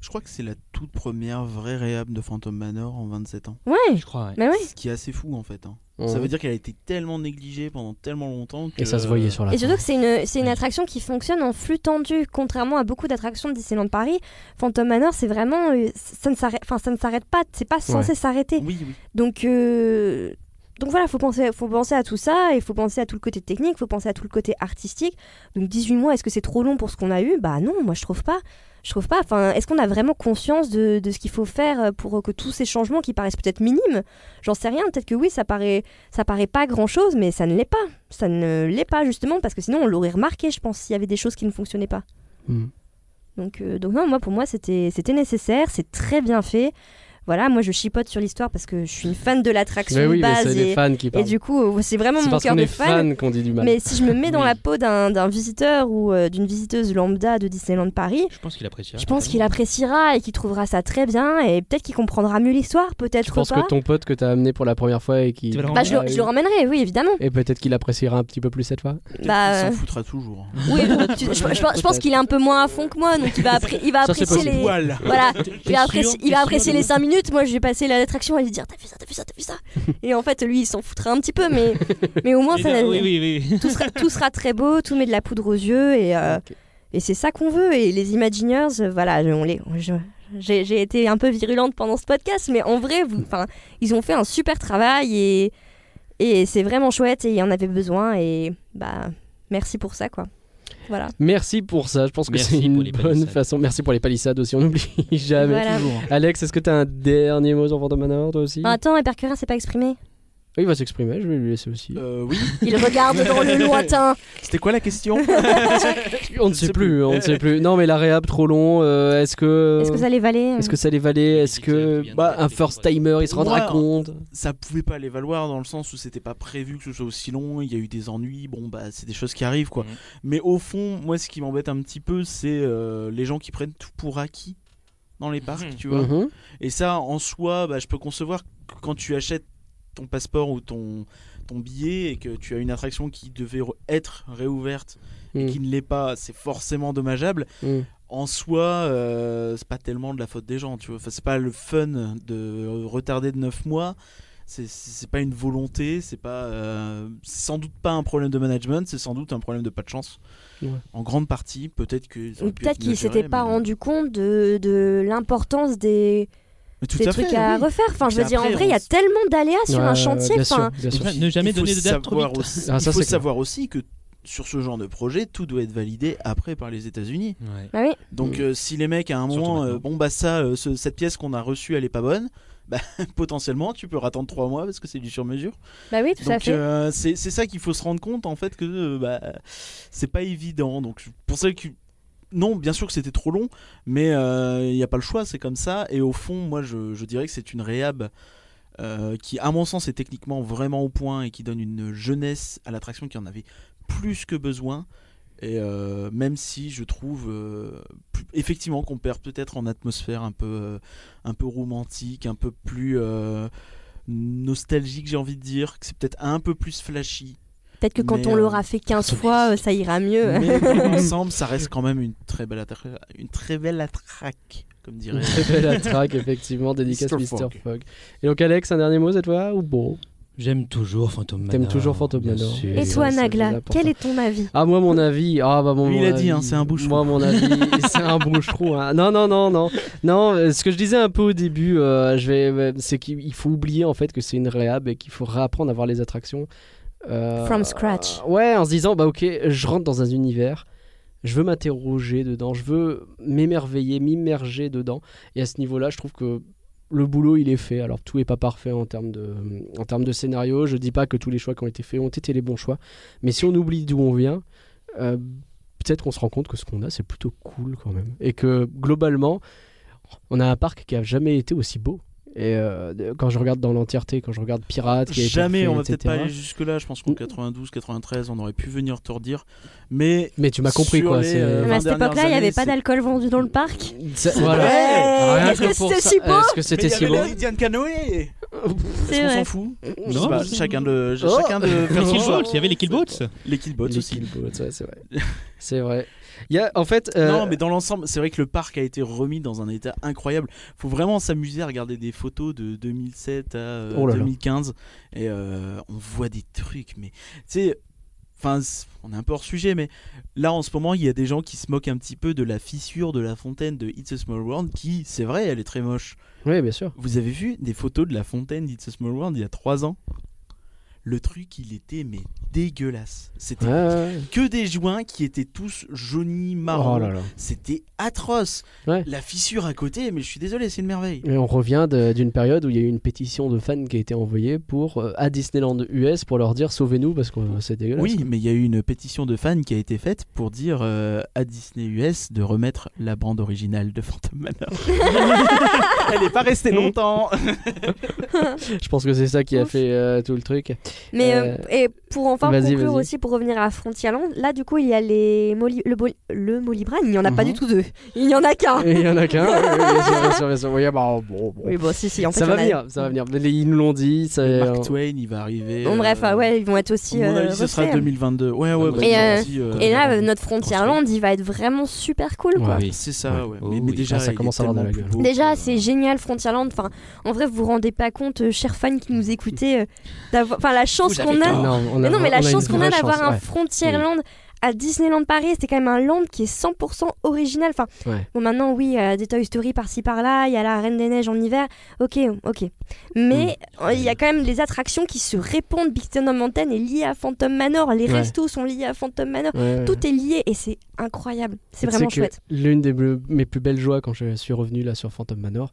S5: Je crois que c'est la toute première vraie réhab de Phantom Manor en 27 ans.
S1: Ouais,
S4: Je crois, ouais.
S1: mais ouais.
S5: Ce qui est assez fou en fait. hein.
S2: Ouais.
S5: Ça veut dire qu'elle a été tellement négligée pendant tellement longtemps que.
S2: Et ça se voyait sur la
S1: Et
S2: fin.
S1: surtout que c'est une, c'est une attraction qui fonctionne en flux tendu, contrairement à beaucoup d'attractions de Disneyland Paris. Phantom Manor, c'est vraiment. euh, Ça ne s'arrête, enfin, ça ne s'arrête pas, c'est pas censé s'arrêter.
S5: Oui, oui.
S1: Donc, euh, donc voilà, faut penser, faut penser à tout ça, il faut penser à tout le côté technique, faut penser à tout le côté artistique. Donc 18 mois, est-ce que c'est trop long pour ce qu'on a eu Bah non, moi je trouve pas. Je trouve pas. Enfin, est-ce qu'on a vraiment conscience de, de ce qu'il faut faire euh, pour que tous ces changements qui paraissent peut-être minimes, j'en sais rien, peut-être que oui, ça paraît, ça paraît pas grand-chose, mais ça ne l'est pas. Ça ne l'est pas justement parce que sinon on l'aurait remarqué, je pense, s'il y avait des choses qui ne fonctionnaient pas.
S2: Hmm.
S1: Donc, euh, donc non, moi pour moi c'était c'était nécessaire, c'est très bien fait. Voilà, moi je chipote sur l'histoire parce que je suis une fan de l'attraction
S2: Mais
S1: de
S2: oui, mais
S1: base
S2: c'est les
S1: et,
S2: fans qui
S1: et
S2: parlent.
S1: du coup euh, c'est vraiment
S2: C'est
S1: mon
S2: parce
S1: cœur
S2: qu'on
S1: de
S2: est
S1: fan.
S2: fan bah. qu'on dit du mal.
S1: Mais si je me mets dans
S4: Oui.
S1: la peau d'un d'un visiteur ou euh, d'une visiteuse lambda de Disneyland Paris,
S4: Je pense qu'il apprécie.
S1: je pense qu'il appréciera et qu'il trouvera ça très bien et peut-être qu'il comprendra mieux l'histoire,
S2: Je
S1: peut-être
S2: pense
S1: pas.
S2: que ton pote que t'as amené pour la première fois et qui.
S4: Tu vas le
S1: Bah, je, le, je le ramènerai, oui, évidemment.
S2: Et peut-être qu'il appréciera un petit peu plus cette fois.
S1: Bah,
S2: euh.
S5: Il s'en foutra toujours.
S1: Oui, tu- je, je- je pense qu'il est un peu moins à fond que moi, donc il va, appré- il va
S2: Ça, c'est
S1: apprécier
S2: possible.
S1: les.
S5: Voilà.
S1: Voilà,
S4: T'es
S1: il va
S4: sûr
S1: apprécier, il
S4: T'es
S1: va
S4: sûr
S1: apprécier
S4: de-
S1: les 5 minutes. Moi, je vais passer la l'attraction et lui dire T'as vu ça, t'as vu ça, t'as vu ça. et en fait, lui, il s'en foutra un petit peu, mais, mais au moins, ça,
S4: Oui, oui, oui.
S1: tout, sera, tout sera très beau, tout met de la poudre aux yeux et, euh,
S2: Ok.
S1: et c'est ça qu'on veut. Et les Imagineers, euh, voilà, on les. on- je- j'ai j'ai été un peu virulente pendant ce podcast, mais en vrai, vous, 'fin, ils ont fait un super travail et, et c'est vraiment chouette et il y en avait besoin. Et bah, merci pour ça, quoi. Voilà.
S2: Merci pour ça. Je pense que
S4: Merci
S2: c'est
S4: pour
S2: une
S4: les
S2: bonne
S4: palissades.
S2: façon. Merci pour les palissades aussi. On n'oublie jamais.
S1: Voilà.
S2: Alex, est-ce que t'as un dernier mot sur Phantom Manor toi aussi
S1: Ah, Attends, Hypercurin s'est pas exprimé.
S2: Oui, Il va s'exprimer. Je vais lui laisser aussi.
S5: Euh, oui.
S1: Il regarde dans le lointain.
S5: C'était quoi la question
S2: on ne
S5: je
S2: sait plus.
S5: sais plus.
S2: On ne sait plus. Non, mais la réhab trop long. euh, est-ce que. euh,
S1: Est-ce que ça les valait
S2: Est-ce que ça les valait Est-ce que bah, un first timer il se rendra
S5: Ouais.
S2: compte
S5: Ça pouvait pas les valoir dans le sens où c'était pas prévu que ce soit aussi long. Il y a eu des ennuis. Bon bah c'est des choses qui arrivent quoi.
S7: Mhm.
S5: Mais au fond, moi ce qui m'embête un petit peu, c'est euh, les gens qui prennent tout pour acquis dans les parcs,
S7: Mhm.
S5: tu vois.
S2: Mhm.
S5: Et ça, en soi, bah, je peux concevoir que quand tu achètes ton passeport ou ton, ton billet et que tu as une attraction qui devait re- être réouverte et
S2: Mm.
S5: qui ne l'est pas, c'est forcément dommageable.
S2: Mm.
S5: En soi, euh, c'est pas tellement de la faute des gens, tu vois. Enfin, c'est pas le fun de retarder de 9 mois. C'est- C'est c'est pas une volonté, c'est pas, euh, c'est sans doute pas un problème de management, c'est sans doute un problème de pas de chance.
S2: Ouais.
S5: En grande partie, peut-être que ça
S1: Ou
S5: aurait pu
S1: peut-être
S5: être
S1: qu'ils
S5: mieux
S1: s'étaient
S5: géré,
S1: pas
S5: mais-
S1: rendus compte de, de l'importance des,
S5: euh, Mais tout
S1: des
S5: à
S1: trucs
S5: fait,
S1: à
S5: oui.
S1: refaire. Enfin, je veux
S5: Puis
S1: dire, en
S5: après,
S1: vrai, il y a
S5: on s-
S1: tellement d'aléas sur
S2: Ouais,
S1: un
S2: ouais,
S1: chantier.
S2: bien
S1: Enfin,
S2: sûr, bien sûr.
S4: Enfin, ne jamais
S5: Il faut
S4: donner de date trop
S5: savoir
S4: vite.
S5: aussi-
S2: Ah, ça,
S5: il faut
S2: c'est
S5: savoir aussi que sur ce genre de projet, tout doit être validé après par les États-Unis.
S4: Ouais.
S1: bah oui.
S5: Donc euh, si les mecs à un
S4: Surtout
S5: moment, euh,
S4: maintenant.
S5: bon bah ça, euh, ce- cette pièce qu'on a reçue, elle est pas bonne. Bah, potentiellement, tu peux rattendre trois mois parce que c'est du sur mesure.
S1: Bah oui, tout à
S5: Donc
S1: fait.
S5: euh, c'est c'est ça qu'il faut se rendre compte en fait que euh, bah, c'est pas évident. Donc je- pour celles qui non, bien sûr que c'était trop long, mais euh, il n'y a pas le choix, c'est comme ça. Et au fond, moi, je, je dirais que c'est une réhab euh, qui, à mon sens, est techniquement vraiment au point et qui donne une jeunesse à l'attraction qui en avait plus que besoin. Et euh, même si je trouve euh, plus- effectivement qu'on perd peut-être en atmosphère un peu, euh, un peu romantique, un peu plus euh, nostalgique, j'ai envie de dire, que c'est peut-être un peu plus flashy.
S1: Peut-être que quand
S5: mais,
S1: on
S5: euh,
S1: l'aura fait 15 fois, euh, ça ira mieux.
S5: Mais dans l'ensemble, ça reste quand même une très belle, attra- une très belle attraque, comme dirait.
S2: Très belle track, effectivement, dédicace
S5: Mr.
S2: Mr.
S5: Fogg.
S2: Fogg. Et donc, Alex, un dernier mot cette fois Ou bon
S4: J'aime toujours Phantom Manor.
S2: T'aimes toujours Phantom
S4: bien
S2: Manor.
S4: sûr.
S1: Et toi,
S2: c'est
S1: Nagla,
S2: déjà pour
S1: quel
S2: ça.
S1: est ton avis
S2: Ah, moi, mon avis. Ah, bah, mon,
S5: Lui, il
S2: mon
S5: a dit,
S2: avis-
S5: hein, c'est un bouche-trou.
S2: Moi, mon avis, c'est un bouche-trou. hein. Non, non, non, non. Non, euh, ce que je disais un peu au début, euh, je vais, euh, c'est qu'il il faut oublier en fait que c'est une réhab et qu'il faut réapprendre à voir les attractions. euh,
S1: From scratch.
S2: euh, ouais, en se disant, bah, ok, je rentre dans un univers. Je veux m'interroger dedans, je veux m'émerveiller, m'immerger dedans. Et à ce niveau-là, je trouve que le boulot, il est fait. Alors, tout n'est pas parfait en termes, de, en termes de scénario. Je dis pas que tous les choix qui ont été faits ont été les bons choix. Mais si on oublie d'où on vient, euh, peut-être qu'on se rend compte que ce qu'on a, c'est plutôt cool quand même. Et que globalement, on a un parc qui a jamais été aussi beau. Et euh, quand je regarde dans l'entièreté, quand je regarde Pirates, qui a été
S5: Jamais,
S2: refait,
S5: on va peut-être pas
S2: etc.,
S5: aller jusque-là. Je pense qu'en 92, 93, on aurait pu venir te redire. Mais
S2: Mais tu m'as compris
S5: Sur
S2: quoi.
S5: les,
S2: c'est-
S5: euh,
S1: Mais à cette
S5: 20
S1: époque-là, il n'y
S5: dernières
S1: avait pas
S5: années,
S1: d'alcool vendu dans le parc.
S2: Ça- voilà.
S1: Ouais.
S2: Rien
S1: Est-ce que
S2: pour
S1: c'était
S2: ça-
S1: si beau
S2: Est-ce que c'était si beau
S5: Diane Canoë
S1: C'est
S5: On
S1: vrai.
S5: s'en fout.
S2: Non,
S5: Je sais pas,
S2: mais c'est-
S5: chacun de.
S2: Oh.
S5: Chacun de
S4: Les
S5: faire son choix.
S4: Killbots, il y avait les Killbots.
S5: Les Killbots
S2: Les
S5: aussi.
S2: Killbots, ouais, c'est vrai. c'est vrai. Il y a, en fait, euh,
S5: Non, mais dans l'ensemble, c'est vrai que le parc a été remis dans un état incroyable. Faut vraiment s'amuser à regarder des photos de 2007 à euh,
S2: Oh là là.
S5: 2015 et euh, on voit des trucs. Mais tu sais, enfin, c- on est un peu hors sujet, mais là en ce moment, il y a des gens qui se moquent un petit peu de la fissure de la fontaine de It's a Small World, qui, c'est vrai, elle est très moche.
S2: oui, bien sûr.
S5: Vous avez vu des photos de la fontaine d'It's a Small World il y a 3 ans Le truc, il était mais dégueulasse. C'était
S2: Ouais, ouais.
S5: que des joints qui étaient tous jaunis, marrons.
S2: Oh là là.
S5: C'était atroce.
S2: Ouais.
S5: La fissure à côté, mais je suis désolé, c'est une merveille.
S2: Et on revient de- d'une période où il y a eu une pétition de fans qui a été envoyée pour euh, à Disneyland US pour leur dire sauvez-nous parce que euh, c'est dégueulasse.
S5: Oui, mais il y a eu une pétition de fans qui a été faite pour dire euh, à Disney US de remettre la bande originale de Phantom Manor. Elle n'est pas restée
S2: Mm.
S5: longtemps.
S2: Je pense que c'est ça qui a
S1: Ouf.
S2: fait euh, tout le truc.
S1: Mais
S2: Euh,
S1: euh, et pour enfin
S2: vas-y,
S1: conclure
S2: vas-y.
S1: aussi, pour revenir à Frontierland, là du coup il y a les Molly- le, Bol- le Molybran, il n'y en a pas
S2: Mhm.
S1: du tout deux, il n'y en a qu'un.
S2: Et il y en a qu'un. oui, oui, bien sûr, bien sûr, bien sûr. Oui, bah, bon, bon.
S1: Oui bon si si en fait
S2: ça
S1: il y en
S2: va
S1: a-
S2: venir, ça va venir. Mais les- ils nous l'ont dit. euh, Ça,
S5: Mark Twain, il va arriver.
S1: Bon, bref,
S5: euh,
S1: ah ouais, ils vont être aussi.
S5: à mon
S1: euh,
S5: avis, ce sera
S1: refaits.
S5: 2022. Ouais, ouais. bah,
S2: Et,
S5: ils
S1: euh,
S5: ont dit, euh,
S1: Et là, euh, notre Frontierland, il va être vraiment super cool, quoi.
S4: Oui.
S5: c'est ça, ouais.
S4: Oh
S5: mais, mais
S4: oui.
S5: déjà,
S2: Ah, ça
S5: il est
S2: commence à avoir de la
S5: tellement
S2: gueule.
S5: plus euh, beau
S1: Déjà,
S5: que-
S1: c'est génial Frontierland. Enfin, en vrai, vous vous rendez pas compte, euh, chers fans qui nous écoutez, euh, d'avoir, enfin, la chance
S7: Vous
S1: qu'on
S7: avez
S1: a.
S7: tort.
S2: Non, on
S1: Mais
S2: a,
S1: non, mais la
S2: on
S1: chance
S2: une
S1: qu'on a
S2: vraie
S1: d'avoir
S2: chance,
S1: un
S2: ouais. Mm.
S1: Frontierland à Disneyland Paris, c'était quand même un land qui est 100% original. Enfin,
S2: Ouais.
S1: bon, maintenant, oui, il y a des Toy Story par-ci par-là, il y a la Reine des Neiges en hiver. Ok, ok. Mais euh, il y a quand même les attractions qui se répondent. Big Thunder Mountain est lié à Phantom Manor, les
S2: Ouais.
S1: restos sont liés à Phantom Manor.
S2: Ouais, ouais.
S1: Tout est lié et c'est incroyable. C'est
S2: Tu
S1: vraiment
S2: sais que
S1: chouette.
S2: L'une des bleu- mes plus belles joies quand je suis revenu là sur Phantom Manor,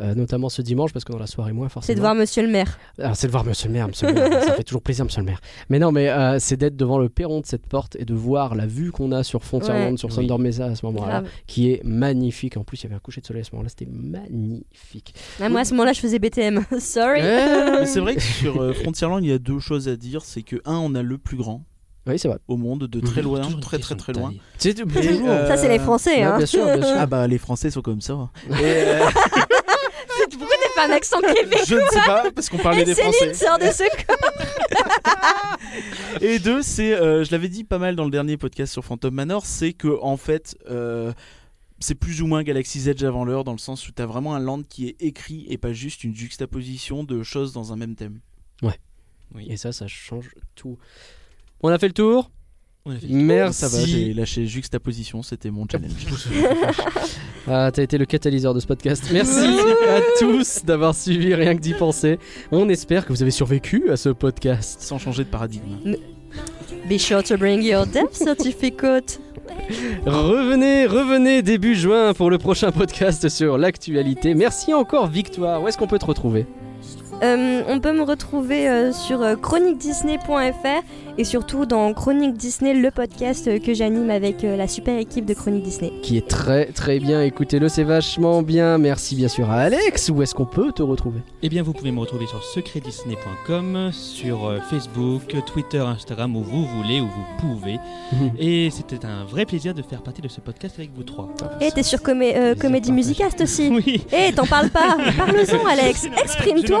S2: euh, notamment ce dimanche, parce que dans la soirée moins forcément.
S1: C'est de voir Monsieur le maire.
S2: Alors, c'est de voir monsieur le maire, monsieur le maire. ça fait toujours plaisir, monsieur le maire. Mais non, mais euh, c'est d'être devant le perron de cette porte et de voir la vue qu'on a sur Frontierland,
S1: Ouais.
S2: sur Thunder Mesa à ce moment-là,
S1: Grave.
S2: qui est magnifique. En plus, il y avait un coucher de soleil à ce moment-là, c'était magnifique.
S1: Ah, moi, à ce moment-là, je faisais BTM. Sorry.
S5: Mais c'est vrai que sur euh, Frontierland, il y a deux choses à dire. C'est que, un, on a le plus grand
S2: Oui, c'est vrai.
S5: au monde,
S2: Mm.
S5: de très loin, très très très loin.
S2: C'est
S5: Et, euh,
S1: Ça, c'est les Français.
S2: Ouais,
S1: hein.
S2: bien sûr, bien sûr.
S5: Ah bah les Français sont comme ça. euh,
S1: Pourquoi t'as fait un accent québécois
S5: Je ne sais pas parce qu'on parlait des Français.
S1: Céline sort de ce corps.
S5: Et deux, c'est, euh, je l'avais dit pas mal dans le dernier podcast sur Phantom Manor, c'est que en fait, euh, c'est plus ou moins Galaxy's Edge avant l'heure dans le sens où t'as vraiment un land qui est écrit et pas juste une juxtaposition de choses dans un même thème.
S2: Ah, Et ça, ça change tout. On a fait le tour.
S4: On a fait
S2: Merci.
S5: Ça va, j'ai lâché juxtaposition, c'était mon challenge.
S2: Ah, t'as été le catalyseur de ce podcast. Merci à tous d'avoir suivi Rien que d'y penser. On espère que vous avez survécu à ce podcast.
S5: Sans changer de paradigme.
S1: Be sure to bring your death certificate.
S2: Revenez, revenez début juin pour le prochain podcast sur l'actualité. Merci encore Victoire. Où est-ce qu'on peut te retrouver
S1: Euh, on peut me retrouver euh, sur euh, chroniquedisney.fr et surtout dans Chronique Disney, le podcast euh, que j'anime avec euh, la super équipe de Chronique Disney.
S2: Qui est très très bien. Écoutez-le, c'est vachement bien. Merci bien sûr à Alex. Où est-ce qu'on peut te retrouver
S4: Eh bien, vous pouvez me retrouver sur secretdisney.com, sur euh, Facebook, Twitter, Instagram, où vous voulez, où vous pouvez. Et c'était un vrai plaisir de faire partie de ce podcast avec vous trois.
S1: Et t'es sur comé- euh,
S4: Plaisir
S1: Comédie
S4: partagé.
S1: Musicast aussi.
S4: Oui.
S1: Eh, t'en parles pas. Parle-en, Alex. Exprime-toi.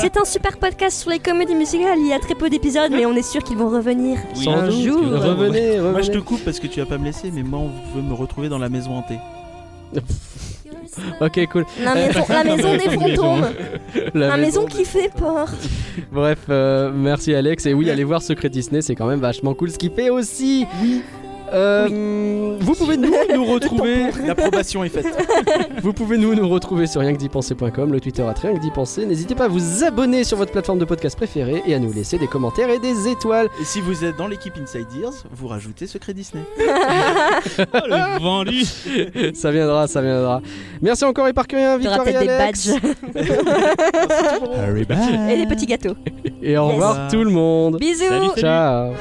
S1: C'est un super podcast sur les comédies musicales. Il y a très peu d'épisodes, mais on est sûr qu'ils vont revenir.
S2: Sans doute.
S1: jour.
S2: Revenez, revenez.
S5: Moi je te coupe parce que tu vas pas me laisser, mais moi on veut me retrouver dans la maison hantée.
S2: Ok, cool.
S1: La maison, la maison des fantômes. La maison qui fait peur.
S2: Bref, euh, merci Alex. Et oui, allez voir Secret Disney, c'est quand même vachement cool ce qu'il fait aussi. Euh, Vous pouvez nous, nous retrouver.
S5: L'approbation est faite.
S2: Vous pouvez nous, nous retrouver sur rienquedipenser.com, le Twitter à rien que d'y penser. N'hésitez pas à vous abonner sur votre plateforme de podcast préférée et à nous laisser des commentaires et des étoiles.
S5: Et si vous êtes dans l'équipe Inside Ears, vous rajoutez Secret Disney.
S4: le vendu.
S2: Ça viendra, ça viendra. Merci encore et par curieux,
S1: Tu auras
S2: Victor et
S1: peut-être des
S2: Alex.
S1: badges et des petits gâteaux.
S2: Et au
S1: Yes.
S2: revoir tout le monde.
S1: Bisous.
S4: Salut.
S2: Ciao.